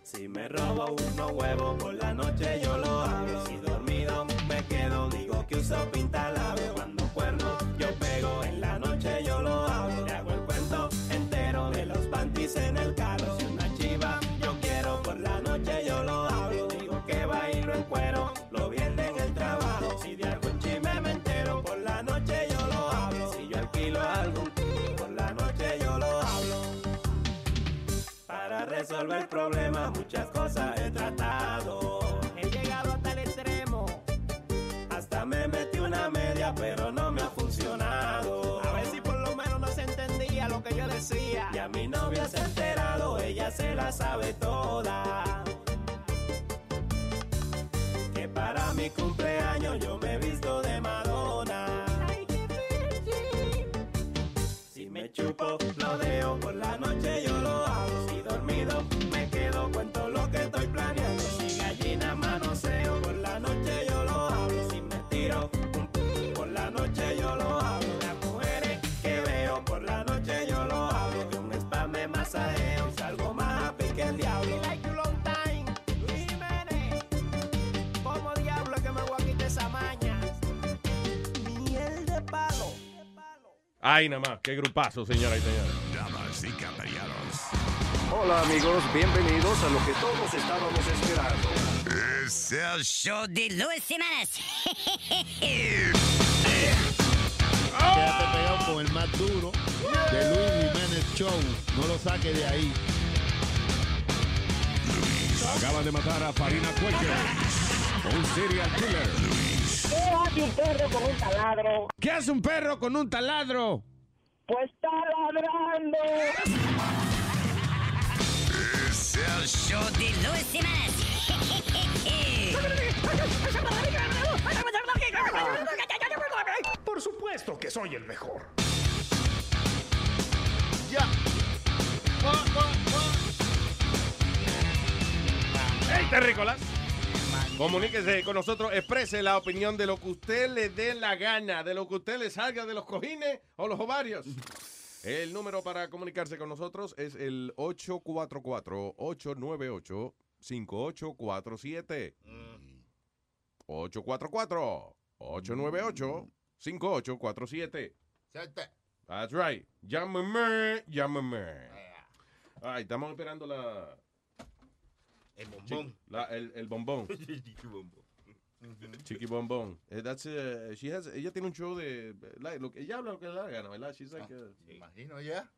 Si me robo unos huevos por la noche yo lo hablo. Si dormido me quedo, digo que uso pintalabio. Cuando cuerno yo pego, en la noche yo lo hablo. Le hago el cuento entero de los panties en el carro. Si una chiva yo quiero, por la noche yo lo hablo. Digo que bailo en cuero, lo viene en el trabajo. Si de algún chisme me entero, por la noche yo lo hablo. Si yo alquilo algo, por la noche yo lo hablo. Para resolver problemas muchas cosas he tratado. He llegado hasta el extremo. Hasta me metí una media, pero no me ha funcionado. A ver si por lo menos no se entendía lo que yo decía. Ya mi novia se ha enterado, ella se la sabe toda. Que para mi cumpleaños yo me he visto de Madonna. Si me chupo, lo dejo, por la noche yo lo hago. Si dormido, me quedo, cuento lo que estoy planeando. Si gallina manoseo, por la noche yo lo hablo. Si me tiro, un p- por la noche yo lo hablo. Las mujeres que veo, por la noche yo lo hablo. Que un spa me masajeo, y salgo más happy que el diablo. Long time, Luis Jiménez. ¿Cómo diablo es que me voy a quitar esa maña? Miel de palo. Ay, nada más. Qué grupazo, señora y señores. Damas y caballeros, Hola amigos, bienvenidos a lo que todos estábamos esperando. es el show de Luis Jiménez. Quédate pegado con el más duro de Luis Jiménez Show. No lo saque de ahí. Acaban de matar a Farina Cuello, un serial killer. ¿Qué hace un perro con un taladro? ¿Qué hace un perro con un taladro? Pues está ladrando. Es el show de Luis Por supuesto que soy el mejor. Ya. ¡Hey, terrícolas! Comuníquese con nosotros, exprese la opinión de lo que usted le dé la gana, de lo que usted le salga de los cojines o los ovarios. El número para comunicarse con nosotros es el 844-898-5847. 844-898-5847. Suerte. That's right. Llámame, llámame. Ay, estamos esperando la... El bombón. el, el bombón. Chiqui Bombón. Eh, that's, uh, she has, ella tiene un show de. like, lo que- ella habla lo que le da la gana, ¿verdad? She's like, uh, Imagino ya.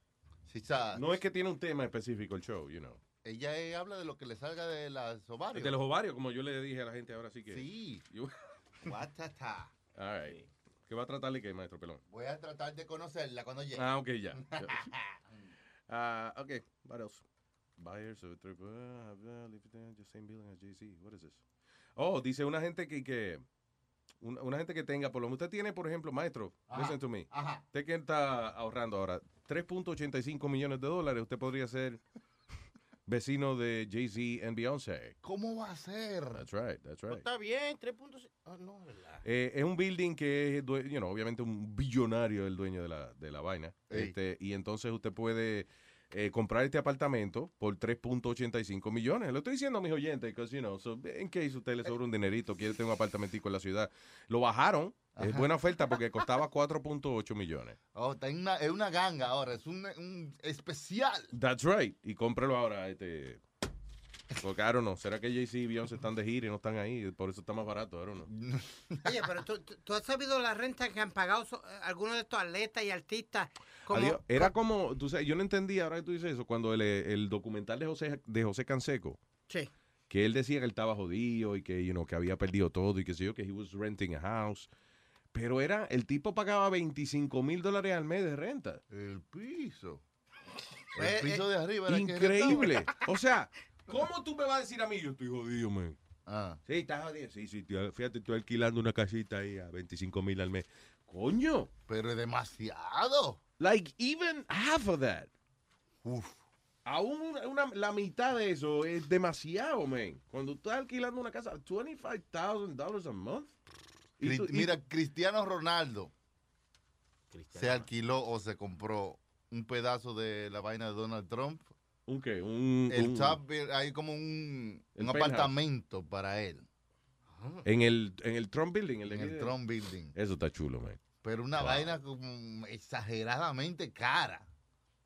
Sí, está. no es que tiene un tema específico el show, you know. Ella eh, habla de lo que le salga de las ovarios. De los ovarios, como yo le dije a la gente ahora, sí que. Sí. You- Guatata. All right. ¿Qué va a tratarle qué, maestro Pelón? Voy a tratar de conocerla cuando llegue. Ah, ok, ya. Ah, ok, what else? Buyers of three- ah, ah, live there, the same building as Jay-Z. What is this? Oh, dice una gente que. que una, una gente que tenga, por lo menos usted tiene, por ejemplo, maestro, Ajá, listen to me. ajá. Usted que está ahorrando ahora 3.85 millones de dólares, usted podría ser vecino de Jay-Z and Beyoncé. ¿Cómo va a ser? That's right, that's right. Está bien, 3.6. Ah, no, ¿verdad? Eh, es un building que es, due- you know, obviamente, un billonario el dueño de la, de la vaina. Ey. Este, y entonces usted puede eh, comprar este apartamento por 3.85 millones. Lo estoy diciendo a mis oyentes, because, you know, so, en case usted le sobra un dinerito, quiere tener un apartamentico en la ciudad. Lo bajaron, es buena oferta porque costaba 4.8 millones. Oh, está en una, es una ganga ahora, es un, un especial. That's right. Y cómprelo ahora, este... Porque, I don't know, ¿será que Jay-Z y Beyoncé están de gira y no están ahí? Por eso está más barato, I don't know. Oye, pero tú, tú- tú has sabido la renta que han pagado so- eh, algunos de estos atletas y artistas. Como, Adiós. Era como, tú sabes, yo no entendía ahora que tú dices eso, cuando el, el documental de José, de José Canseco, Sí. que él decía que él estaba jodido y que, you know, que había perdido todo y que sé yo, que he was renting a house. Pero era, el tipo pagaba 25 mil dólares al mes de renta. El piso. Eh, El piso eh, de arriba. era que Increíble. rentaba. O sea, ¿cómo tú me vas a decir a mí? Yo estoy jodido, man. Ah. Sí, estás jodido. Sí, sí, tío, fíjate, estoy alquilando una casita ahí a 25 mil al mes. Coño. Pero es demasiado. Like, even half of that. Aún una- una- la mitad de eso es demasiado, man. Cuando tú estás alquilando una casa, $25,000 a month. Y Cri- tú- y- Mira, Cristiano Ronaldo se alquiló o se compró un pedazo de la vaina de Donald Trump. ¿Un qué? Un, el un- top, bill- hay como un, El un penthouse. apartamento para él. En el, en el Trump Building. El de En aquí el de- Trump Building. Eso está chulo, man. Pero una Wow. vaina como exageradamente cara.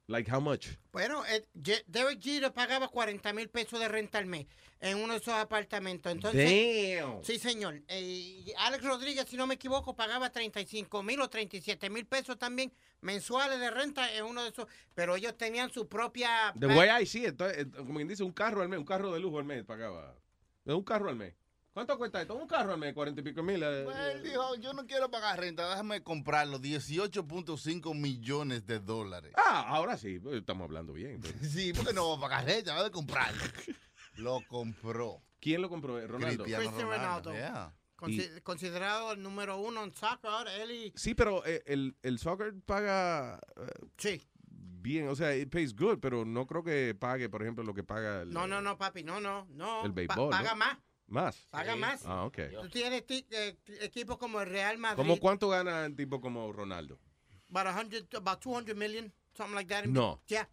Like, how much? Bueno, eh, Ye- Derek Jeter pagaba 40 mil pesos de renta al mes en uno de esos apartamentos. Entonces, Damn. Sí, señor. Eh, y Alex Rodríguez, si no me equivoco, pagaba 35 mil o 37 mil pesos también mensuales de renta en uno de esos. Pero ellos tenían su propia... The way I see it, to- eh, como quien dice, un carro al mes, un carro de lujo al mes pagaba. Es un carro al mes. ¿Cuánto cuesta esto? Un carro al mes, cuarenta y pico mil. eh, Pues él dijo, yo no quiero pagar renta, déjame comprarlo. 18.5 millones de dólares. Ah, ahora sí, pues, estamos hablando bien. pero- Sí, porque no voy a pagar renta, voy a comprarlo. Lo compró. ¿Quién lo compró? Eh, Ronaldo. Cristiano Cristian Ronaldo. yeah. Consi- Considerado el número uno en soccer ahora, él y... Sí, pero eh, el, el soccer paga. eh, sí. Bien, o sea, it pays good, pero no creo que pague, por ejemplo, lo que paga el, No, no, no, papi, no, no, no. el Pa- béisbol. paga ¿no? más. ¿Más? Paga más. Ah, ok. Tú tienes ti- eh, equipos como el Real Madrid. ¿Cómo cuánto gana un tipo como Ronaldo? About, 100, about 200 million, something like that. No. Yeah,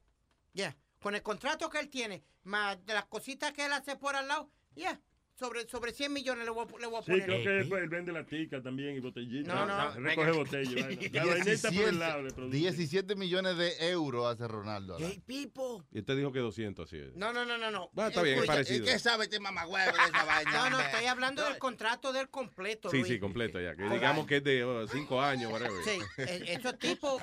yeah. Con el contrato que él tiene, más de las cositas que él hace por al lado, yeah. Sobre, sobre 100 millones le voy, a- le voy a Sí, poner. creo que pues, él vende la tica también y botellitas. No, Ah, no. Recoge Venga. botellas. vaina. La vainita por el lado le 17, produce. 17 millones de euros hace Ronaldo. al año. Pipo. Y usted dijo que 200, así es. No, no, no, no, no. Ah, está bien, es Escucha, parecido. es que esa- sabe este mamagüevo de esa vaina? No, no, estoy hablando del contrato del completo, Sí, Luis. sí, completo ya. Que All digamos que es de 5 años, whatever. Sí, eh, esos tipos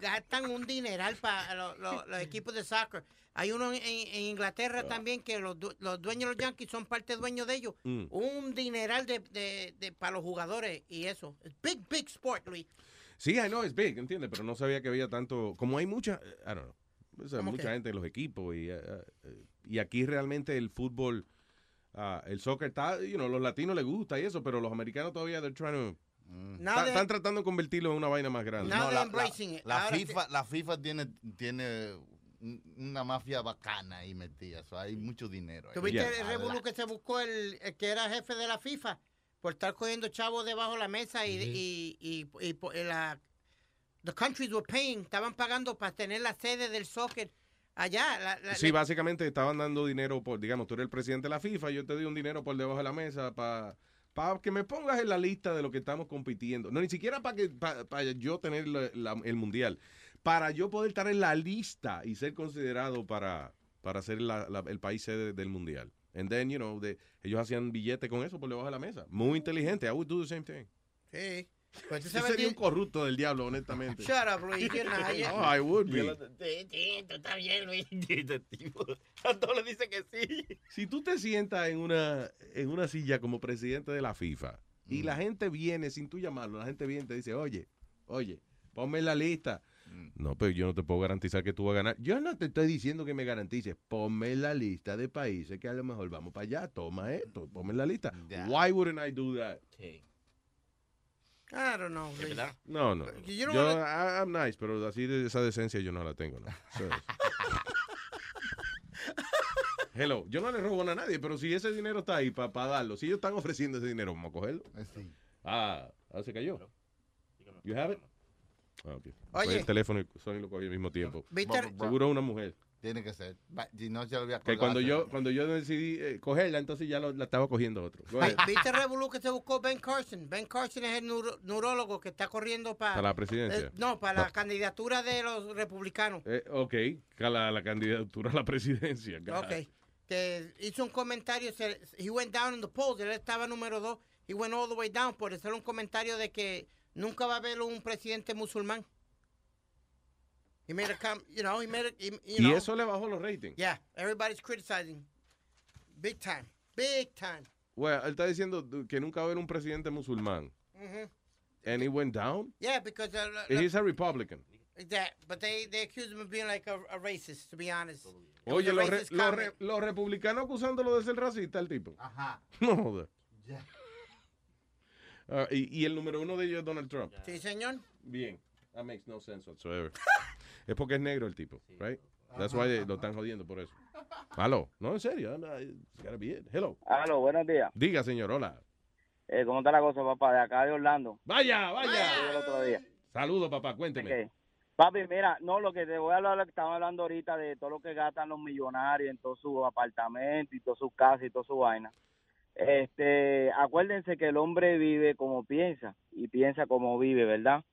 gastan un dineral para lo- lo- los equipos de soccer. Hay uno en, en Inglaterra Ah. también que los, du- los dueños de los Yankees son parte dueños de ellos. Mm. Un dineral de, de, de- para los jugadores y eso. Big, big sport, Luis. Sí, I know, it's big, ¿entiendes? Pero no sabía que había tanto. Como hay mucha. eh, I don't know. o sea, ¿Cómo mucha qué? gente en los equipos. Y, eh, eh, y aquí realmente el fútbol. ah, el soccer está. You know, los latinos les gusta y eso, pero los americanos todavía they're trying to- Nada Está- de- están tratando de convertirlo en una vaina más grande. Mm. No, la, la- embracing it. la Ahora FIFA, la FIFA tiene, tiene un- una mafia bacana ahí metida. o sea, hay mucho dinero. ahí. ¿Tuviste Ah, el la- revolú que se buscó el, el que era jefe de la FIFA? Por estar cogiendo chavos debajo de la mesa y, y, y- y po- y la the countries were paying, estaban pagando para tener la sede del soccer allá. la- la- Sí, la- básicamente estaban dando dinero por, digamos, tú eres el presidente de la FIFA, yo te doy un dinero por debajo de la mesa para que me pongas en la lista de lo que estamos compitiendo. No, ni siquiera para que pa- pa yo tener la- la- el mundial. Para yo poder estar en la lista y ser considerado para, para ser la- la- el país sede del mundial. And then, you know, de- ellos hacían billete con eso por debajo de la mesa. Muy inteligente. I would do the same thing. Sí. Pues tú Yo sabes, sería un di- corrupto del diablo, honestamente. Shut up, Luis. You're not- you're- Oh, I would be. Tú está bien, Luis. Este tipo, a todos le dicen que sí. Si tú te sientas en una, en una silla como presidente de la FIFA y la gente viene sin tú llamarlo, la gente viene y te dice, oye, oye, ponme en la lista. No, pero yo no te puedo garantizar que tú vas a ganar. Yo no te estoy diciendo que me garantices. Ponme en la lista de países que a lo mejor vamos para allá. Toma esto, ponme en la lista. Why wouldn't I do that? I don't know, Luis. No, no. no. You Yo, don't I- I'm nice, pero así de esa decencia yo no la tengo, ¿no? So- Hello, yo no le robo nada a nadie, pero si ese dinero está ahí para darlo, si ellos están ofreciendo ese dinero, vamos a cogerlo. Eh, Ah, ah, se cayó. You have it? Ah, ok. Fue Oye. El teléfono y Sony lo cogió al mismo tiempo. ¿Viste? Seguro una mujer. Tiene que ser. Va- Si no, ya lo voy a Que colgar. cuando yo, cuando yo decidí eh, cogerla, entonces ya lo- la estaba cogiendo otro. Go ahead. ¿Viste el revolú que se buscó Ben Carson? Ben Carson es el neuro- neurólogo que está corriendo para... ¿Para la presidencia? no, para la candidatura de los republicanos. Eh, ok, la, la candidatura a la presidencia. God. Ok. Que hizo un comentario, se- he went down in the polls, él estaba número dos, he went all the way down por hacer un comentario de que nunca va a haber un presidente musulmán. He made a com- you know, he made a- he- you Y know. eso le bajó los ratings. Yeah, everybody's criticizing. Big time, big time. Bueno, él está diciendo du- que nunca va a haber un presidente musulmán. Mhm. And he went down. Yeah, because uh, uh, He's a Republican. that, but they they accuse him of being like a, a racist. To be honest, It was Oye, a los, re- racist los comment. re- los republicanos acusándolo de ser racista, el tipo. Ajá. No joder. Ya. Ah, y, y el número uno de ellos es Donald Trump. Sí, señor. Bien. That makes no sense whatsoever. es porque es negro el tipo, right? That's Ajá, why they- lo están jodiendo por eso. Aló. No, en serio. I'm not- it's gotta be it. Hello. Aló, buenos días. Diga, señor. Hola. Eh, ¿Cómo está la cosa, papá? De acá de Orlando. Vaya, vaya. El otro día. Saludos, papá. Cuénteme. Ok. Papi, mira, no, lo que te voy a hablar, lo que estamos hablando ahorita de todo lo que gastan los millonarios en todos sus apartamentos y todas sus casas y toda su vaina. Este, acuérdense que el hombre vive como piensa y piensa como vive, ¿verdad?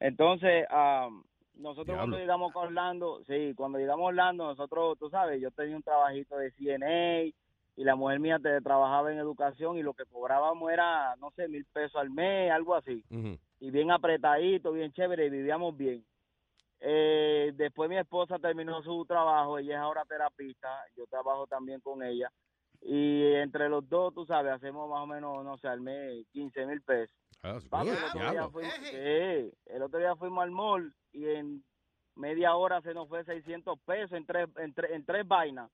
Entonces, ah, nosotros Diablo. cuando llegamos a Orlando, sí, cuando llegamos a Orlando, nosotros, tú sabes, yo tenía un trabajito de CNA y la mujer mía te trabajaba en educación y lo que cobrábamos era, no sé, mil pesos al mes, algo así y bien apretadito, bien chévere, y vivíamos bien. Eh, después mi esposa terminó su trabajo, ella es ahora terapista, yo trabajo también con ella, y entre los dos, tú sabes, hacemos más o menos, no sé, al mes 15 mil pesos. Papi, el, otro día fuimos, sí, el otro día fuimos al mall y en media hora se nos fue 600 pesos en tres, en tres, en tres vainas,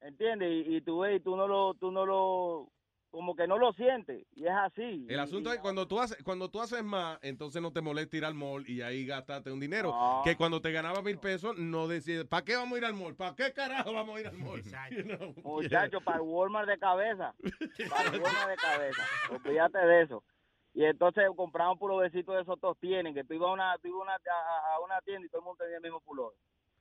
¿entiendes? Y, y tú ves, y tú no lo, tú no lo, como que no lo sientes, y es así. El asunto es que cuando tú haces cuando tú haces más, entonces no te molesta ir al mall y ahí gastaste un dinero No. que cuando te ganabas mil pesos no decides ¿para qué vamos a ir al mall? ¿Para qué carajo vamos a ir al mall? You know? Muchachos, para el Walmart de cabeza. Para el Walmart de cabeza. Olvídate de eso. Y entonces compraban pulovecitos de esos todos tienen, que tú ibas a una, tú ibas a, una- a- a- a una tienda y todo el mundo tenía el mismo pullover.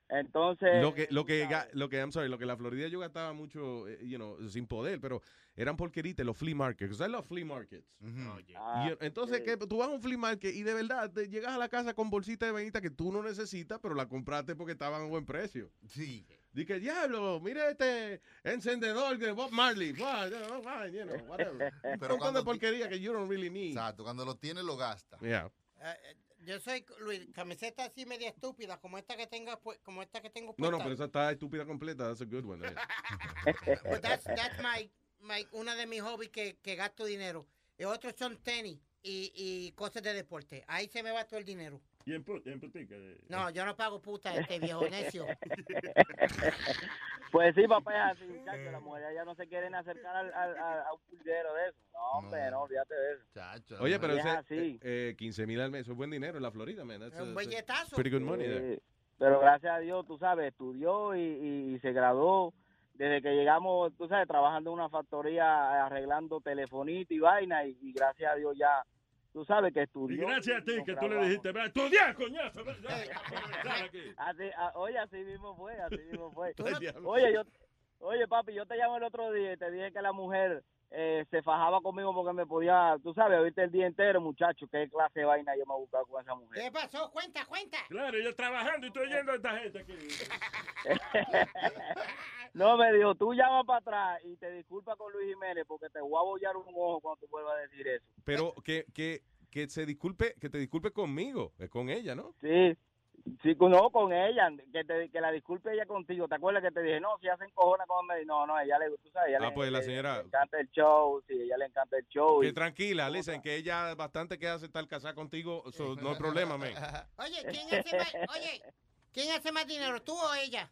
Entonces, lo que lo que ga- lo que I'm sorry, lo que la Florida yo gastaba mucho, eh, you know, sin poder, pero eran porqueritas los flea markets. ¿Sabes los flea markets? Y, entonces, que tú vas a un flea market y de verdad te llegas a la casa con bolsita de vainita que tú no necesitas, pero la compraste porque estaba a buen precio. Sí. Dije, diablo, mira este encendedor de Bob Marley. Buah, you know, fine, you know, whatever. Un Pero montón de cuando- porquería que you don't really need. Exacto, cuando lo tiene lo gasta. Yeah. Eh, eh, yo soy Luis, camiseta así media estúpida, como esta que tenga, pu- como esta que tengo No, no, puesta. pero esa está estúpida completa. That's a good one. eh. But that's, that's my, my, una de mis hobbies que, que gasto dinero. Y otros son tenis y, y cosas de deporte. Ahí se me va todo el dinero. Y en, pu- en eh. putica. de- No, yo no pago puta este viejo necio. pues sí, papá, es así, muchachos. Las mujeres ya no se quieren acercar al, al- a, a un pulguero de eso. No, hombre, no, olvídate de eso. Oye, pero Y es ese, así. eh, eh, 15 mil al mes, eso es buen dinero en la Florida, man. That's, un uh, billetazo. Pretty good money there. Sí. Pero gracias a Dios, tú sabes, estudió y, y- y se graduó. Desde que llegamos, tú sabes, trabajando en una factoría, arreglando telefonito y vaina, y, y gracias a Dios ya tú sabes que Y estudió. gracias a ti nos que tú le graduamos. dijiste, ve a estudiar, coñazo. ve, ya, Así- a- oye, así mismo fue, así mismo fue. Oye, yo, oye, papi, yo te llamo el otro día y te dije que la mujer eh, se fajaba conmigo porque me podía, tú sabes, oírte el día entero, muchacho, qué clase de vaina yo me he buscado con esa mujer. ¿Qué pasó? Cuenta, cuenta. Claro, yo trabajando y estoy oyendo a esta gente aquí. No, me dijo, tú llama para atrás y te disculpa con Luis Jiménez porque te voy a bollar un ojo cuando tú vuelvas a decir eso. Pero que, que, que se disculpe, que te disculpe conmigo, es con ella, ¿no? Sí, sí, no, con ella, que, te- que la disculpe ella contigo. ¿Te acuerdas que te dije, no, si hacen cojones con me No, no, ella le, tú sabes, ella Ah, le, pues la le- señora- le encanta el show, sí, ella le encanta el show. Que y- tranquila, listen, que ella bastante que hace tal casada contigo, so, no hay problema, man. Oye, ¿quién hace más, oye, ¿quién hace más dinero, tú o ella?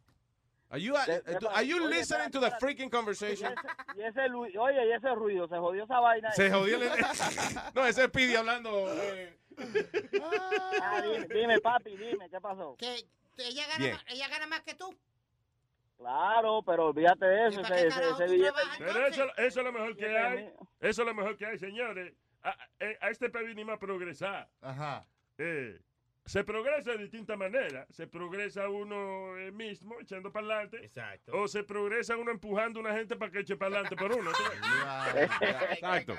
Are you, are, are you Oye, listening to the freaking conversation? Y ese, Luis- oye, y ese ruido, se jodió esa vaina. Se jodió el- No, ese es Oh, Pidi hablando. eh. Ah, dime, dime, papi, dime, ¿qué pasó? Ella gana, Bien. más, ella gana más que tú. Claro, pero olvídate de eso. ¿Y pa' Ese, qué ese- carajo ese tú billete- Pero eso, eso es lo mejor que Tiene hay. Eso es lo mejor que hay, señores. A, a- a este país vinimos a progresar. Eh, se progresa de distintas maneras. Se progresa uno eh, mismo echando para adelante. Exacto. O se progresa uno empujando a una gente para que eche para adelante por uno. ¿tú ves? Exacto.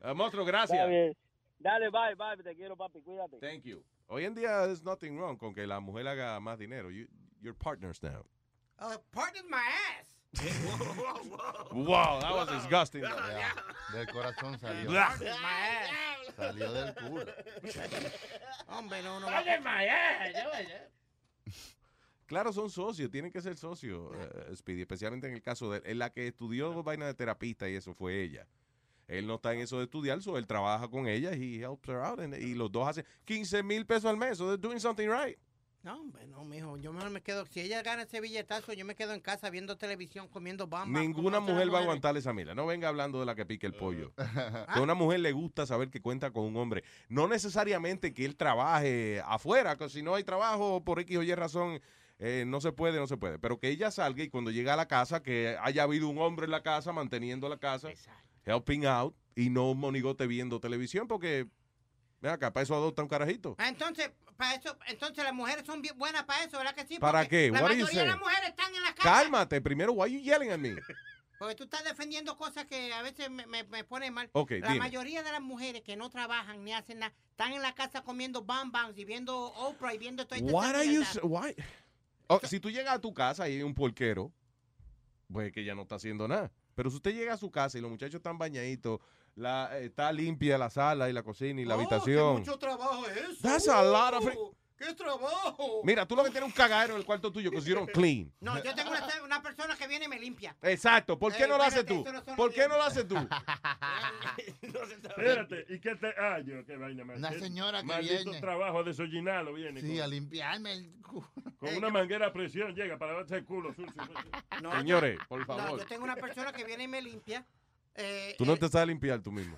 Eh, monstruo, gracias. Está bien. Dale, bye, bye, te quiero, papi, cuídate. Thank you. Hoy en día there's nothing wrong con que la mujer haga más dinero. You, you're partners now. Oh, pardon my ass. Oh, Wow, that was disgusting. Del corazón salió. Blah. Pardon my ass. Salió del culo. Hombre, no, no. Pardon my ass. Ya vaya. Claro, son socios, tienen que ser socios, eh, Speedy, especialmente en el caso de él. En la que estudió vaina de terapista y eso fue ella. Él no está en eso de estudiar, so él trabaja con ella, he helps her out, and- y los dos hacen 15 mil pesos al mes, so they're doing something right. No, hombre, no, mijo. Yo mejor me quedo. Si ella gana ese billetazo, yo me quedo en casa viendo televisión, comiendo bamba. Ninguna como otras mujer va a mujeres. aguantar esa mila. No venga hablando de la que pique el pollo. Que a una mujer le gusta saber que cuenta con un hombre. No necesariamente que él trabaje afuera, que si no hay trabajo por X o Y razón, eh, no se puede, no se puede. Pero que ella salga y cuando llega a la casa, que haya habido un hombre en la casa, manteniendo la casa, helping out, y no un monigote viendo televisión, porque, ven acá, para eso adopta un carajito. Ah, entonces, para eso, entonces las mujeres son bien buenas para eso, ¿verdad que sí? ¿Para Porque qué? La What are you mayoría de las saying? mujeres están en la casa. Cálmate, primero, why you yelling at me? Porque tú estás defendiendo cosas que a veces me, me, me ponen mal. Ok, la dime. mayoría de las mujeres que no trabajan ni hacen nada, están en la casa comiendo bam bams y viendo Oprah y viendo todo What are you s- why? Oh, si tú llegas a tu casa y hay un porquero, pues que ya no está haciendo nada. Pero si usted llega a su casa y los muchachos están bañaditos, la, eh, está limpia la sala y la cocina Oh, y la habitación. mucho trabajo es eso. That's a lot of Uh, ¡Qué trabajo! Mira, tú lo que tienes es un cagadero en el cuarto tuyo, because you don't clean. No, yo tengo una, una persona que viene y me limpia. Exacto, ¿por qué Ey, no lo haces espérate, tú? eso no son ¿Por qué no lo haces tú? Oh. Espérate, ¿y qué te.? Ah, yo, qué vaina más. Una Qué señora que maldito viene. trabajo a desollinarlo viene. Sí, con, a limpiarme el culo. con una manguera a presión llega para lavarse el culo. sucio. No, Señores, por No, favor. yo tengo una persona que viene y me limpia. eh, Tú no te sabes limpiar tú mismo.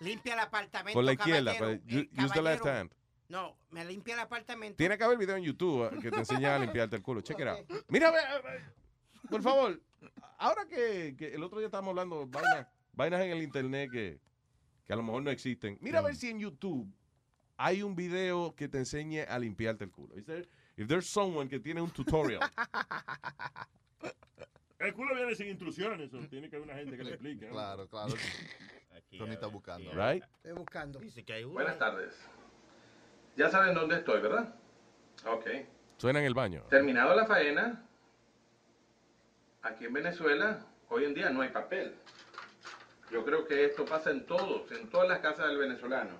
limpia el apartamento. Por la izquierda, caballero, pero eh, you- use the left caballero. hand. No, me limpia el apartamento. Tiene que haber video en YouTube eh, que te enseña a limpiarte el culo. Check it out. Mira, ve, ve, por favor, ahora que, que el otro día estábamos hablando de vainas, vainas en el internet que, que a lo mejor no existen. Mira a ver si en YouTube hay un video que te enseñe a limpiarte el culo. Is there- if there's someone que tiene un tutorial. El culo viene sin instrucciones, o tiene que haber una gente que le explique. Claro, claro. Tony está buscando. Right? Estoy buscando. Buenas tardes. Ya saben dónde estoy, ¿verdad? Ok. Suena en el baño. Terminado la faena, aquí en Venezuela, hoy en día no hay papel. Yo creo que esto pasa en todos, en todas las casas del venezolano.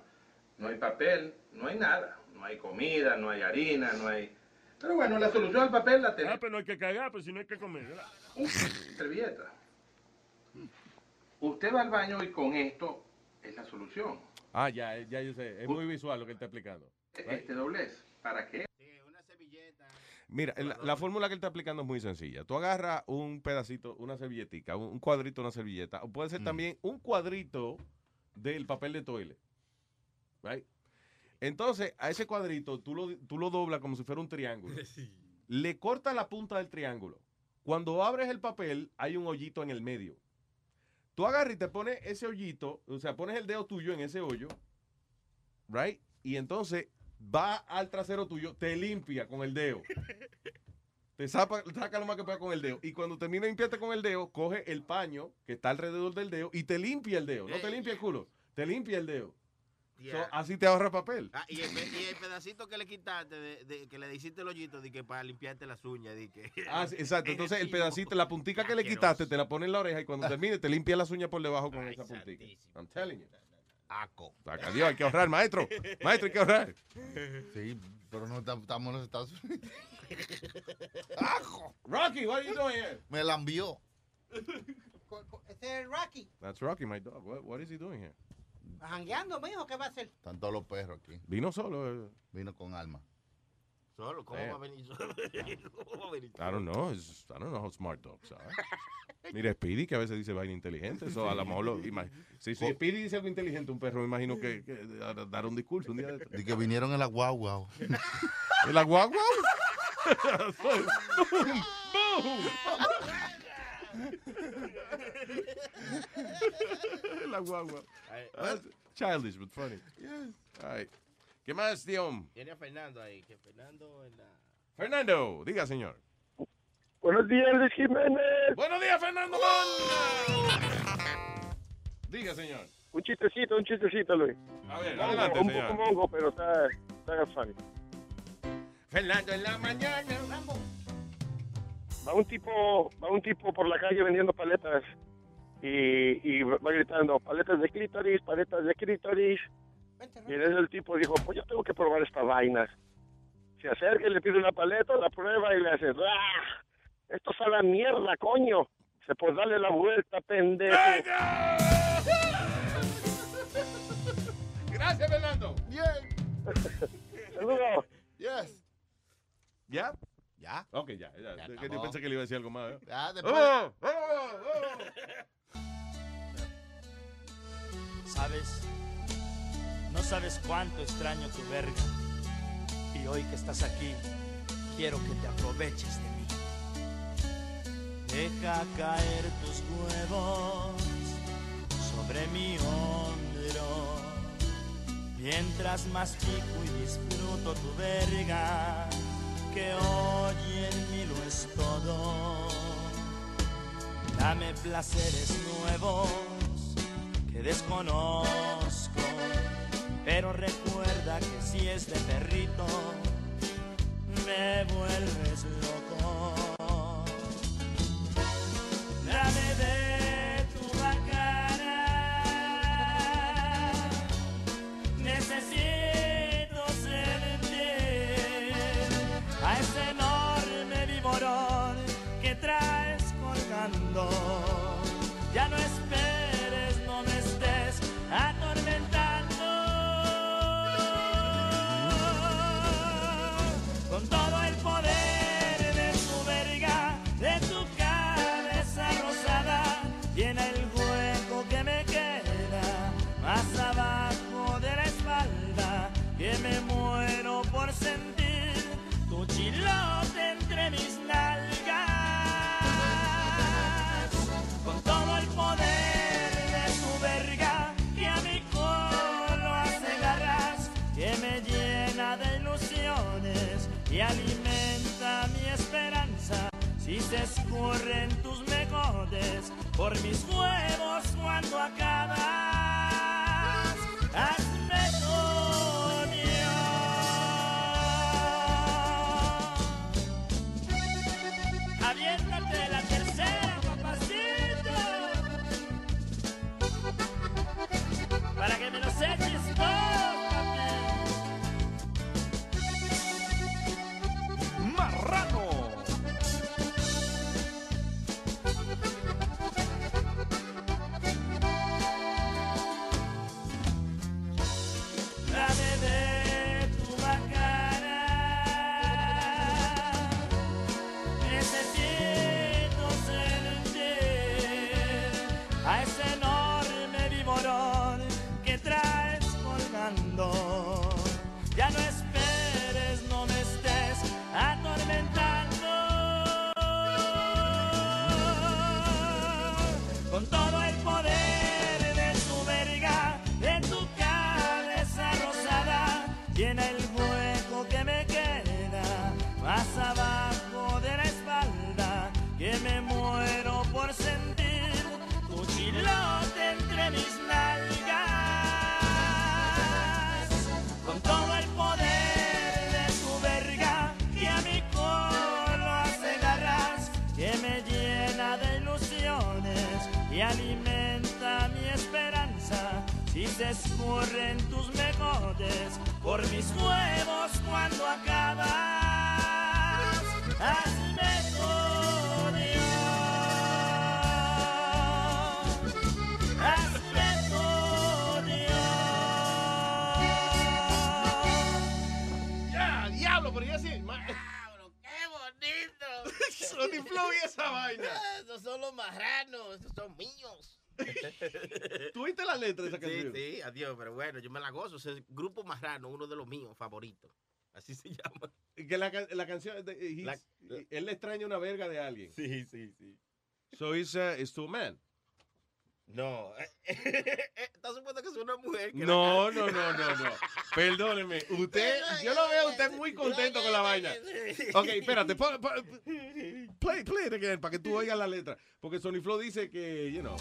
No hay papel, no hay nada. No hay comida, no hay harina, no hay... Pero bueno, la solución al papel la tenemos. Ah, pero no hay que cagar, pues si no hay que comer. ¿verdad? servilleta. Usted va al baño y con esto es la solución. Ah, ya, ya yo sé. Es muy visual lo que él está explicando. Este doblez, ¿para qué? Mira, la, la fórmula que él está aplicando es muy sencilla. Tú agarras un pedacito, una servilletica, un, un cuadrito, una servilleta, o puede ser también un cuadrito del papel de toile. Right? Entonces, a ese cuadrito tú lo, tú lo doblas como si fuera un triángulo. Le cortas la punta del triángulo. Cuando abres el papel, hay un hoyito en el medio. Tú agarras y te pones ese hoyito, o sea, pones el dedo tuyo en ese hoyo right? Y entonces va al trasero tuyo, te limpia con el dedo. Te zapa- saca lo más que pueda con el dedo. Y cuando termina de limpiarte con el dedo, coge el paño que está alrededor del dedo y te limpia el dedo. No te limpia el culo, te limpia el dedo. Yeah. So, así te ahorra papel. Ah, y, el, pe- y el pedacito que le quitaste, de, de- que le hiciste el hoyito, de que para limpiarte las uñas, de que... Ah, sí, exacto. Entonces el pedacito, la puntica que le Asqueroso. quitaste, te la pone en la oreja y cuando termine te limpia las uñas por debajo con esa puntica. I'm telling you. Aco. Saca, Dios, hay que ahorrar, maestro. Maestro, hay que ahorrar. Sí, pero no tam- estamos en los Estados Unidos. Rocky, what are you doing here? Me la envió. Este es Rocky, That's Rocky, my dog. What, what is he doing here? jangueando, mijo, ¿qué va a hacer? Están todos los perros aquí. Vino solo. eh. Vino con alma. Solo, ¿cómo Eh. va a venir solo? ¿Cómo va a venir I don't know. It's- I don't know how smart dogs are. Mira, Speedy, que a veces dice vaina inteligente. Eso a lo mejor lo imag- Sí, sí. Speedy dice algo inteligente, un perro, me imagino que, que da- dará un discurso un día de estos. Y que vinieron en la guagua. ¿En la guagua? ¡Boom! la guagua. Ay, That's childish, but funny. Yes. All right. ¿Qué más, Dion? Tiene a Fernando ahí, que Fernando en la... Fernando, diga, señor. Buenos días, Luis Jiménez. Buenos días, Fernando. Mona. Diga, señor. Un chistecito, un chistecito, Luis. A ver, Mongo, adelante, un señor. poco mongo, pero está, está funny. Fernando en la mañana. Va un tipo, va un tipo por la calle vendiendo paletas y, y va gritando, paletas de clítoris, paletas de clítoris. Y en eso el tipo dijo, pues yo tengo que probar esta vaina. Se acerca y le pide una paleta, la prueba y le hace, ¡ah! Esto sabe a mierda, coño. Se pues dale la vuelta, pendejo. Gracias, Fernando. Bien. Saludos. Yes. ¿Ya? ¿Ya? Ok, ya. ya. Ya Es que acabó. yo pensé que le iba a decir algo más. ¿eh? ¡Oh! Ya, después- ¡Vámonos! ¿Sabes? No sabes cuánto extraño tu verga. Y hoy que estás aquí, quiero que te aproveches de mí. Deja caer tus huevos sobre mi hombro. Mientras mastico y disfruto tu verga, que hoy en mí lo es todo. Dame placeres nuevos que desconozco. Pero recuerda que si es de perrito, me vuelves loco. Dame de tu bacana, necesito sentir a ese enorme viborón que traes colgando. Ya no esperes, no me estés atormentando. Con todo el poder de tu verga, de tu cabeza rosada, llena el hueco que me queda más abajo de la espalda, que me muero por sentir tu chilote entre mis nalgas. Con todo el poder de tu verga que a mi culo hace garras, que me llena de ilusiones y alimenta mi esperanza. Si se escurren tus mejores por mis huevos cuando acabas, hazme mío. Aviéntate la tercera, papacito, para que me los eches todos, papi. Marrano. está mi esperanza si se escurren tus mejores por mis huevos cuando acabas. Hazme jodido. Hazme jodido. Ya, diablo, pero ya sí. Diablo, qué bonito. Sony Flow y esa vaina. Esos son los marranos, esos son míos. ¿Tuviste la letra de esa Sí, canción? sí, adiós, pero bueno, yo me la gozo. Es el grupo marrano, uno de los míos favoritos. Así se llama. Que la, ca- la canción, de- eh, he's- él le extraña una verga de alguien. Sí, sí, sí. So it's, uh, it's to a man. No. ¿Estás supuesto que es una mujer? que la No, canta? no, no, no, no. Perdóneme. Usted, yo lo veo a usted muy contento con la vaina. Ok, espérate. pon- pon- Play, play it again, para que tú oigas la letra. Porque Sony Flow dice que, you know.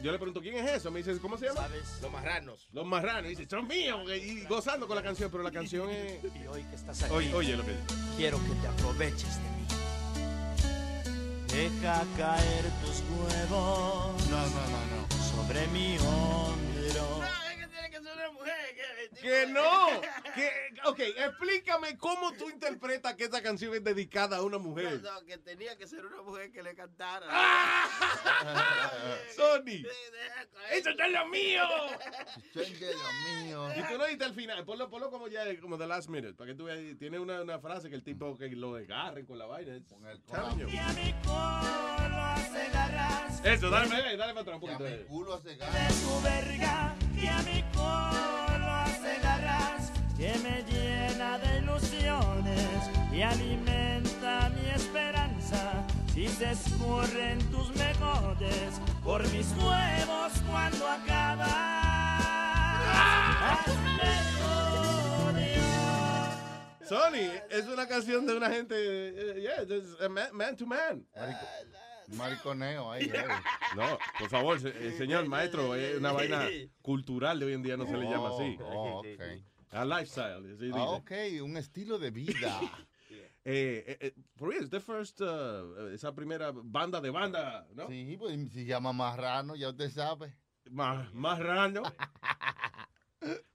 Yo le pregunto, ¿quién es eso? Me dice, ¿cómo se llama? Los marranos. Los marranos. Y dice, son míos. porque- Y gozando con la canción, pero la canción es... Y hoy que estás aquí, Oye, oye lo que Quiero que te aproveches de mí. Deja caer tus huevos. No, no, no, no. Sobre mi hombro. Que no. Que, ok, explícame cómo tú interpretas que esa canción es dedicada a una mujer. No, no, que tenía que ser una mujer que le cantara. Sony. ¡Eso está en lo mío! mío. Y tú no diste al final, ponlo, ponlo como ya, como the last minute, para que tú veas, tiene una, una frase que el tipo que lo agarre con la vaina. es- Telling you. Eso, dale, dale, dale para atrás un poquito. eh. de tu verga y a mi coro agarras que me llena de ilusiones y alimenta mi esperanza si se escurren tus mejores por mis huevos cuando acabas Hazme jodido. Sony, es una canción de una gente, eh, yeah, there's a man, man to man. Mariconeo ahí. No, por favor, se- eh, señor maestro, es una vaina cultural de hoy en día, no se le llama así. Oh, ok. A lifestyle, así dice. Ah, ok, un estilo de vida. Eh, eh, eh, por es the first, uh, esa primera banda de banda, ¿no? Sí, pues se llama marrano, ya usted sabe. Más, más rano.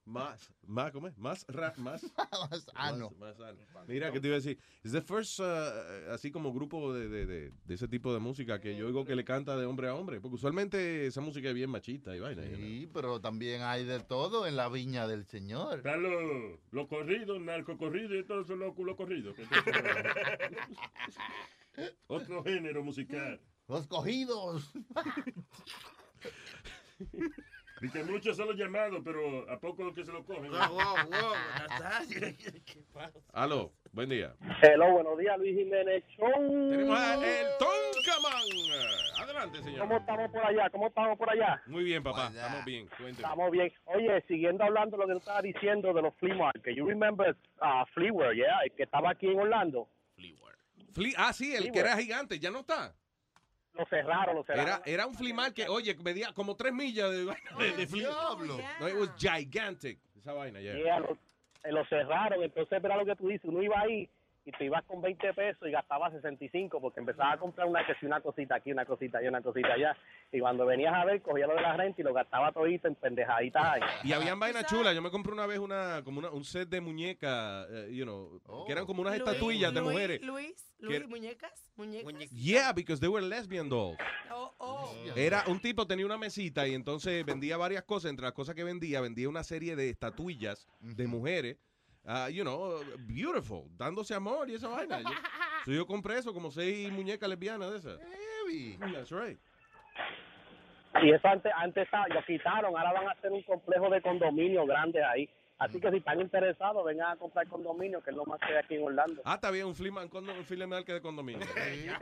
más, más, ¿cómo es? Más, ra, más. más ano. Más, ano. Mira, que te iba a decir. Es the first, uh, así como grupo de, de, de, de ese tipo de música que yo oigo que le canta de hombre a hombre. Porque usualmente esa música es bien machista y vaina. you know. Sí, pero también hay de todo en la viña del Señor. Están los los corridos, narcocorridos y todo eso, los culo corridos. Otro género musical. Los cogidos. Y que muchos son los llamados, pero a poco que se lo cogen. Wow, wow, wow, Nazario, ¿qué pasa? Aló, buen día. Hello, buenos días, Luis Jiménez Show. Tenemos a el Tonkaman. Adelante, señor. ¿Cómo estamos por allá? ¿Cómo estamos por allá? Muy bien, papá. Estamos bien. Cuénteme. Estamos bien. Oye, siguiendo hablando lo que tú estabas diciendo de los flea markets. You remember uh, Fleaware, yeah? El que estaba aquí en Orlando. Flea- ah, sí, el Sí, que era güey. gigante, ya no está. Lo cerraron, lo cerraron. Era, era un flea market, oye, medía como tres millas de, de, de flea. diablo. No, it was gigantic. Esa vaina, ya. Yeah, lo, eh, lo cerraron. Entonces, verá lo que tú dices. Uno iba ahí y te ibas con 20 pesos y gastabas 65 porque empezabas a comprar una que sí, una cosita aquí, una cosita allá, una cosita allá. Y cuando venías a ver, cogía lo de la renta y lo gastaba todito en pendejaditas ahí. Y habían vainas chulas. Yo me compré una vez una, como una, un set de muñecas, eh, you know, que eran como unas Oh. Luis, estatuillas de Luis, mujeres. Luis, Que- Luis, muñecas, muñecas. Yeah, because they were lesbian dolls. Oh, oh. Era un tipo, tenía una mesita y entonces vendía varias cosas. Entre las cosas que vendía, vendía una serie de estatuillas de mujeres, ah, you know, beautiful, dándose amor y esa vaina. Yo, so yo compré eso, como seis muñecas lesbianas de esas. That's right. Y eso antes, antes estaba- lo quitaron, ahora van a hacer un complejo de condominio grande ahí. Así que si están interesados, vengan a comprar condominio, que es lo más que hay aquí en Orlando. Ah, está bien, un flea mar- condo- un flea market de condominio. Ya,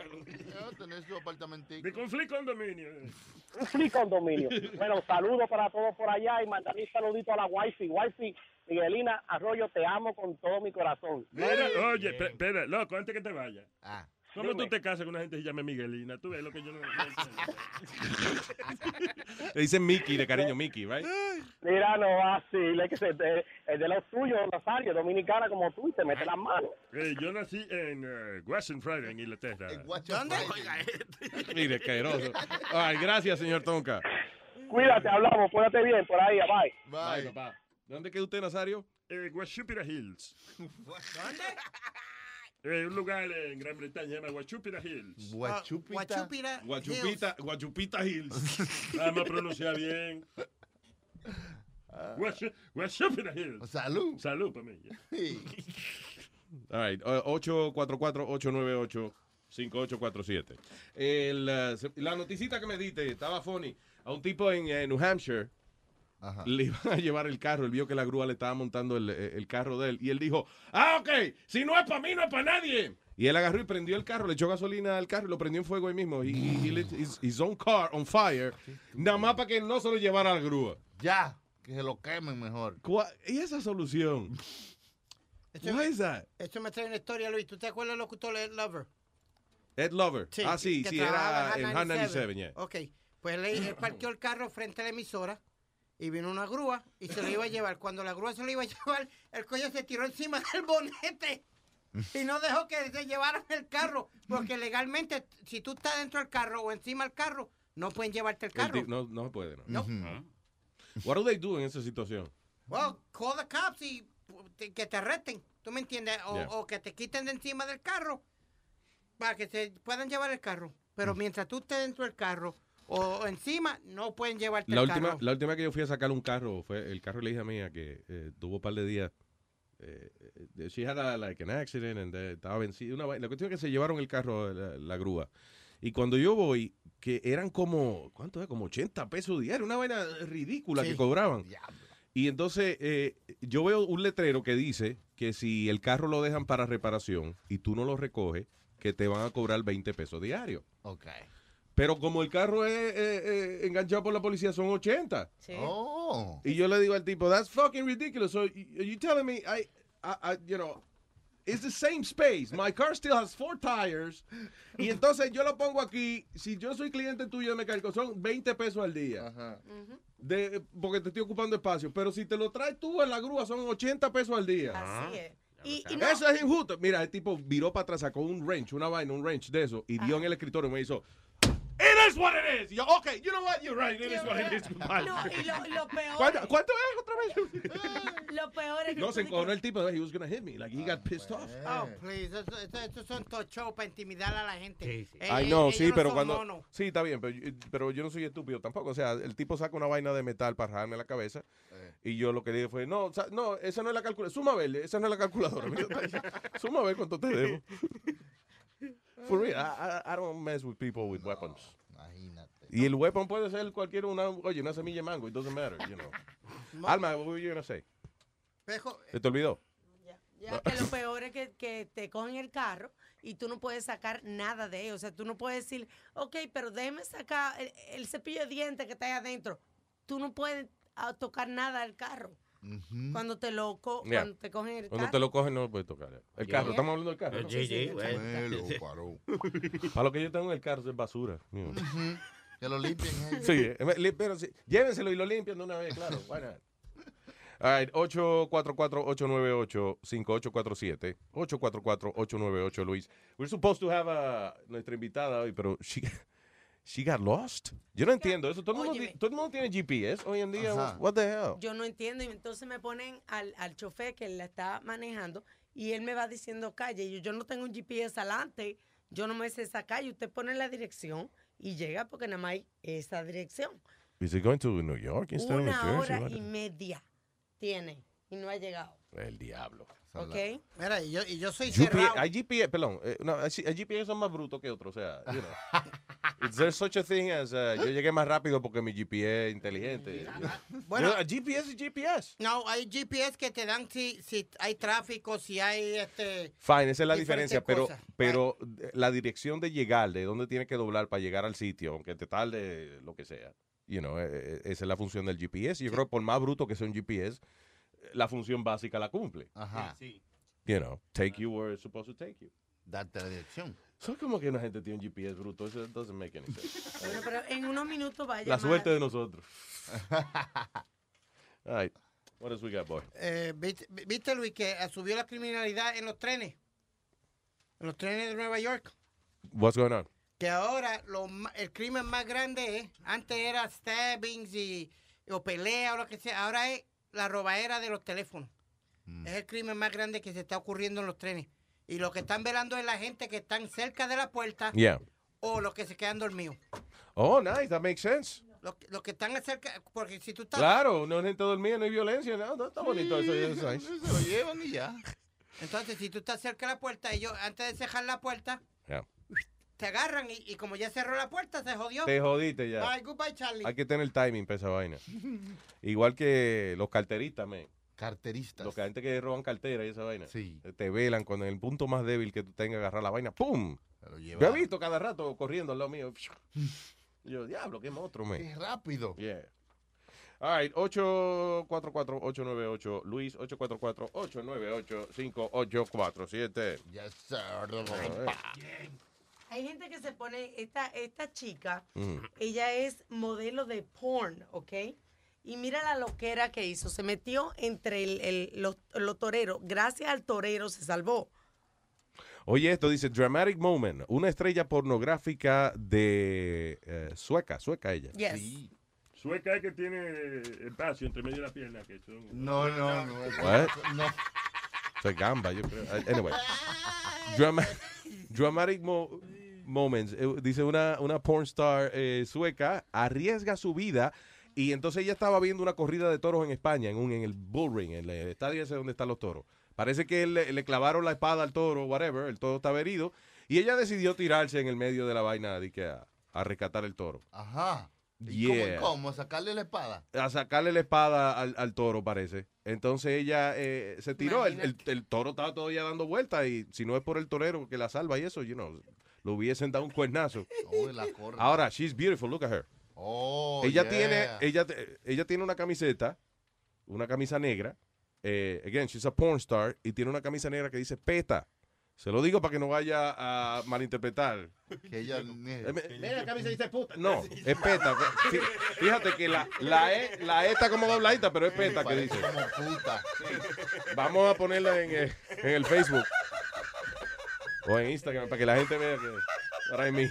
Tener su apartamentico. De conflicto condominio. Un free condominio. Bueno, saludos para todos por allá y mandar un saludito a la wifi. Wifi, Miguelina Arroyo, te amo con todo mi corazón. Mira, oye, pe- espera, loco, antes que te vaya. ¿Cómo Dime. tú te casas con una gente que se llama Miguelina? Tú ves lo que yo no. Le dicen Mickey, de cariño, Mickey, right? Mira, no así, es que se te- es de los tuyos, Rosario, dominicana como tú, y te mete las manos. Eh, yo nací en eh, Western Friday, en Inglaterra. ¿Dónde? este. Mire, asqueroso. Ay, gracias, señor Tonka. Cuídate, hablamos, cuídate bien por ahí, bye. Bye, papá. ¿Dónde queda usted, Nazario? Eh, Guachupira Hills. Eh, un lugar en Gran Bretaña se llama Guachupira Ah, Hills. Guachupita. Guachupira Guachupita, Guachupita Hills. Nada más pronuncia bien. Ah. Guachu- Guachupita Hills. Salud. Salud para mí. All right, eh, 844-898-5847. El, eh, se- la noticita que me diste estaba funny. A un tipo en eh, New Hampshire le iban a llevar el carro. Él vio que la grúa le estaba montando el, eh, el carro de él. Y él dijo, ah, ok, si no es para mí, no es para nadie. Y él agarró y prendió el carro, le echó gasolina al carro y lo prendió en fuego ahí mismo. He, he- he lit his, his own car on fire. Nada más para que no se lo llevara a la grúa. Ya, que se lo quemen mejor. ¿Y esa solución? Why is that? Esto me trae una historia, Luis. ¿Tú te acuerdas del locutor Ed Lover? Ed Lover. ah, sí, que sí, trabajaba era en Hot 97, yeah. Ok, pues él, él parqueó el carro frente a la emisora y vino una grúa y se lo iba a llevar. Cuando la grúa se lo iba a llevar, el coño se tiró encima del bonete y no dejó que se llevaran el carro. Porque legalmente, si tú estás dentro del carro o encima del carro, no pueden llevarte el El carro. di- no, no se puede, ¿no? No. What do they do en esa situación? Mm. Well, call the cops y te- que te arresten. ¿Tú me entiendes? O, Yeah. o que te quiten de encima del carro para que se puedan llevar el carro. Mm. Pero mientras tú estés dentro del carro o, o encima, no pueden llevarte La el última, carro. la última que yo fui a sacar un carro fue el carro de la hija mía que eh, tuvo un par de días. Eh, eh, she had a, like an accident and eh, estaba vencida. Una, vai- la cuestión es que se llevaron el carro, eh, la, la grúa. Y cuando yo voy, que eran como, ¿cuánto era? Como 80 pesos diarios, una vaina ridícula que cobraban. Y entonces eh, yo veo un letrero que dice que si el carro lo dejan para reparación y tú no lo recoges, que te van a cobrar 20 pesos diarios. Ok. Pero como el carro es eh, eh, enganchado por la policía, son 80. Oh. Y yo le digo al tipo, that's fucking ridiculous. So y- are you telling me, I, I, I- you know, it's the same space. My car still has four tires. Y entonces yo lo pongo aquí. Si yo soy cliente tuyo de mecánico, son 20 pesos al día. De, porque te estoy ocupando espacio. Pero si te lo traes tú en la grúa, son 80 pesos al día. Así Ah. es. Y, y no, Eso es injusto. Mira, el tipo viró para atrás, sacó un wrench, una vaina, un wrench de eso, y dio en el escritorio y me hizo, It is what it is. Yo, okay, you know what? You're right. It is what it is. Bye. no, y lo, lo peor. ¿Cuánto, cuánto es otra vez? Lo peor es que. No, tú se dices- encojonó el tipo. He was gonna hit me. Like, he got pissed off. Oh, please. Eso- eso- Estos son tochos para intimidar a la gente. Eh, Ay, eh, no, ellos sí, no pero son cuando... monos. Sí, está bien, pero, yo- pero yo no soy estúpido tampoco. O sea, el tipo saca una vaina de metal para rajarme la cabeza y yo lo que le dije fue, no, sa- no, esa no es la calculadora. Suma a ver, esa no es la calculadora. Suma a ver cuánto te debo. For real, I, I- I don't mess with people with weapons. Y el weapon puede ser cualquier una, oye, una semilla de mango, it doesn't matter, you know. Alma, what were you gonna say? ¿Se te olvidó? Ya que lo peor es que, que te cogen el carro y tú no puedes sacar nada de ellos. O sea, tú no puedes decir, ok, pero déjeme sacar el, el cepillo de dientes que está ahí adentro. Tú no puedes ah, tocar nada del carro. Cuando te lo co- Yeah. cuando te cogen el Mm. Cuando carro. te lo cogen no lo puedes tocar. El Yeah. carro, estamos hablando del carro. ¿no? Sí, sí, güey. Melo, paró. Para lo que yo tengo en el carro es basura. you know. Que lo limpien. eh. Sí, eh, li- pero sí, llévenselo y lo limpian de una vez, claro. Why not? All right, 844-898-5847. 844-898 Luis. We're supposed to have a, nuestra invitada hoy, pero she, she got lost. Yo no entiendo eso. Todo el, mundo, ti- todo el mundo tiene GPS hoy en día. Ajá. What the hell? Yo no entiendo. Y entonces me ponen al, al chofer que la está manejando y él me va diciendo calle. Y yo, yo no tengo un GPS adelante. Yo no me sé esa calle. Usted pone la dirección y llega porque nada más hay esa dirección. Is he going to New York instead of New Una Jersey? hora What- y media tiene y no ha llegado. El diablo. ¿Ok? Mira, y yo, y yo soy GPS, cerrado. hay GPS, perdón, eh, no, hay hay GPS son más brutos que otros, o sea, you know. Is there such a thing as, uh, yo llegué más rápido porque mi GPS es inteligente. Bueno. Yo- GPS es GPS. No, hay GPS que te dan si, si hay tráfico, si hay este... Fine, esa es la diferentes diferencia, pero, cosas. pero la dirección de llegar, de dónde tienes que doblar para llegar al sitio, aunque te tarde lo que sea, you know, eh, eh, esa es la función del GPS. Yo creo que por más bruto que sea un GPS, la función básica la cumple. Ajá. You know, take you where it's supposed to take you. Darte la dirección. Eso es como que una gente tiene un GPS bruto, eso doesn't make any sense. Eh, Bueno, pero en unos minutos va a La llamar. suerte de nosotros. All right. What else we got, boy? Eh, ¿viste, viste, Luis, que eh, subió la criminalidad en los trenes? En los trenes de Nueva York. What's going on? que ahora lo ma- el crimen más grande es, antes era stabbings y, o pelea o lo que sea, ahora es la robadera de los teléfonos. Mm. Es el crimen más grande que se está ocurriendo en los trenes. Y lo que están velando es la gente que están cerca de la puerta Yeah. o los que se quedan dormidos. Oh, nice, that makes sense. Los, los que están cerca, porque si tú estás... Claro, no hay gente dormida, no hay violencia, no, no, está bonito eso. eso es nice. Se lo llevan y ya. Entonces, si tú estás cerca de la puerta, ellos antes de cerrar la puerta, Yeah. te agarran y, y como ya cerró la puerta, se jodió. Te jodiste ya. Bye, goodbye, Charlie. Hay que tener timing para esa vaina. Igual que los carteristas, man. Carteristas. Los que gente que roban cartera y esa vaina. Sí. Te velan cuando en el punto más débil que tú tengas agarrar la vaina, ¡pum! Yo he visto cada rato corriendo al lado mío. Yo, diablo, qué monstruo, man. Qué rápido. Yeah. All right, 844-898, Luis, 844-898-5847. Yes, Hay gente que se pone, esta, esta chica, Ujú. ella es modelo de porn, ¿ok? Y mira la loquera que hizo. Se metió entre el, el- los, los toreros. Gracias al torero se salvó. Oye, esto dice Dramatic Moment, una estrella pornográfica de eh, Sueca, Sueca ella. Sueca es que tiene espacio entre medio de la pierna. Que son... No, no, no. What? No. Soy gamba, yo creo. Anyway. Drama- dramatic mo- Moments. Eh, Dice una, una porn star eh, sueca arriesga su vida y entonces ella estaba viendo una corrida de toros en España, en, un, en el bull ring, en el estadio ese donde están los toros. Parece que le, le clavaron la espada al toro, whatever, el toro estaba herido y ella decidió tirarse en el medio de la vaina di que a, a rescatar el toro. Ajá. Ah, ¿Y Yeah. cómo, cómo? ¿Sacarle la espada? A sacarle la espada al, al toro, parece. Entonces ella eh, se tiró. El, el- el toro estaba todavía dando vueltas y si no es por el torero que la salva y eso, you know, lo hubiesen dado un cuernazo. Uy, la corre. Ahora, she's beautiful, look at her. Oh, ella yeah. tiene ella te- ella tiene una camiseta, una camisa negra. Eh, again, she's a porn star y tiene una camisa negra que dice peta. Se lo digo para que no vaya a malinterpretar. Que ella... Eh, me- Mira, la camisa dice puta. No, es peta. Fí- Fíjate que la, la, E, la E está como dobladita, pero es peta que dice. Como puta. Vamos a ponerla en, eh, en el Facebook o en Instagram para que la gente vea que ahora es mí.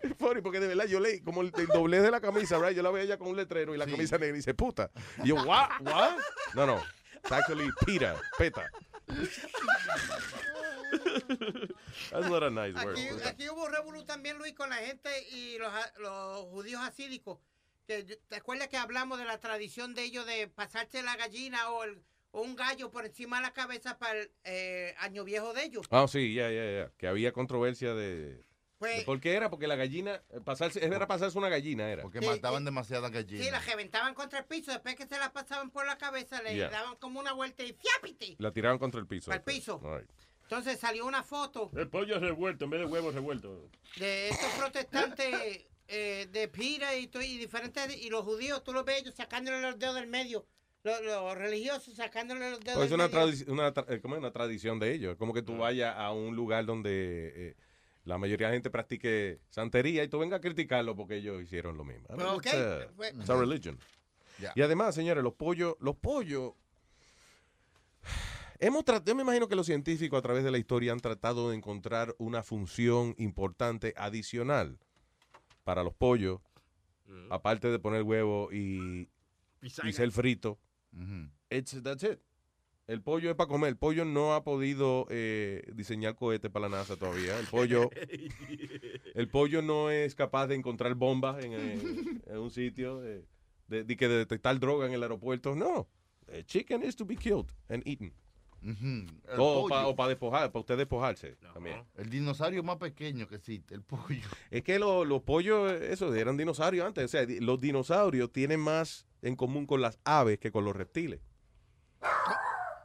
Es funny, porque de verdad yo leí como el, el doblez de la camisa, right? Yo la veía ya con un letrero y la camisa negra dice puta. Y yo, what? What? No, no. It's actually Peta, peta. That's not a nice word. Aquí, aquí hubo revolú también, Luis, con la gente y los, a- los judíos asídicos. Que, yo- ¿Te acuerdas que hablamos de la tradición de ellos de pasarse la gallina o, el- o un gallo por encima de la cabeza para el eh, año viejo de ellos? Ah, sí, ya, ya, ya. Que había controversia de. Pues- de ¿Por qué era? Porque la gallina. eh, Pasarse, era pasarse una gallina, era. Porque mataban demasiadas Sí, gallinas. las reventaban contra el piso, después que se la pasaban por la cabeza, le Yeah. daban como una vuelta y ¡fiapiti! La tiraban contra el piso. Al piso. All right. Entonces salió una foto El pollo revuelto en vez de huevos revueltos. de estos protestantes eh, de Pira y, to- y diferentes, y los judíos, tú los ves ellos sacándole los dedos del medio, los, los religiosos sacándole los dedos Pues es del Ah. una, medio. tradi- una tra- eh, ¿cómo es? una tradición de ellos. Es Como que tú vayas a un lugar donde eh, la mayoría de la gente practique santería y tú vengas a criticarlo porque ellos hicieron lo mismo. I mean, Ok, it's a- pues- it's a religion. Ya. Y además, señores, los pollos, los pollos. Hemos tratado, yo me imagino que los científicos a través de la historia han tratado de encontrar una función importante adicional para los pollos, aparte de poner huevo y, Pisaca. y ser frito. It's- that's it. El pollo es para comer. El pollo no ha podido eh, diseñar cohetes para la NASA todavía. El pollo, el pollo no es capaz de encontrar bombas en, eh, en un sitio, eh, de, de que de detectar droga en el aeropuerto. No. Eh, chicken is to be killed and eaten. El O, pollo. para despojar, para usted despojarse también. El dinosaurio más pequeño que existe, el pollo. Es que lo- los pollos, eh, eso, eran dinosaurios antes. O sea, di- los dinosaurios tienen más en común con las aves que con los reptiles.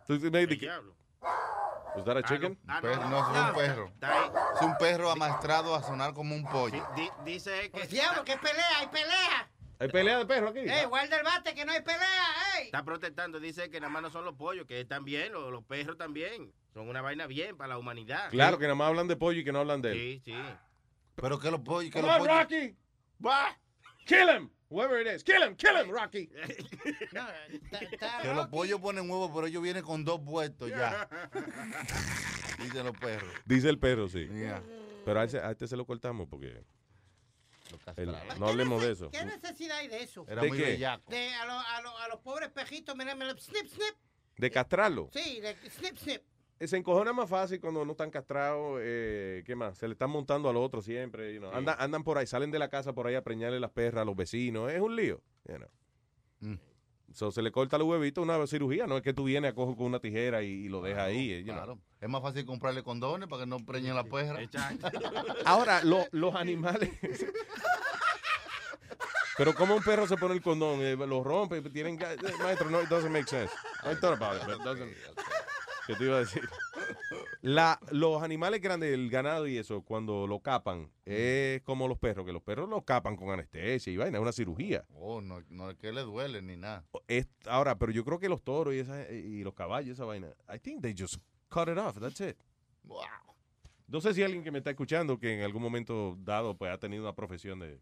¿Tú, tú me- de que- ¿Was that a chicken? Pues no, es un perro. Es un perro amastrado a sonar como un pollo. Dice él que. Diablo, que pelea, hay pelea. ¿Hay pelea de perro Eh, ¡Ey, guarda el bate que no hay pelea! ¡Ey! Está protestando, dice que nada más no son los pollos, que también, los, los perros también. Son una vaina bien para la ah, humanidad. Claro, que nada más hablan de pollo y que no hablan de él. Sí, sí. Pero que los pollos, que Come los on, pollos. Rocky. Bah. Kill him. Whoever it is. Kill him, kill Eh. him, Rocky. Ah, Que los pollos ponen huevos, pero ellos vienen con dos puestos ya. Dicen los perros. Dice el perro, sí. Yeah. Pero a, ese- a este se lo cortamos porque. el- ¿Qué no hablemos nece- de eso. ¿Qué necesidad hay de eso? Era ¿De muy qué? bellaco. De, a, los- a los- a los pobres pejitos, mira, mira, snip, snip. De castrarlo. Sí, de, snip, snip. Eh, Se encojona más fácil cuando no están castrados. Eh, ¿Qué más? Se le están montando al otro siempre. you know. Anda- andan por ahí, salen de la casa por ahí a preñarle las perras a los vecinos. Es un lío. you know. Mm. So, se le corta los huevitos una cirugía. No es que tú vienes a cojo con una tijera y, y lo dejas ahí. eh, you know. Claro. Es más fácil comprarle condones para que no preñen la perra. Ahora, lo- los animales. Pero como un perro se pone el condón, Eh, lo rompe, tienen ga- eh, maestro, no, it doesn't make sense. I thought about it, but it doesn't- ¿Qué te iba a decir? La- los animales grandes, el ganado y eso, cuando lo capan, es como los perros, que los perros lo capan con anestesia y vaina, es una cirugía. Oh, no, no es que le duele ni nada. Es- ahora, pero yo creo que los toros y, esa- y los caballos, esa vaina, I think they just cut it off, that's it. Wow. No sé si alguien que me está escuchando que en algún momento dado pues ha tenido una profesión de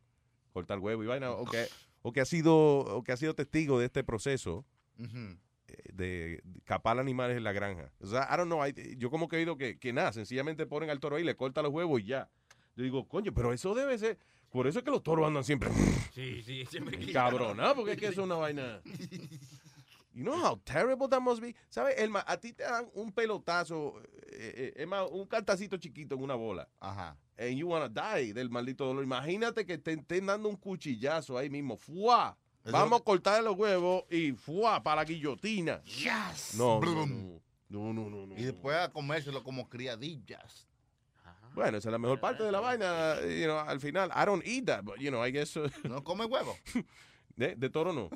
cortar huevo y vaina o que, o que ha sido o que ha sido testigo de este proceso Ujú. eh, de capar animales en la granja. O sea, I don't know, I- yo como que he oído que, que nada, sencillamente ponen al toro ahí, le cortan los huevos y ya. Yo digo, coño, pero eso debe ser, por eso es que los toros andan siempre Sí, sí, siempre cabrón, ¿no? Porque es que eso es una vaina. You know how terrible that must be. ¿Sabes, Elma? A ti te dan un pelotazo, eh, eh, es más, un cantacito chiquito en una bola. Ajá. And you wanna die del maldito dolor. Imagínate que te estén dando un cuchillazo ahí mismo. ¡Fua! Vamos a cortar los huevos y ¡fua! Para la guillotina. Yes. No, no, Brum. no. No, no, no, no. Y después a comérselo como criadillas. Bueno, esa es la mejor parte de la vaina, you know, al final. I don't eat that, but, you know, I guess... uh, ¿No come huevo? De, de toro no.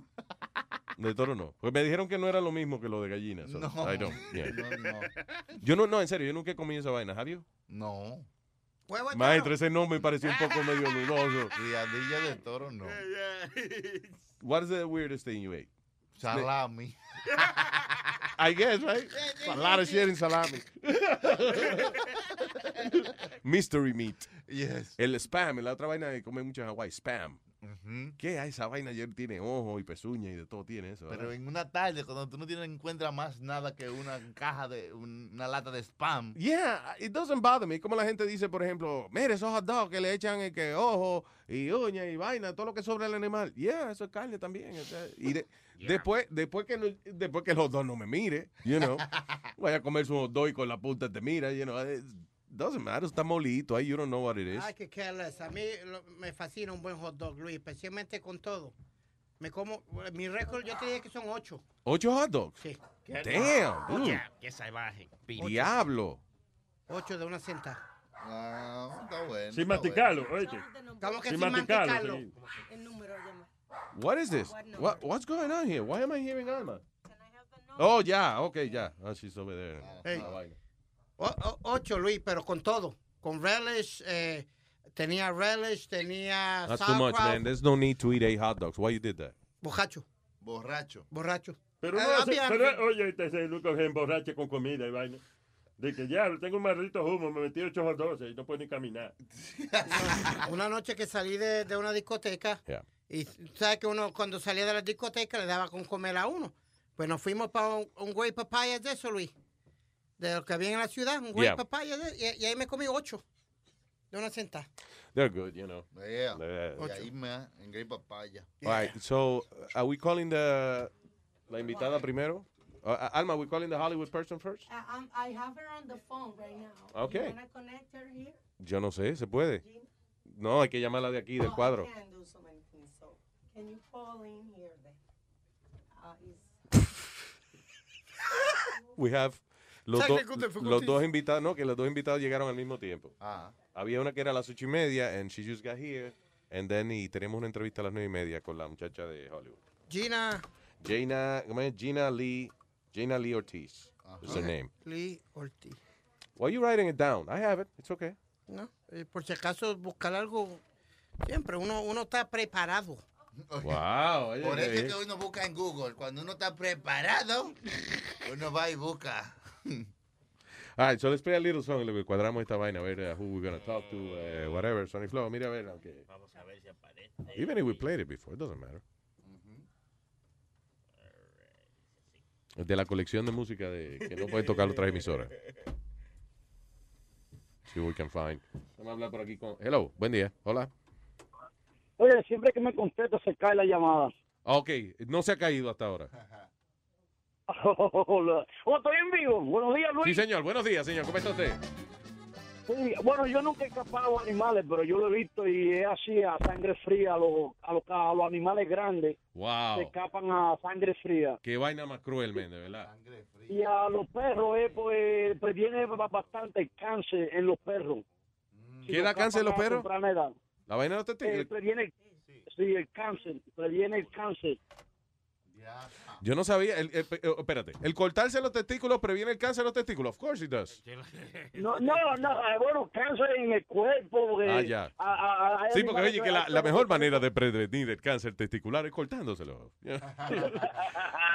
De toro no. Porque me dijeron que no era lo mismo que lo de gallina. so No. I don't, yeah. No, no. Yo no, no, en serio, yo nunca he comido esa vaina, ¿Have you? No. Maestro, ese nombre me pareció un poco medio dudoso. Criadilla de toro, no. What is the weirdest thing you ate? Salami. I guess, right? A lot of shit in salami. Mystery meat. Yes. El spam, la otra vaina que come mucho en Hawái, spam. ¿Qué? Ah, Esa vaina ayer tiene ojo y pezuña y de todo tiene eso. Pero ¿verdad? en una tarde, cuando tú no tienes, encuentras más nada que una caja de, un- una lata de spam. Yeah, it doesn't bother me. Como la gente dice, por ejemplo, mire esos hot dogs que le echan el que ojo y uña y vaina, todo lo que sobra el animal. Yeah, eso es carne también. o sea, y de- después, después que no- después que el hot dog no me mire, you know, vaya a comer su hot dog y con la punta te mira, you know, it doesn't matter, está molito, ahí you don't know what it is. Ay, que careless. A mí lo- me fascina un buen hot dog, Luis, especialmente con todo. Me como, mi récord yo te dije que son ocho. Ocho hot dogs. Sí. Damn, dude. Qué salvaje. Diablo. Ocho de una sentada. Wow, Ah, está bueno. Sin masticarlo, oíste. ¿Cómo que Sin sin masticarlo, masticarlo? sí. El número llama. What is this? What, what's going on here? Why am I hearing Alma? Oh, yeah, okay, yeah. Oh, she's over there. Hey. La vaina. O- o- ocho, Luis, pero con todo. Con relish, eh, tenía relish, tenía That's too much, man. There's no need to eat eight hot dogs. Why you did that? Borracho. Borracho. Borracho. Pero, Ah, Eh, no hace- había- pero, oye, este se educa, se emborracha con comida y vaina. De que ya, tengo un maldito humo, me metí 8 o 12 y no puedo ni caminar. Una noche que salí de, de una discoteca Yeah. y sabes que uno cuando salía de la discoteca le daba con comer a uno. Pues nos fuimos para un, un güey papaya de eso, Luis. De lo que había en la ciudad, un güey Yeah. papaya de- y, y ahí me comí ocho. De una sentada. They're good, you know. Yeah. They're- Y ahí me engreí papaya. All right, so uh, are we calling the la invitada primero? Uh, uh, Alma, we calling the Hollywood person first? I, I'm- I have her on the phone right now. Okay. You wanna connect her here? Yo no sé, ¿se puede? No, hay que llamarla de aquí, del Oh, cuadro. I can do so many things, so can you call in here then? Uh, is- We have los, dos Technical difficulties. los dos invitados, no, que los dos invitados llegaron al mismo tiempo. Ah. Había una que era a las ocho y media, and she just got here, and then y tenemos una entrevista a las nueve y media con la muchacha de Hollywood. Gina Gina, ¿cómo es? Gina Lee, Gina Lee Ortiz is her name. Lee Ortiz. Why you writing it down? I have it. It's okay. ¿no? Eh, por si acaso buscar algo. Siempre uno, uno está preparado. Wow. oye, Por eso oye. es que uno busca en Google. Cuando uno está preparado, uno va y busca. All right, so let's play a little song. Le cuadramos esta vaina, a ver uh, who we're going to talk to, uh, whatever, Sonny Flow. Mira, a ver, aunque. Vamos a ver si aparece. Even if we played it before, it doesn't matter. De la colección de música de, que no pueden tocar otras emisoras. See what we can find. Vamos a hablar por aquí con. Hello, buen día. Hola. Oye, siempre que me contesta se cae la llamada. Ah, ok, no se ha caído hasta ahora. Hola. Oh, estoy en vivo. Buenos días, Luis. Sí, señor. Buenos días, señor. ¿Cómo está usted? Sí, Bueno, yo nunca he escapado a animales, pero yo lo he visto y es así a sangre fría. A los, a los, a los animales grandes se Wow. escapan a sangre fría. Qué vaina más cruel, men, de verdad. Y a los perros, eh, pues, previene ba- bastante cáncer en los perros. ¿Qué da cáncer en los escapan a perros? temprana edad. La vaina no te Eh, previene, sí, el cáncer. Previene el cáncer. Yo no sabía. el- el- eh, espérate. El cortarse los testículos previene el cáncer de los testículos. Of course it does. No, no, no, eh, bueno, cáncer en el cuerpo. porque Ah, ya. a- a- a- hay Sí, porque animales oye, que- que la, la mejor manera de prevenir el cáncer testicular es cortándoselo. Yeah.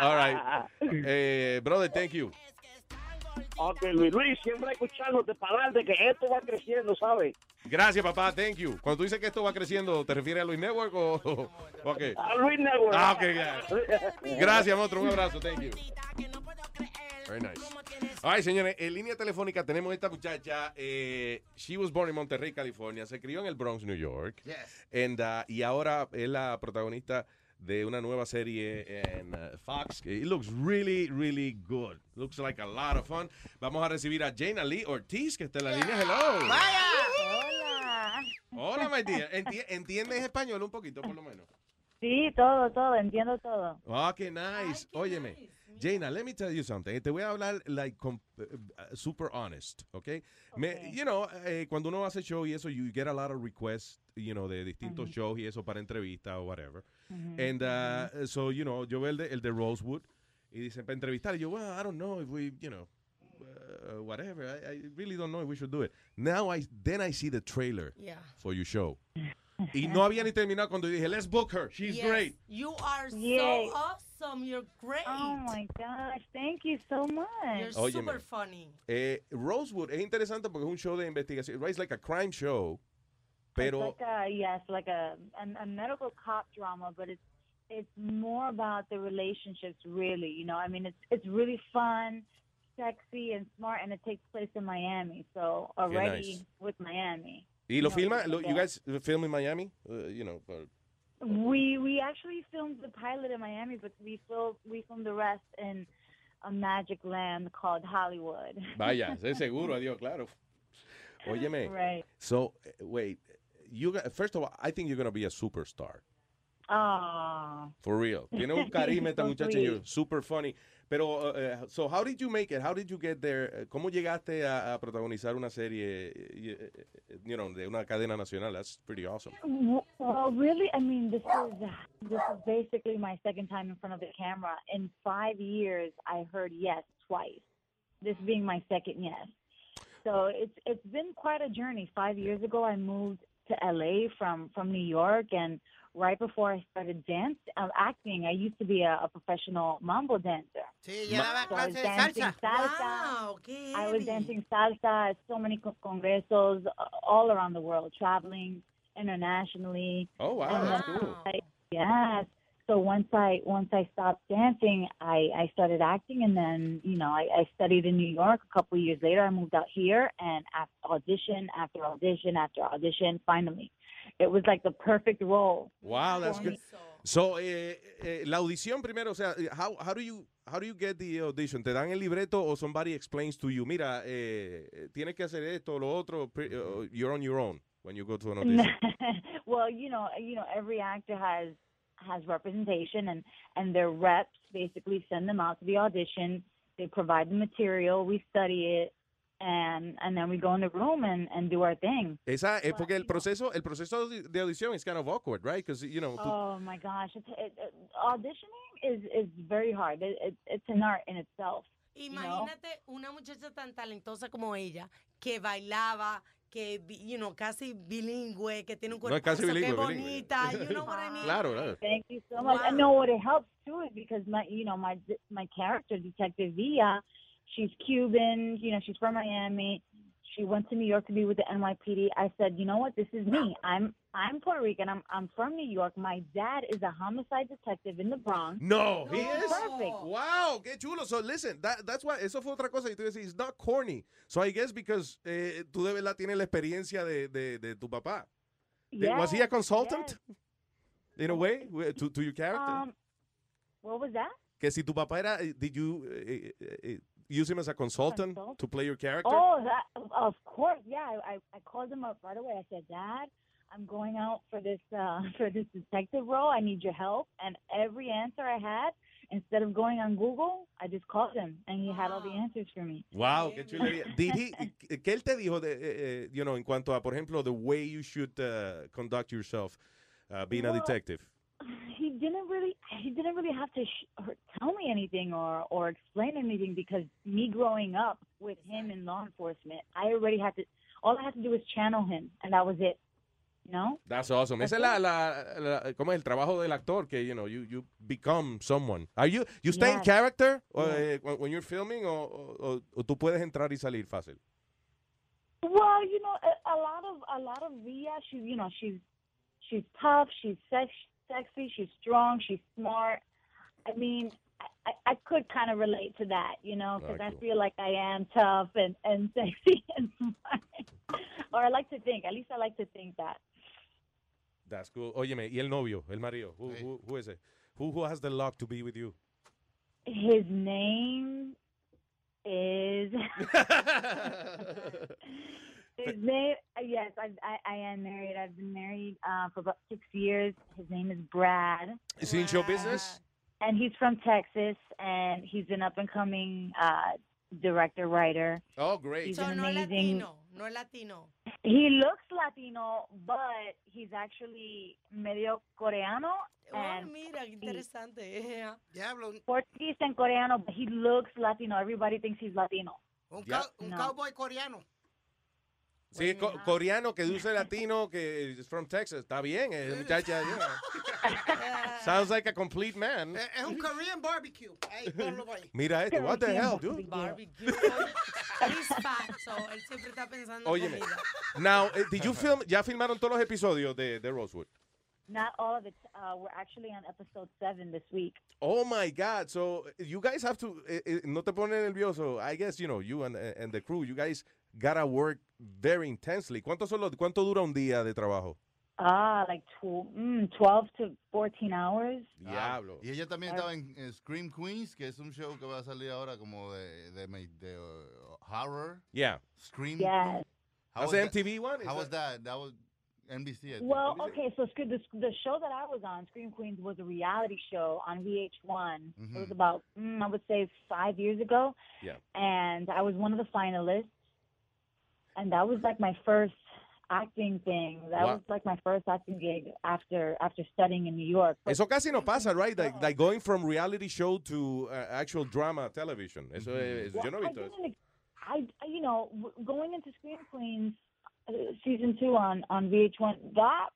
All right. Eh, brother, thank you. Ok, Luis, Luis, siempre escuchándote para adelante, que esto va creciendo, ¿sabes? Gracias, papá. Thank you. Cuando tú dices que esto va creciendo, ¿te refieres a Luis Network o...? o- o qué? A Luis Network. Ah, ok, ya. Gracias, monstruo. Un abrazo. Thank you. Very nice. All right, señores. En línea telefónica tenemos esta muchacha. eh, she was born in Monterrey, California. Se crió en el Bronx, New York. Yes. And, uh, y ahora es la protagonista de una nueva serie en uh, Fox. It looks really, really good. Looks like a lot of fun. Vamos a recibir a Jaina Lee Ortiz, que está en la línea. Hello. Hola. Hola, my dear. Enti- ¿Entiendes español un poquito, por lo menos? Sí, todo, todo, entiendo todo. Ah, qué nice. Óyeme, Jaina, let me tell you something. Te voy a hablar like com- eh, eh, super honest, okay? Me, you know, eh, cuando uno hace show y eso, you get a lot of requests, you know, de distintos shows y eso para entrevistas o whatever. Ujú. And uh, so, you know, yo veo el de, el de Rosewood y dicen para entrevistar. Y yo, well, I don't know if we, you know, uh, whatever. I, I really don't know if we should do it. Now I, then I see the trailer Yeah. for your show. Y no había ni terminado cuando dije, let's book her. She's Yes, great. You are Yay. so awesome. You're great. Oh my gosh, thank you so much. You're Óyeme. super funny. Eh, Rosewood es interesante porque es un show de investigación. Right, It's like a crime show, pero it's like a, yes, like a, a a medical cop drama, but it's it's more about the relationships, really. You know, I mean, it's it's really fun, sexy, and smart, and it takes place in Miami, so already nice. with Miami. y lo No, filma. it's lo- okay. you guys film in Miami, Uh, you know. uh, We we actually filmed the pilot in Miami, but we filmed we filmed the rest in a magic land called Hollywood. vaya, sé seguro, adiós, claro. Óyeme. Right. So eh, wait, you got- first of all, I think you're gonna be a superstar Oh. for real. Tiene un carisma esta So muchacha, you're sweet. super funny. Pero, eh, eh, so how did you make it? How did you get there? Eh, ¿Cómo llegaste a, a protagonizar una serie, eh, y, eh, eh, you know, de una cadena nacional? That's pretty awesome. W- Well, really, I mean, this is this is basically my second time in front of the camera. In five years, I heard yes twice. This being my second yes. So it's it's been quite a journey. Five years ago, I moved to LA from from New York, and right before I started dance um, acting, I used to be a, a professional mambo dancer. ella daba So I was clases de dancing salsa. salsa. Wow, qué I was heavy. dancing salsa at so many co- congresos uh, all around the world, traveling internationally. Oh wow, And that's then cool. I- yes. So once I once I stopped dancing, I, I started acting, and then you know I, I studied in New York. A couple of years later, I moved out here, and after audition after audition after audition, finally, it was like the perfect role. Wow, that's good. So, eh, eh, la audición primero, o sea, eh, how, how do you how do you get the audition? ¿Te dan el libreto o somebody explains to you? Mira, eh, eh, tienes que hacer esto o lo otro. pre- uh, you're on your own when you go to an audition. well, you know, you know, every actor has has representation, and and their reps basically send them out to the audition. They provide the material, we study it, and and then we go in the room and and do our thing. Esa es porque el proceso el proceso de de audición es kind of awkward, right? Because you know, tú- Oh my gosh, it's, it, it, auditioning is is very hard. It, it, it's an art in itself. you know? Imagínate una muchacha tan talentosa como ella, que bailaba, que, bi- you know, casi bilingüe, que tiene No, un cuerpo es casi que bilingüe, bilingüe. bonita, you know what I mean? claro, claro. Thank you so much. I Wow. know what it helps too is because my, you know, my my character, Detective Villa, she's Cuban. You know, she's from Miami. She went to New York to be with the NYPD. I said, you know what, this is me. I'm I'm Puerto Rican. I'm I'm from New York. My dad is a homicide detective in the Bronx. No, he No. is. Perfect. Wow, qué chulo. So listen, that- that's why eso fue otra cosa que tú decís, it's not corny. So I guess because eh, tú de verdad tienes la experiencia de, de, de tu papá. De- was he a Yes, consultant in a way we- to, to your character? Um, what was that? que si tu papá era, eh, did you eh, eh, eh, use him as a consultant Consult- to play your character? Oh, that, of course, yeah. I, I, I called him up right away. I said, Dad, I'm going out for this uh, for this detective role. I need your help. And every answer I had, instead of going on Google, I just called him, and he had all the answers for me. Wow, qué chulería. Did he- eh, ¿Qué él te dijo, de, eh, eh, you know, en cuanto a, por ejemplo, the way you should uh, conduct yourself uh, being a Well, detective? He didn't really he didn't really have to sh- or tell me anything or or explain anything because me growing up with him in law enforcement, I already had to. All I had to do was channel him, and that was it. You know. That's awesome. Esa es la, la, la- ¿cómo es el trabajo del actor? Que, you know, you, you become someone. Are you, you stay in Yes. character o, eh, when, when you're filming o, o- o- o tú puedes entrar y salir fácil? Well, you know, a, a lot of a lot of Via, she you know she's she's tough, she's sex, sexy, she's strong, she's smart. I mean, I, I I could kind of relate to that, you know, because I feel like I am tough and and sexy and smart, or I like to think. At least I like to think that. That's cool. Óyeme, ¿y el novio, el marido? Who, who, who is it? Who, who has the luck to be with you? His name is. His name, yes, I, I I am married. I've been married uh, for about six years. His name is Brad. Is he in show business? and he's from Texas, and he's an up and coming uh, director writer. Oh, He's So, an no es amazing. latino, no es latino. He looks Latino, but he's actually medio coreano Oh, and mira, qué interesante. Diablo. Portuguese and coreano, but he looks Latino. Everybody thinks he's Latino. Ya- Un No. cowboy coreano. Sí, co- coreano que dice latino, que is from Texas. Está bien, eh, muchacha. you know. Sounds like a complete man. Eh, Es un Korean barbecue. Ahí, ponlo por ahí. Mira este, what the hell, dude? Barbecue. He's fat, so él siempre está pensando en Óyeme. comida. Now, eh, did you film, ya filmaron todos los episodios de, de Rosewood. Not all of it. Uh, we're actually on episode seven this week. Oh my God. So, you guys have to, eh, eh, no te pone nervioso. I guess, you know, you and, eh, and the crew, you guys gotta work very intensely. ¿Cuánto, son los- cuánto dura un día de trabajo? Ah, like tw- mm, 12 to 14 hours. Diablo. Y ella también estaba en eh, Scream Queens, que es un show que va a salir ahora como de, de, me- de, uh, horror. Yeah. Scream. Yes. That's How was the that- MTV one? Is How that- was that? That was NBC. I think. Well, okay, so sc- the, the show that I was on, Scream Queens, was a reality show on VH1. It was Mhm. about, mm, I would say, five years ago. Yeah. And I was one of the finalists. And that was like my first acting thing. That Wow. was like my first acting gig after after studying in New York. But Eso casi no pasa, right? Like, like going from reality show to uh, actual drama television. Eso es, Well, yo no he I visto eso. didn't ex- I, I- you know, w- going into Scream Queens uh, season two on on VH1, that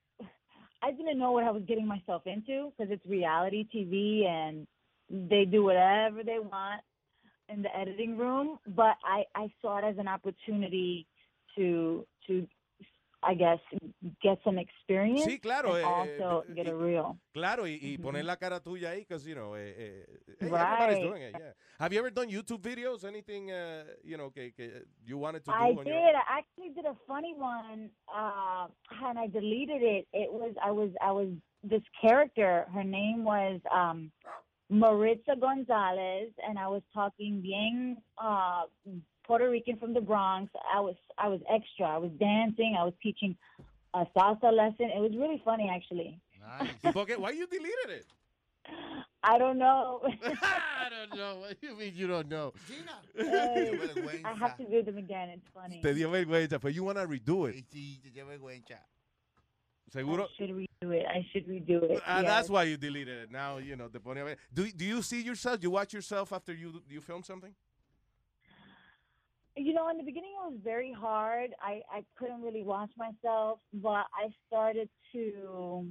I didn't know what I was getting myself into because it's reality TV and they do whatever they want in the editing room. But I I saw it as an opportunity to to I guess get some experience Sí, claro, and eh, also get a real. Claro, y, y poner la cara tuya ahí, because, you know, eh, eh, eh, everybody's Right. doing it, yeah. Have you ever done YouTube videos? Anything, uh, you know, que, que you wanted to do I on did. your I actually did a funny one, uh, and I deleted it. It was I was I was this character. Her name was um, Maritza Gonzalez, and I was talking bien uh, Puerto Rican from the Bronx. I was I was extra. I was dancing. I was teaching a salsa lesson. It was really funny, actually. ¿Y por qué? Why you deleted it? I don't know. I don't know. What do you mean you don't know? I have to do them again. It's funny. Te dio vergüenza, but you want to redo it. Seguro. should redo it. I should redo it. Ah, yes. That's why you deleted it. Now, you know, te pone a ver. Do, do you see yourself? Do you watch yourself after you, you film something? You know, in the beginning, it was very hard. I, I couldn't really watch myself, but I started to.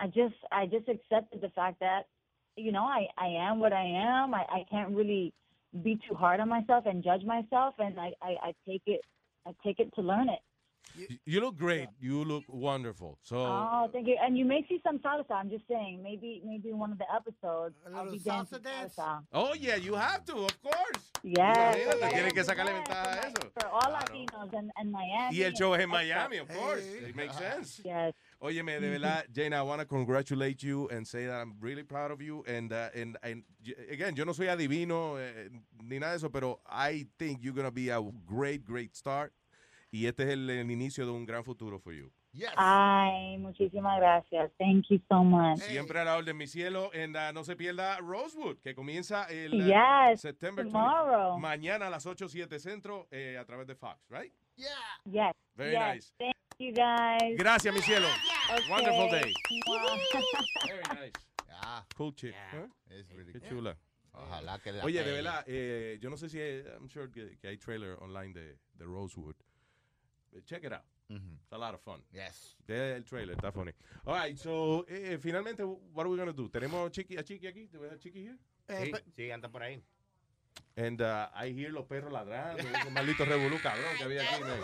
I just I just accepted the fact that, you know, I, I am what I am. I, I can't really be too hard on myself and judge myself, and I, I, I take it I take it to learn it. You, you look great. You look wonderful. So Oh, thank you. And you may see some salsa. I'm just saying, maybe maybe in one of the episodes, I'll be dancing salsa. Oh, yeah, you have to, of course. Yes. Imagínate, yes, Tienes que sacarle yes, ventaja a eso. For all Claro. Latinos and, and Miami. Y el show es en and- Miami, of course. It makes sense. Yes. Óyeme, de verdad, Jane, I want to congratulate you and say that I'm really proud of you. And, uh, and, and y- again, yo no soy adivino eh, ni nada de eso, pero I think you're going to be a great, great star. Y este es el, el inicio de un gran futuro for you. Ay, muchísimas gracias. Thank you so much. Siempre a la orden, mi cielo. And, uh, no se pierda Rosewood, que comienza el uh, Yes, September 20. tomorrow. Mañana a las 8, 7 centro eh, a través de Fox, right? Yes. Very yes. nice. Thank you guys. Gracias, mi cielo. Okay. Wonderful day. Wow. Very nice. Ah. Cool chick. huh? Qué chula. Eh, Ojalá que la Oye, de pegue. verdad, eh, yo no sé si hay- I'm sure que, que hay trailer online de, de Rosewood. Eh, Check it out. Mm-hmm. Ujú. It's a lot of fun. Yes. Ve el trailer, está funny. All right, so, eh, finalmente, what are we going to do? ¿Tenemos Chiqui, a Chiqui aquí? ¿Te voy a Chiqui here? Sí, sí, anda por ahí. And uh, I hear los perros ladrando. ese maldito revolú, cabrón, que había aquí. man.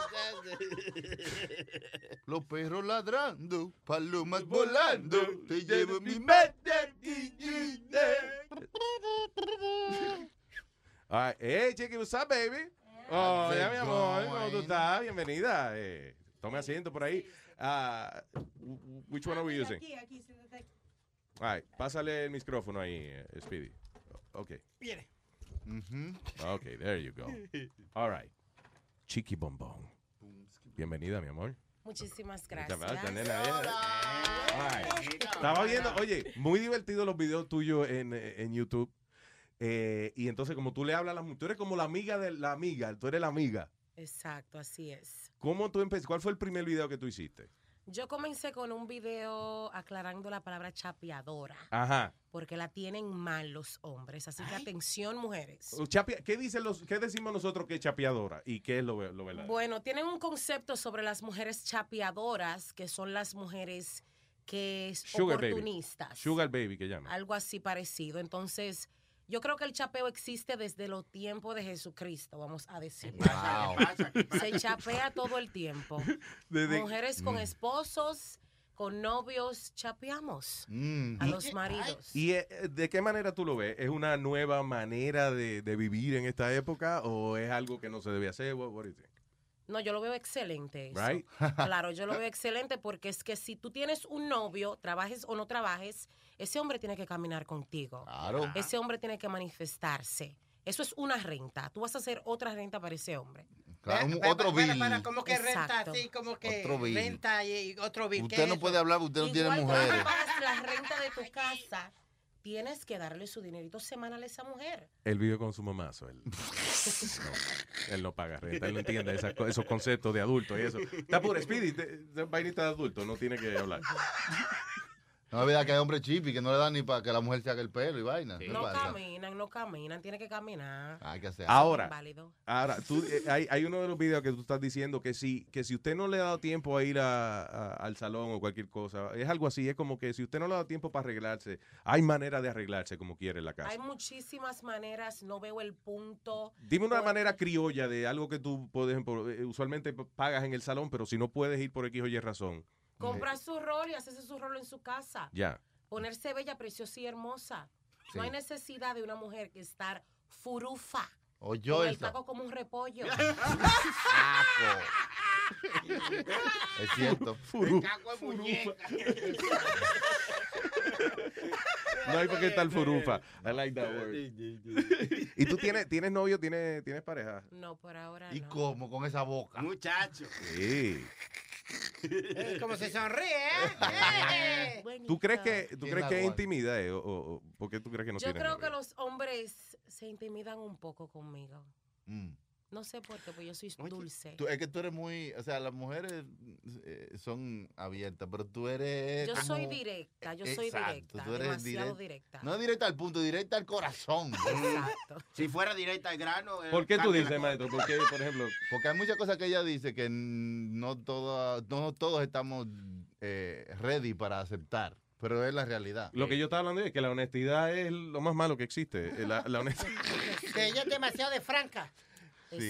Los perros ladrando, palomas volando, te llevo mi mente. Eh. All right. Hey, Chiqui, what's up, baby? Oh, ya, mi amor, ¿cómo tú estás? Bienvenida. Eh, tome asiento por ahí. Ah, w- which one are we using? Aquí, aquí, siéntate aquí. All right, pásale el micrófono ahí, eh, Speedy. Okay. Viene. Mm-hmm. Okay, there you go. All right. Chiqui Bombón. Bienvenida, mi amor. Muchísimas Muchas gracias. gracias, eh. nena. All right. Estaba viendo, oye, muy divertido los videos tuyos en, eh, en YouTube. Eh, y entonces, como tú le hablas a las mujeres, tú eres como la amiga de la amiga, tú eres la amiga. Exacto, así es. ¿Cómo tú empezaste? ¿Cuál fue el primer video que tú hiciste? Yo comencé con un video aclarando la palabra chapeadora, Ajá. porque la tienen mal los hombres. Así que atención, mujeres. Chapea- ¿Qué, dicen los, ¿Qué decimos nosotros que es chapeadora? ¿Y qué es lo, ve- lo verdadero? Bueno, tienen un concepto sobre las mujeres chapeadoras, que son las mujeres que es Sugar baby. oportunistas. Ah, Sugar baby que llama. Algo así parecido. Entonces, yo creo que el chapeo existe desde los tiempos de Jesucristo, vamos a decir. Se chapea todo el tiempo. Desde- Mujeres con Mm. esposos, con novios, chapeamos Mm. a los maridos. ¿Y eh, de qué manera tú lo ves? ¿Es una nueva manera de, de vivir en esta época o es algo que no se debe hacer? What, what do you think? No, yo lo veo excelente. eso. Right? Claro, yo lo veo excelente porque es que si tú tienes un novio, trabajes o no trabajes, ese hombre tiene que caminar contigo. Claro. Ese hombre tiene que manifestarse. Eso es una renta. Tú vas a hacer otra renta para ese hombre. Claro, un- otro bill. Como que renta, Exacto. así, como que Otro bill. renta y y otro bill. Usted no puede hablar, usted no tiene Igual cuando mujeres. pagas la renta de tu casa, tienes que darle su dinerito semanal a esa mujer. Él vive con su mamá, so él, no, él no paga renta, él no entiende esas co- esos conceptos de adulto y eso. Está pura, Speedy, te- te- vainita de adulto, no tiene que hablar. No es verdad que hay hombre chipi que no le dan ni para que la mujer se haga el pelo y vaina. ¿Qué No pasa? Ah, caminan, no caminan, tiene que caminar. Hay que hacer. Ahora, Válido. ahora tú, eh, hay, hay uno de los videos que tú estás diciendo que si, que si usted no le ha dado tiempo a ir a- a- al salón o cualquier cosa, es algo así, es como que si usted no le ha dado tiempo para arreglarse, hay manera de arreglarse como quiere en la casa. Hay muchísimas maneras, no veo el punto. Dime una manera criolla de algo que tú puedes, por- eh, usualmente p- pagas en el salón, pero si no puedes ir por X o Y razón, Comprar su rol y hacerse su rol en su casa. ya. Ponerse bella, preciosa y hermosa. Sí. No hay necesidad de una mujer que estar furufa. O con yo el esa. taco como un repollo. Es cierto. Furu- No hay por qué estar furufa. I like that word. ¿Y tú tienes, tienes novio, tienes, tienes pareja? No, por ahora ¿Y cómo? Con esa boca. Muchacho. Sí. Eh, como se sonríe, ¿eh? Eh. ¿Tú crees que, tú Qué crees que es nagual. intimida? eh, o, o- o por qué tú crees que no Yo tienes creo novio? que los hombres se intimidan un poco conmigo. Mm. No sé por qué, pues yo soy dulce. Tú- es que tú eres muy, o sea, las mujeres eh, son abiertas, pero tú eres Yo como- soy directa, yo soy Exacto, directa, tú eres demasiado direct- directa. No directa al punto, directa al corazón. Exacto. Si fuera directa al grano. eh, ¿Por qué tú cambia dices, la cosa. maestro? ¿Por qué, por ejemplo? Porque hay muchas cosas que ella dice que no, toda, no todos estamos eh, ready para aceptar, pero es la realidad. Lo que yo estaba hablando es que la honestidad es lo más malo que existe. eh, La, la honestidad. Que ella es demasiado de franca. ¿Cuál es-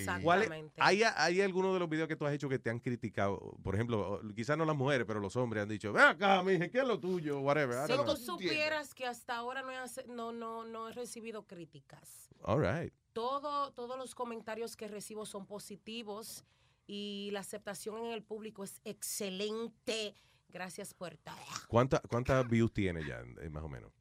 Exactamente. ¿Hay, ¿Hay alguno de los videos que tú has hecho que te han criticado? Por ejemplo, quizás no las mujeres, pero los hombres han dicho, ven acá, mije, ¿qué es lo tuyo? Whatever. I Si don't tú know. supieras que hasta ahora no he, ace- no, no, no he recibido críticas. All right. Todo, todos los comentarios que recibo son positivos y la aceptación en el público es excelente. Gracias, Puerta. ¿Cuánta- ¿Cuántas views tiene ya, eh, más o menos?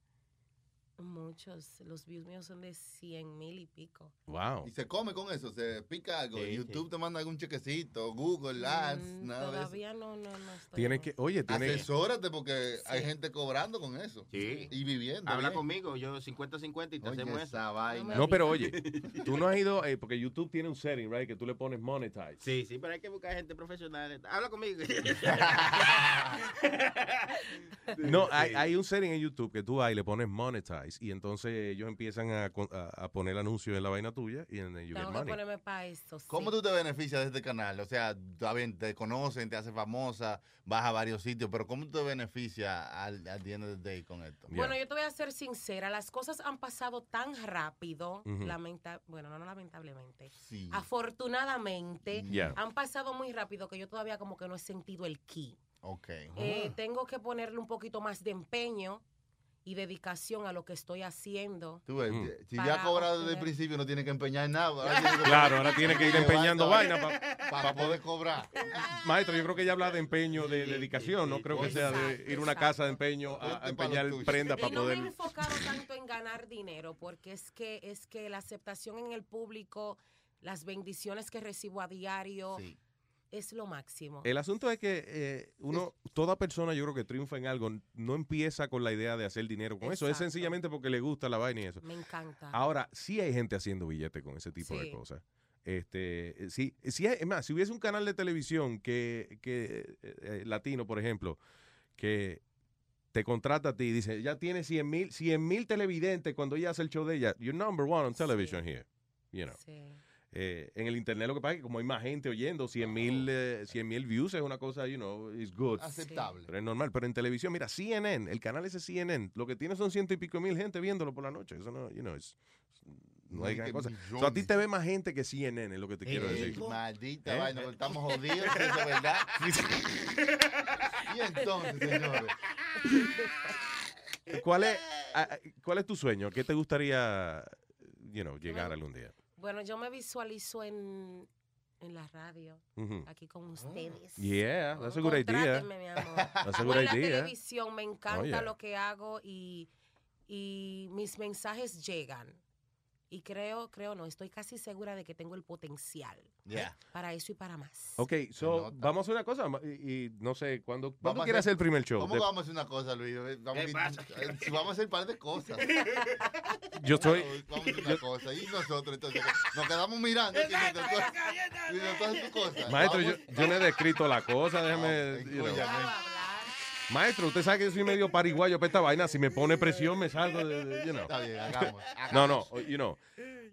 Muchos. Los views míos son de 100 mil y pico. Wow. Y se come con eso, se pica algo. YouTube te manda algún chequecito, Google Ads, nada de eso. Todavía no, no, no estoy. Tiene que, oye, tiene Asesórate porque hay gente cobrando con eso. Sí. Y viviendo. Habla bien. conmigo, yo 50-50 y te Oye, hacemos esa eso. vaina. No, pero oye, tú no has ido, eh, porque YouTube tiene un setting, right, que tú le pones monetize. Sí, sí, pero hay que buscar gente profesional. Habla conmigo. No, hay, hay un setting en YouTube que tú vas y le pones monetize y entonces ellos empiezan a, con- a- a poner anuncios en la vaina tuya y en el you get Tengo que money. ponerme para esto. ¿Cómo tú te beneficias de este canal? O sea, está bien, te conocen, te haces famosa, vas a varios sitios, pero ¿cómo tú te beneficias al, al the end of the day con esto? Bueno, yo te voy a ser sincera, las cosas han pasado tan rápido, Ujú. lamenta- bueno, no, no lamentablemente, Sí. afortunadamente, Yeah. han pasado muy rápido que yo todavía como que no he sentido el ki. Ok. Ah. Ah. Eh, tengo que ponerle un poquito más de empeño y dedicación a lo que estoy haciendo. Tú ves, si ya Para ha cobrado desde el obtener- principio, no tiene que empeñar en nada. ahora tiene que- Claro, ahora tiene que ir empeñando vaina para para poder cobrar. Maestro, yo creo que ella habla de empeño, de dedicación. No creo que sea de ir a una casa de empeño a, a empeñar prenda Y para no poder. me he enfocado tanto en ganar dinero, porque es que, es que la aceptación en el público, las bendiciones que recibo a diario, es lo máximo. El asunto es que eh, uno, toda persona, yo creo que triunfa en algo, no empieza con la idea de hacer dinero con eso. Es Exacto. sencillamente porque le gusta la vaina y eso. Me encanta. Ahora, sí hay gente haciendo billete con ese tipo de Sí. cosas. Este, eh, sí, eh, sí hay- es más, si hubiese un canal de televisión que, que eh, eh, latino, por ejemplo, que te contrata a ti y dice, ya tiene 100 mil, 100 mil televidentes cuando ella hace el show de ella, you're number one on television here, you know. Eh, en el internet lo que pasa es que como hay más gente oyendo, 100 mil eh, 100 mil views es una cosa, you know, is good. Aceptable. Pero es normal. Pero en televisión, mira, CNN, el canal ese CNN, lo que tiene son ciento y pico mil gente viéndolo por la noche. Eso no, you know, it's- no hay No, gran que cosa. millones. O sea, a ti te ve más gente que CNN, es lo que te quiero Ey, decir. Eh, Maldita ¿Eh? vaina, pero estamos jodidos, eso es verdad. y entonces, señores. ¿Cuál es, a- a- ¿Cuál es tu sueño? ¿A ¿Qué te gustaría, you know, llegar algún día? Bueno, yo me visualizo en, en la radio, Ujú. Ah. aquí con ustedes. Yeah, that's a good idea. Contrátenme, mi amor. That's a O good en la idea. televisión, me encanta Oh, yeah. lo que hago y, y mis mensajes llegan. Y creo, creo no, estoy casi segura de que tengo el potencial Yeah. para eso y para más. ¿Eh? Ok, so, vamos a hacer una cosa ma- y, y no sé, ¿cuándo, ¿cuándo a quieres hacer hacer- el primer show? ¿Cómo De- vamos a hacer una cosa, Luis? Eh, Vamos, ¿Qué a- pasa? vamos a hacer un par de cosas. Yo estoy- Vamos a hacer una yo- cosa. Y nosotros, entonces, nos quedamos mirando. Y nosotros, y nosotros haciendo cosas. Maestro, yo, Vamos- yo no he descrito la cosa, déjame... you know. Maestro, usted sabe que yo soy medio pariguayo para esta vaina. Si me pone presión, me salgo de... de- you know. Está bien, hagamos, hagamos. No, no, you know.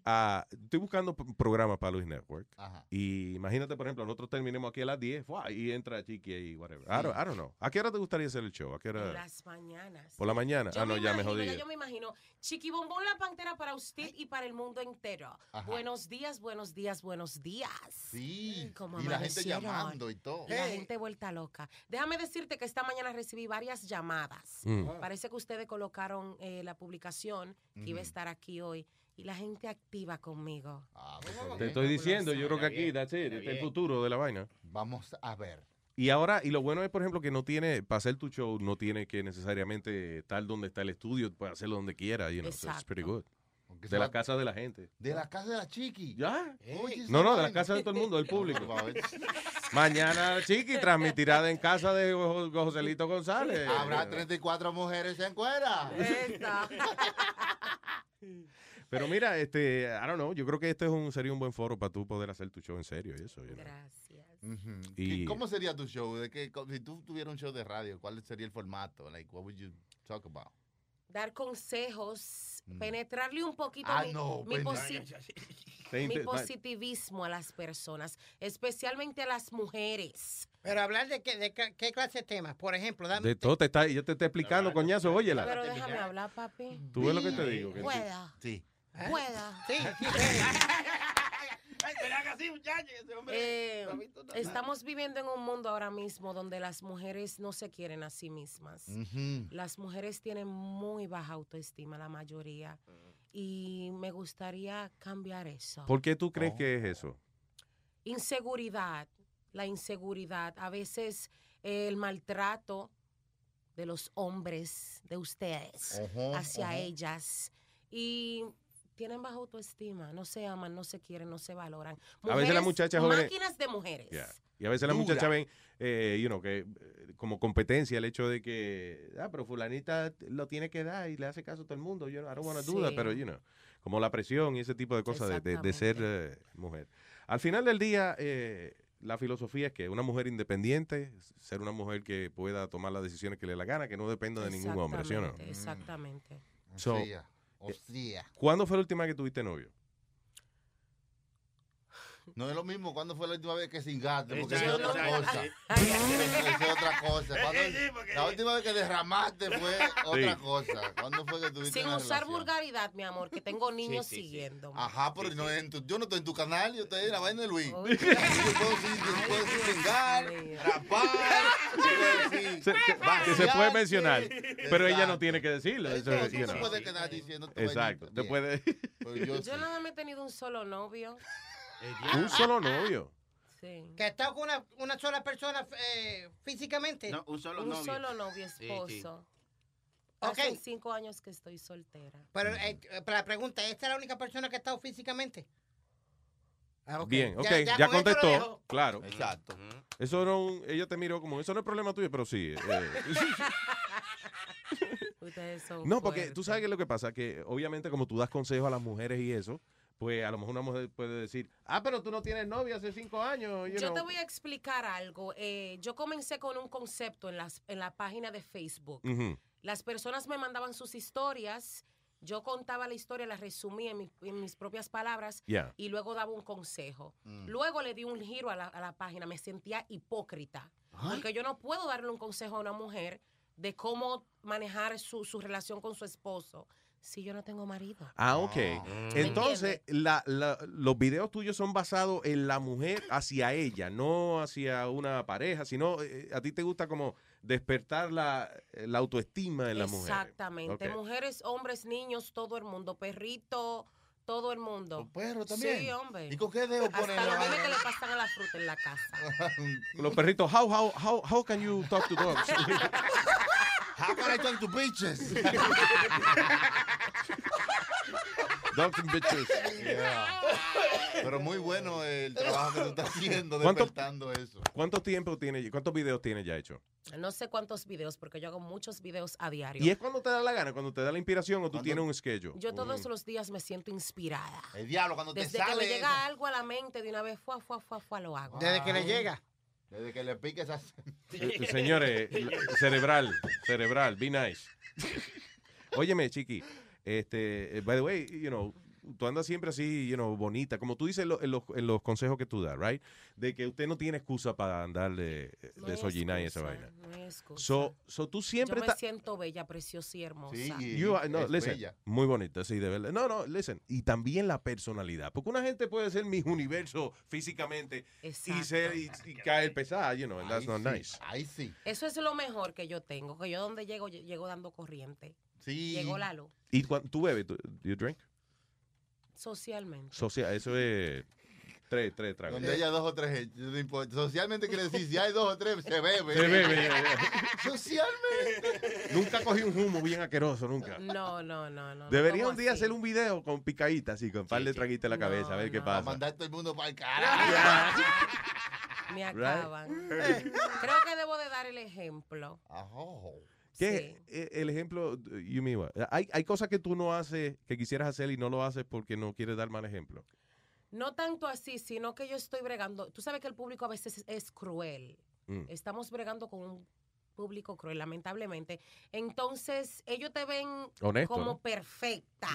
ah, estoy buscando p- programas para Luis Network. Ajá. Y imagínate, por ejemplo, nosotros terminemos aquí a las 10 ¡fua! y entra Chiqui y whatever. I, don't, Sí. I don't know. ¿A qué hora te gustaría hacer el show? ¿A qué Por hora? las mañanas. Por la mañana. Yo ah, no, ya me imagino, jodí. Yo me imagino. Chiquibombón la pantera para usted y para el mundo entero. Ajá. Buenos días, buenos días, buenos días. Sí. Como y la gente amanecieron. llamando y todo. La gente vuelta loca. Déjame decirte que esta mañana recibí varias llamadas. Mm. Parece que ustedes colocaron eh, la publicación que iba a Ujú. estar aquí hoy y la gente activa conmigo. Ah, pues, Te estoy diciendo, yo creo que aquí, that's it, ¿eh? está este es el bien. futuro de la vaina. Vamos a ver. Y ahora, y lo bueno es, por ejemplo, que no tiene, para hacer tu show, no tiene que necesariamente estar donde está el estudio, puede hacerlo donde quiera, you know, so it's Exacto. pretty good. Aunque De sea- la casa de la gente. De la casa de la chiqui. ¿Ya? Oye, esa No, no, de la vaina. casa de todo el mundo, del público. Va a ver. Mañana, chiqui, transmitirá en casa de Jo- Joselito González. Habrá 34 mujeres en cuera. Pero mira, este, I don't know, yo creo que este es un, sería un buen foro para tú poder hacer tu show en serio y eso. you know. Ujú. Y- ¿Y ¿Cómo sería tu show? ¿De qué, co- si tú tuvieras un show de radio, ¿cuál sería el formato? Like, what would you talk about? Dar consejos, Mm. penetrarle un poquito Ah, mi, no, mi pene- posi- mi positivismo a las personas, especialmente a las mujeres. Pero hablar de qué, de qué- qué clase de temas. Por ejemplo, dame. De todo te está, yo te estoy explicando, coñazo, óyela. Pero Déjame hablar, papi. ¿Eh? Tú ves lo que te digo. que tú- Pueda, Sí. pueda. Sí. Ay, pero haga así, muchacho. Ese hombre. Eh, no ha visto nada. estamos viviendo en un mundo ahora mismo donde las mujeres no se quieren a sí mismas. Mm. Ujú. Las mujeres tienen muy baja autoestima, la mayoría. Mm. Y me gustaría cambiar eso. ¿Por qué tú crees Oh. Oh. que es eso? Inseguridad, la inseguridad, a veces eh, el maltrato de los hombres, de ustedes, Ujú, hacia ujú. ellas. Y tienen baja autoestima, no se aman, no se quieren, no se valoran. A veces las muchachas jóvenes- Máquinas de mujeres. Yeah. Y a veces las Dura. muchachas ven, eh, you know, que eh, como competencia el hecho de que, ah, pero fulanita lo tiene que dar y le hace caso a todo el mundo. Yo I don't wanna do that", Sí. pero, you know, como la presión y ese tipo de cosas de, de- de ser eh, mujer. Al final del día, eh, la filosofía es que una mujer independiente, ser una mujer que pueda tomar las decisiones que le dé la gana, que no dependa de ningún hombre, ¿sí o no? Mm. Exactamente, Exactamente. So, eh, Hostia, hostia. ¿Cuándo fue la última vez que tuviste novio? No es lo mismo cuando fue la última vez que cingaste, porque Exacto, eso es otra exacto, cosa. sí. Eso es otra cosa. Eh, Cuando- eh, sí, porque- La última vez que derramaste fue otra Sí. cosa. ¿Cuándo fue que tuviste Sin una usar relación? vulgaridad, mi amor, que tengo niños sí, sí. siguiendo. Ajá, pero no es en tu- yo no estoy en tu canal, yo estoy en la vaina de Luis. Yo puedo decir- yo puedo decir cingar, rapar, yo puedo decir Se- que, que se puede vaciarte. mencionar, pero ella no Exacto. tiene que decirlo. eso, No, tú you no know. puedes quedar diciendo tu Pues Exacto, vainita te puede- Pues yo Yo nada más he tenido un solo novio. Un solo novio. Sí. Que ha estado con una, una sola persona eh, físicamente. No, un solo un novio. solo novio Sí, sí. esposo. Ok. Hace cinco años que estoy soltera. Pero eh, eh, la pregunta, ¿esta es la única persona que ha estado físicamente? Bien, Ya- ok, ya, ya con eso lo contestó. dejo. Claro. Exacto. Eso no, un- ella te miró como, eso no es problema tuyo, pero sí. eh, Ustedes son no, porque fuertes. tú sabes que lo que pasa, que obviamente como tú das consejos a las mujeres y eso, pues a lo mejor una mujer puede decir, ah, pero tú no tienes novio hace cinco años. you Yo te know. voy a explicar algo. Eh, yo comencé con un concepto en, las, en la página de Facebook. Ujú. Las personas me mandaban sus historias. Yo contaba la historia, la resumía en, mi- en mis propias palabras Yeah. y luego daba un consejo. Mm. Luego le di un giro a la, a la página. Me sentía hipócrita. Porque yo no puedo darle un consejo a una mujer de cómo manejar su, su relación con su esposo si yo no tengo marido. Ah, ok. Mm. ¿Me Entonces, la- la- los videos tuyos son basados en la mujer hacia ella, no hacia una pareja, sino eh, a ti te gusta como despertar la, eh, la autoestima en la mujer. Exactamente. Ok. Mujeres, hombres, niños, todo el mundo. Perrito, todo el mundo. Perro también. Sí, hombre. ¿Y con qué dedo ponen Hasta la los bebés vaina? que le pasan a la fruta en la casa. Los perritos, how, how, how, how can you talk to dogs? How can I talk to bitches? dogs and bitches. Pero muy bueno el trabajo que tú estás haciendo ¿Cuánto- despertando eso. ¿Cuánto tiempo tiene, cuántos videos tiene ya hecho? No sé cuántos videos, porque yo hago muchos videos a diario. ¿Y es cuando te da la gana, cuando te da la inspiración o tú tienes un schedule? Yo todos Un- los días me siento inspirada. El diablo, cuando Desde te que sale. me llega eso. algo a la mente de una vez, fua, fua, fua, fua, lo hago. Desde que le piques a... Eh, eh, Señores, la- cerebral, cerebral, be nice. Óyeme, chiqui, este, eh, by the way, you know, tú andas siempre así, you know, bonita, como tú dices en, lo- en los, en los consejos que tú das, right? De que usted no tiene excusa para andar de, No de hay sollina y esa excusa, vaina. no hay excusa. So, so tú siempre yo me estás... siento bella, preciosa y hermosa. You are- no, es listen, bella. muy bonita, sí, de verdad. No, no, listen. Y también la personalidad. Porque una gente puede ser mis universo físicamente y, ser, y, y caer pesada, you know, and that's Ahí not sí, nice. Ahí sí. Eso es lo mejor que yo tengo, que yo donde llego, lle- llego dando corriente. Sí. Llegó la luz, ¿Y cuando tú bebes, tú- you drink? socialmente. Social, eso es tres, tres tragos. Donde haya dos o tres, eh, no importa. Socialmente quiere decir, si hay dos o tres, se bebe. Se bebe, ya, ya. Socialmente. Nunca cogí un humo bien asqueroso, nunca. No, no, no, no. Debería no un día hacer un video con picadita, así, con un par de traguitos en la cabeza, a ver qué Para pasa. mandar todo el mundo para el carajo. tomo Ah, así, Me Right. acaban. Creo que debo de dar el ejemplo. ¿Qué? Eh, El ejemplo, you mean what? Hay, hay cosas que tú no haces, que quisieras hacer y no lo haces porque no quieres dar mal ejemplo. No tanto así, sino que yo estoy bregando. Tú sabes que el público a veces es, es cruel. Mm. Estamos bregando con un público cruel, lamentablemente. Entonces, ellos te ven Honesto, como ¿no? perfecta.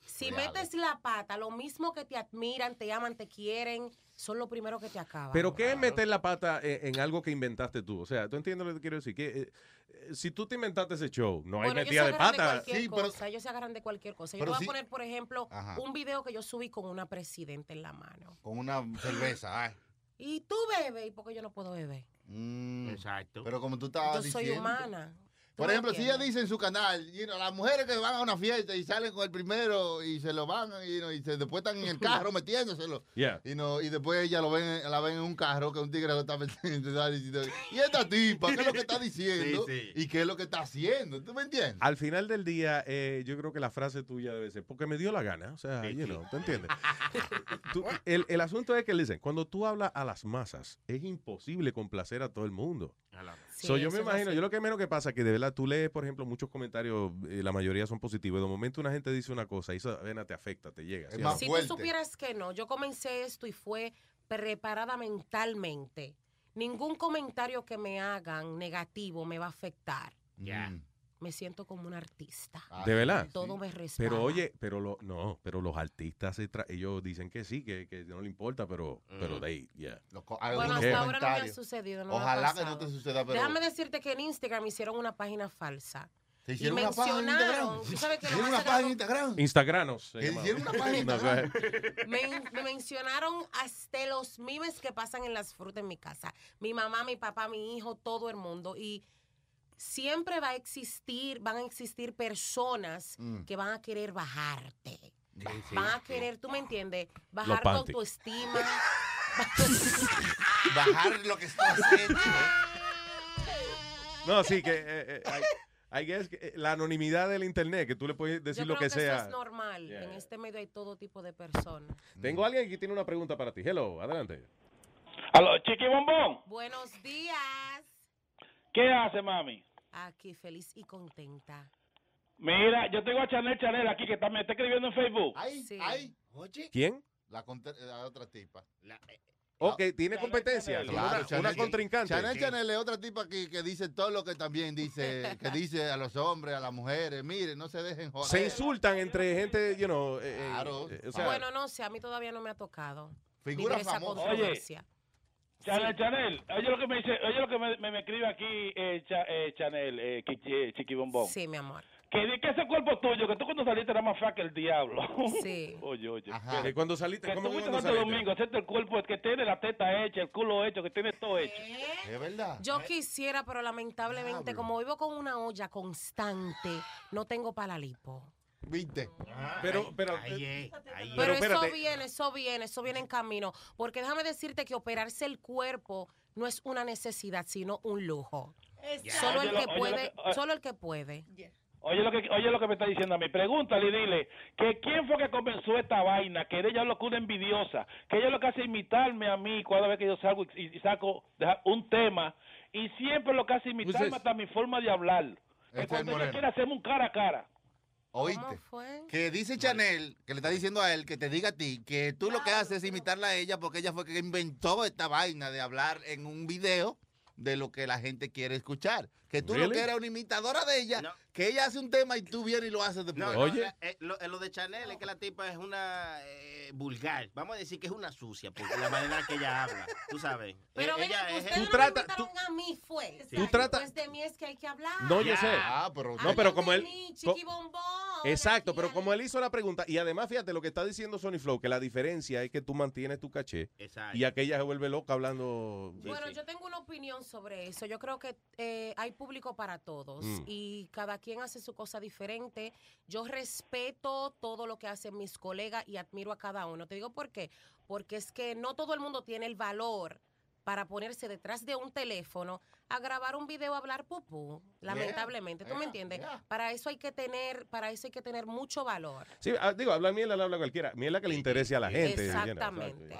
Si Cuidado. metes la pata, lo mismo que te admiran, te aman, te quieren, son lo primero que te acaban. Pero ¿qué es meter la pata eh, en, en algo que inventaste tú? O sea, ¿tú entiendes lo que quiero decir? Que, eh, eh, si tú te inventaste ese show, no hay Bueno, metida de ellos se agarran pata. cualquier cosa, Ellos se agarran de cualquier cosa. Yo pero te voy sí- a poner, por ejemplo, Ajá. un video que yo subí con una presidenta en la mano. Con una cerveza, ay. Y tú bebes, ¿y por qué yo no puedo beber? Exacto. Mm. Pero como tú estabas Yo soy Ah, diciendo. humana. Por ¿Tú me ejemplo, si ella entiendes? dice en su canal, you know, las mujeres que van a una fiesta y salen con el primero y se lo van you know, y se, después están en el carro metiéndoselo. Yeah. Y, no, y después ella lo ven, la ven en un carro que un tigre lo está metiendo. y está diciendo, Y esta tipa, ¿qué es lo que está diciendo? Sí, ¿Y qué es lo que está haciendo? ¿Tú me entiendes? Al final del día, eh, yo creo que la frase tuya debe ser, porque me dio la gana. O sea, you know, ¿tú entiendes? Tú- el, el asunto es que, dicen, cuando tú hablas a las masas, es imposible complacer a todo el mundo. Sí, So, yo eso me es imagino, yo lo que menos que pasa es que de verdad tú lees, por ejemplo, muchos comentarios, eh, la mayoría son positivos. De momento una gente dice una cosa y esa vena te afecta, te llega. ¿sí o no? si tú supieras que no, yo comencé esto y fue preparada mentalmente. Ningún comentario que me hagan negativo me va a afectar. Mm. Me siento como un artista. Ah, De verdad. Todo me respalda. Pero oye, pero lo, no, pero los artistas se tra- ellos dicen que sí, que, que no le importa, pero pero they, yeah. Mm. Bueno, hasta ahora no me ha ah, comentarios. sucedido. no me ha Ojalá que no pasado. te suceda, pero- Déjame decirte que en Instagram hicieron una página falsa. ¿Te Y hicieron una página en mencionaron, Instagram? tú sabes que lo ¿Hicieron más una sagrado- página en Instagram? Instagranos. se Que llamaba. hicieron una página. No, go ahead. me, me mencionaron hasta los mimes que pasan en las frutas en mi casa. Mi mamá, mi papá, mi hijo, todo el mundo. Y siempre va a existir, van a existir personas Mm. que van a querer bajarte. van a querer, tú me entiendes, bajar tu panties. autoestima. Bajar lo que está haciendo. No, sí, que eh, eh, I- I guess que, eh, la anonimidad del internet, que tú le puedes decir Yo lo creo que, Eso sea. es normal. En este medio hay todo tipo de personas. Tengo alguien que tiene una pregunta para ti. Hello, adelante. Aló, Chiqui Bombón. Buenos días. ¿Qué hace, mami? Aquí feliz y contenta. Mira, yo tengo a Chanel Chanel aquí que también está escribiendo en Facebook. Ay, ay. ¿Quién? La, contra- la otra tipa. Ok, tiene competencia. Claro, una, Chanel- una contrincante. Chanel Chanel es otra tipa que, que dice todo lo que también dice, que dice a los hombres, a las mujeres, miren, no se dejen joder. Se insultan entre gente, you know. eh, eh, eh, o sea, bueno, no sé, a mí todavía no me ha tocado. Figura vivir esa famosa. controversia. Chanel Chanel, oye lo que me dice, oye lo que me, me- me escribe aquí eh, Cha- eh, Chanel, eh, Ki- eh, Chiqui Bombón. Sí, mi amor. Que, di- que ese cuerpo tuyo, que tú cuando saliste era más fea que el diablo. Sí. oye, oye. Que cuando saliste, que ¿cómo tú que fuiste cuando Santo saliste? Domingo, excepto el cuerpo que tiene la teta hecha, el culo hecho, que tiene todo hecho. Es verdad. Yo quisiera, pero lamentablemente, como vivo con una olla constante, no tengo para la lipo. ¿Viste? Ah, Pero, pero. Pero, eso viene, eso viene, eso viene en camino. Porque déjame decirte que operarse el cuerpo no es una necesidad, sino un lujo. Este, Solo el Oye, que lo- oye, puede, lo que- solo el que puede. Oye lo que oye lo que me está diciendo a mí. Pregúntale y dile que quién fue que comenzó esta vaina, que ella es lo que una envidiosa, que ella lo que hace es imitarme a mí cada vez que yo salgo y, y saco deja- un tema y siempre lo que hace es Este imitarme hasta mi forma de hablar. Que cuando ella Moreno. quiere hacerme un cara a cara. ¿Oíste? fue? Que dice Chanel, que le está diciendo a él, que te diga a ti, que tú lo que haces es imitarla a ella porque ella fue que inventó esta vaina de hablar en un video de lo que la gente quiere escuchar. Que tú lo Really? que eres una imitadora de ella, que ella hace un tema y tú vienes y lo haces después. No, no, la- eh, lo, eh, lo de Chanel es que la tipa es una eh, vulgar. Vamos a decir que es una sucia, porque la manera que ella habla, tú sabes. Pero Eh, mira, ella es- ustedes no me invitaron a mí, fue. Tú trata- Pues de mí es que hay que hablar. No, yo sé. no, pero como él. co- Chiqui bombón. Exacto, pero como él hizo la pregunta, y además fíjate lo que está diciendo Sony Flow, que la diferencia es que tú mantienes tu caché Exacto. y aquella se vuelve loca hablando. eh, Bueno, yo tengo una opinión sobre eso. Yo creo que eh, hay público para todos Mm. y cada quien hace su cosa diferente. Yo respeto todo lo que hacen mis colegas y admiro a cada uno. Te digo por qué. Porque es que no todo el mundo tiene el valor para ponerse detrás de un teléfono a grabar un video a hablar pupú, Yeah, lamentablemente, ¿tú me yeah, entiendes? Para eso hay que tener, para eso hay que tener mucho valor. Sí, ah, digo, habla mierda, la habla cualquiera. Mierda que le interese a la gente. you know, Exactamente.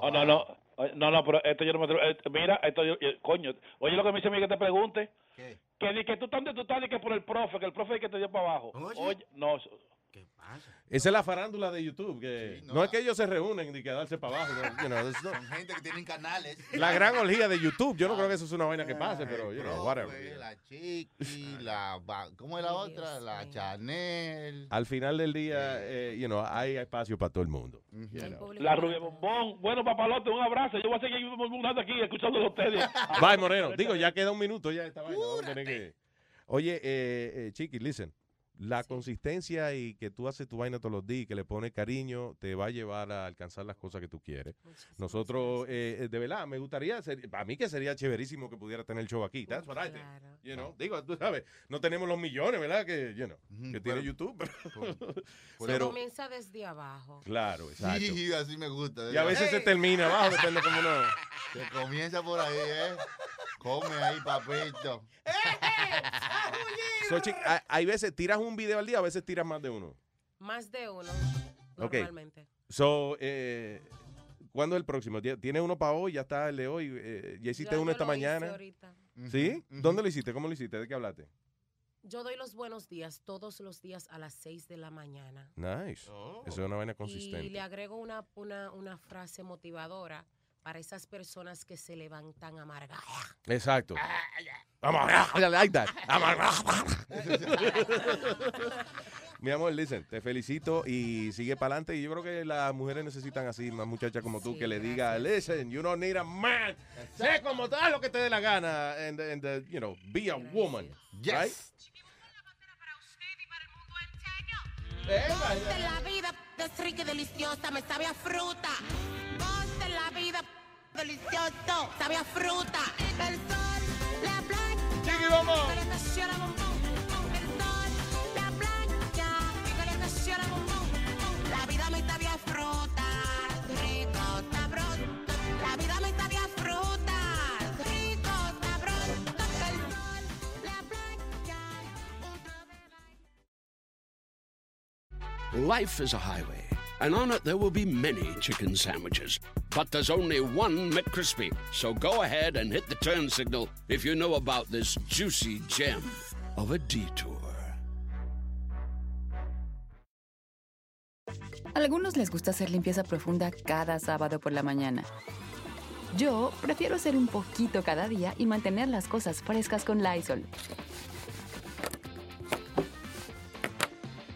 Oh, no, no, eh, no, no, pero esto yo no me atrevo. eh, Mira, esto yo, yo- coño, oye lo que me dice a mí que te pregunte. Que di que tú estás donde tú estás, di que por el profe, que el profe es el que te dio para abajo. Oye, no. Esa es la farándula de YouTube. Que Sí, no, no, es que ellos se reúnen ni quedarse para abajo. no, you know, it's not- Son gente que tienen canales. la gran orgía de YouTube. Yo no creo que eso es una vaina que pase, pero, you know, whatever. Profe, La Chiqui, la... ba- ¿Cómo es la otra? La Chanel. Al final del día, eh, you know, hay espacio para todo el mundo. you know. La rubia bombón. Bueno, papalote, un abrazo. Yo voy a seguir bombonando aquí, escuchándolo a ustedes. Bye, Moreno. Digo, ya queda un minuto ya esta vaina. vamos a tener que- Oye, eh, eh, Chiqui, listen. La consistencia y que tú haces tu vaina todos los días y que le pones cariño te va a llevar a alcanzar las cosas que tú quieres. Nosotros, eh, eh, de verdad, me gustaría, para mí que sería chéverísimo que pudiera tener el show aquí. That's what I think, you know? Digo, tú sabes, no tenemos los millones, ¿verdad? Que, you know, que tiene YouTube. Pero, Se pero- comienza desde abajo. claro, exacto. Sí, así me gusta. Y a veces se termina abajo, depende cómo uno... Se comienza por ahí, ¿eh? Come ahí, papito. ¡Eh! So, Chiqui, hay- hay veces, tiras un video al día, a veces tiras más de uno. Más de uno, Ok. normalmente. So, eh, ¿cuándo es el próximo? Tie- ¿Tiene uno para hoy? Ya está el de hoy. eh, ya hiciste Ya uno yo esta lo hice mañana. ahorita. ¿Sí? ¿Dónde lo hiciste? ¿Cómo lo hiciste? ¿De qué hablaste? Yo doy los buenos días todos los días a las 6 de la mañana. Nice. Oh. Eso es una vaina consistente. Y le agrego una, una, una frase motivadora para esas personas que se levantan amargadas. Exacto. Ah, Amarra, I like that. Amarra. Mi amor, listen, te felicito y sigue para adelante. Y yo creo que las mujeres necesitan así, más muchachas como tú, que le diga, listen, you don't need a man. Sé como tal lo que te dé la gana. And, and, uh, you know, be a woman. Yes. Ponte la vida es rica y deliciosa, me sabe a fruta. Ponte la vida delicioso, sabe a fruta. El sol, la playa. Chiqui, vamos. Que le ocasiona bombón. El sol, la playa. Que le ocasiona bombón. La vida me sabe a fruta. Rico, sabroso. La vida me sabe a fruta. Rico, sabroso. El sol, la playa. Life is a highway, and on it there will be many chicken sandwiches. But there's only one McCrispy. So go ahead and hit the turn signal if you know about this juicy gem of a detour. Algunos les gusta hacer limpieza profunda cada sábado por la mañana. Yo prefiero hacer un poquito cada día y mantener las cosas frescas con Lysol.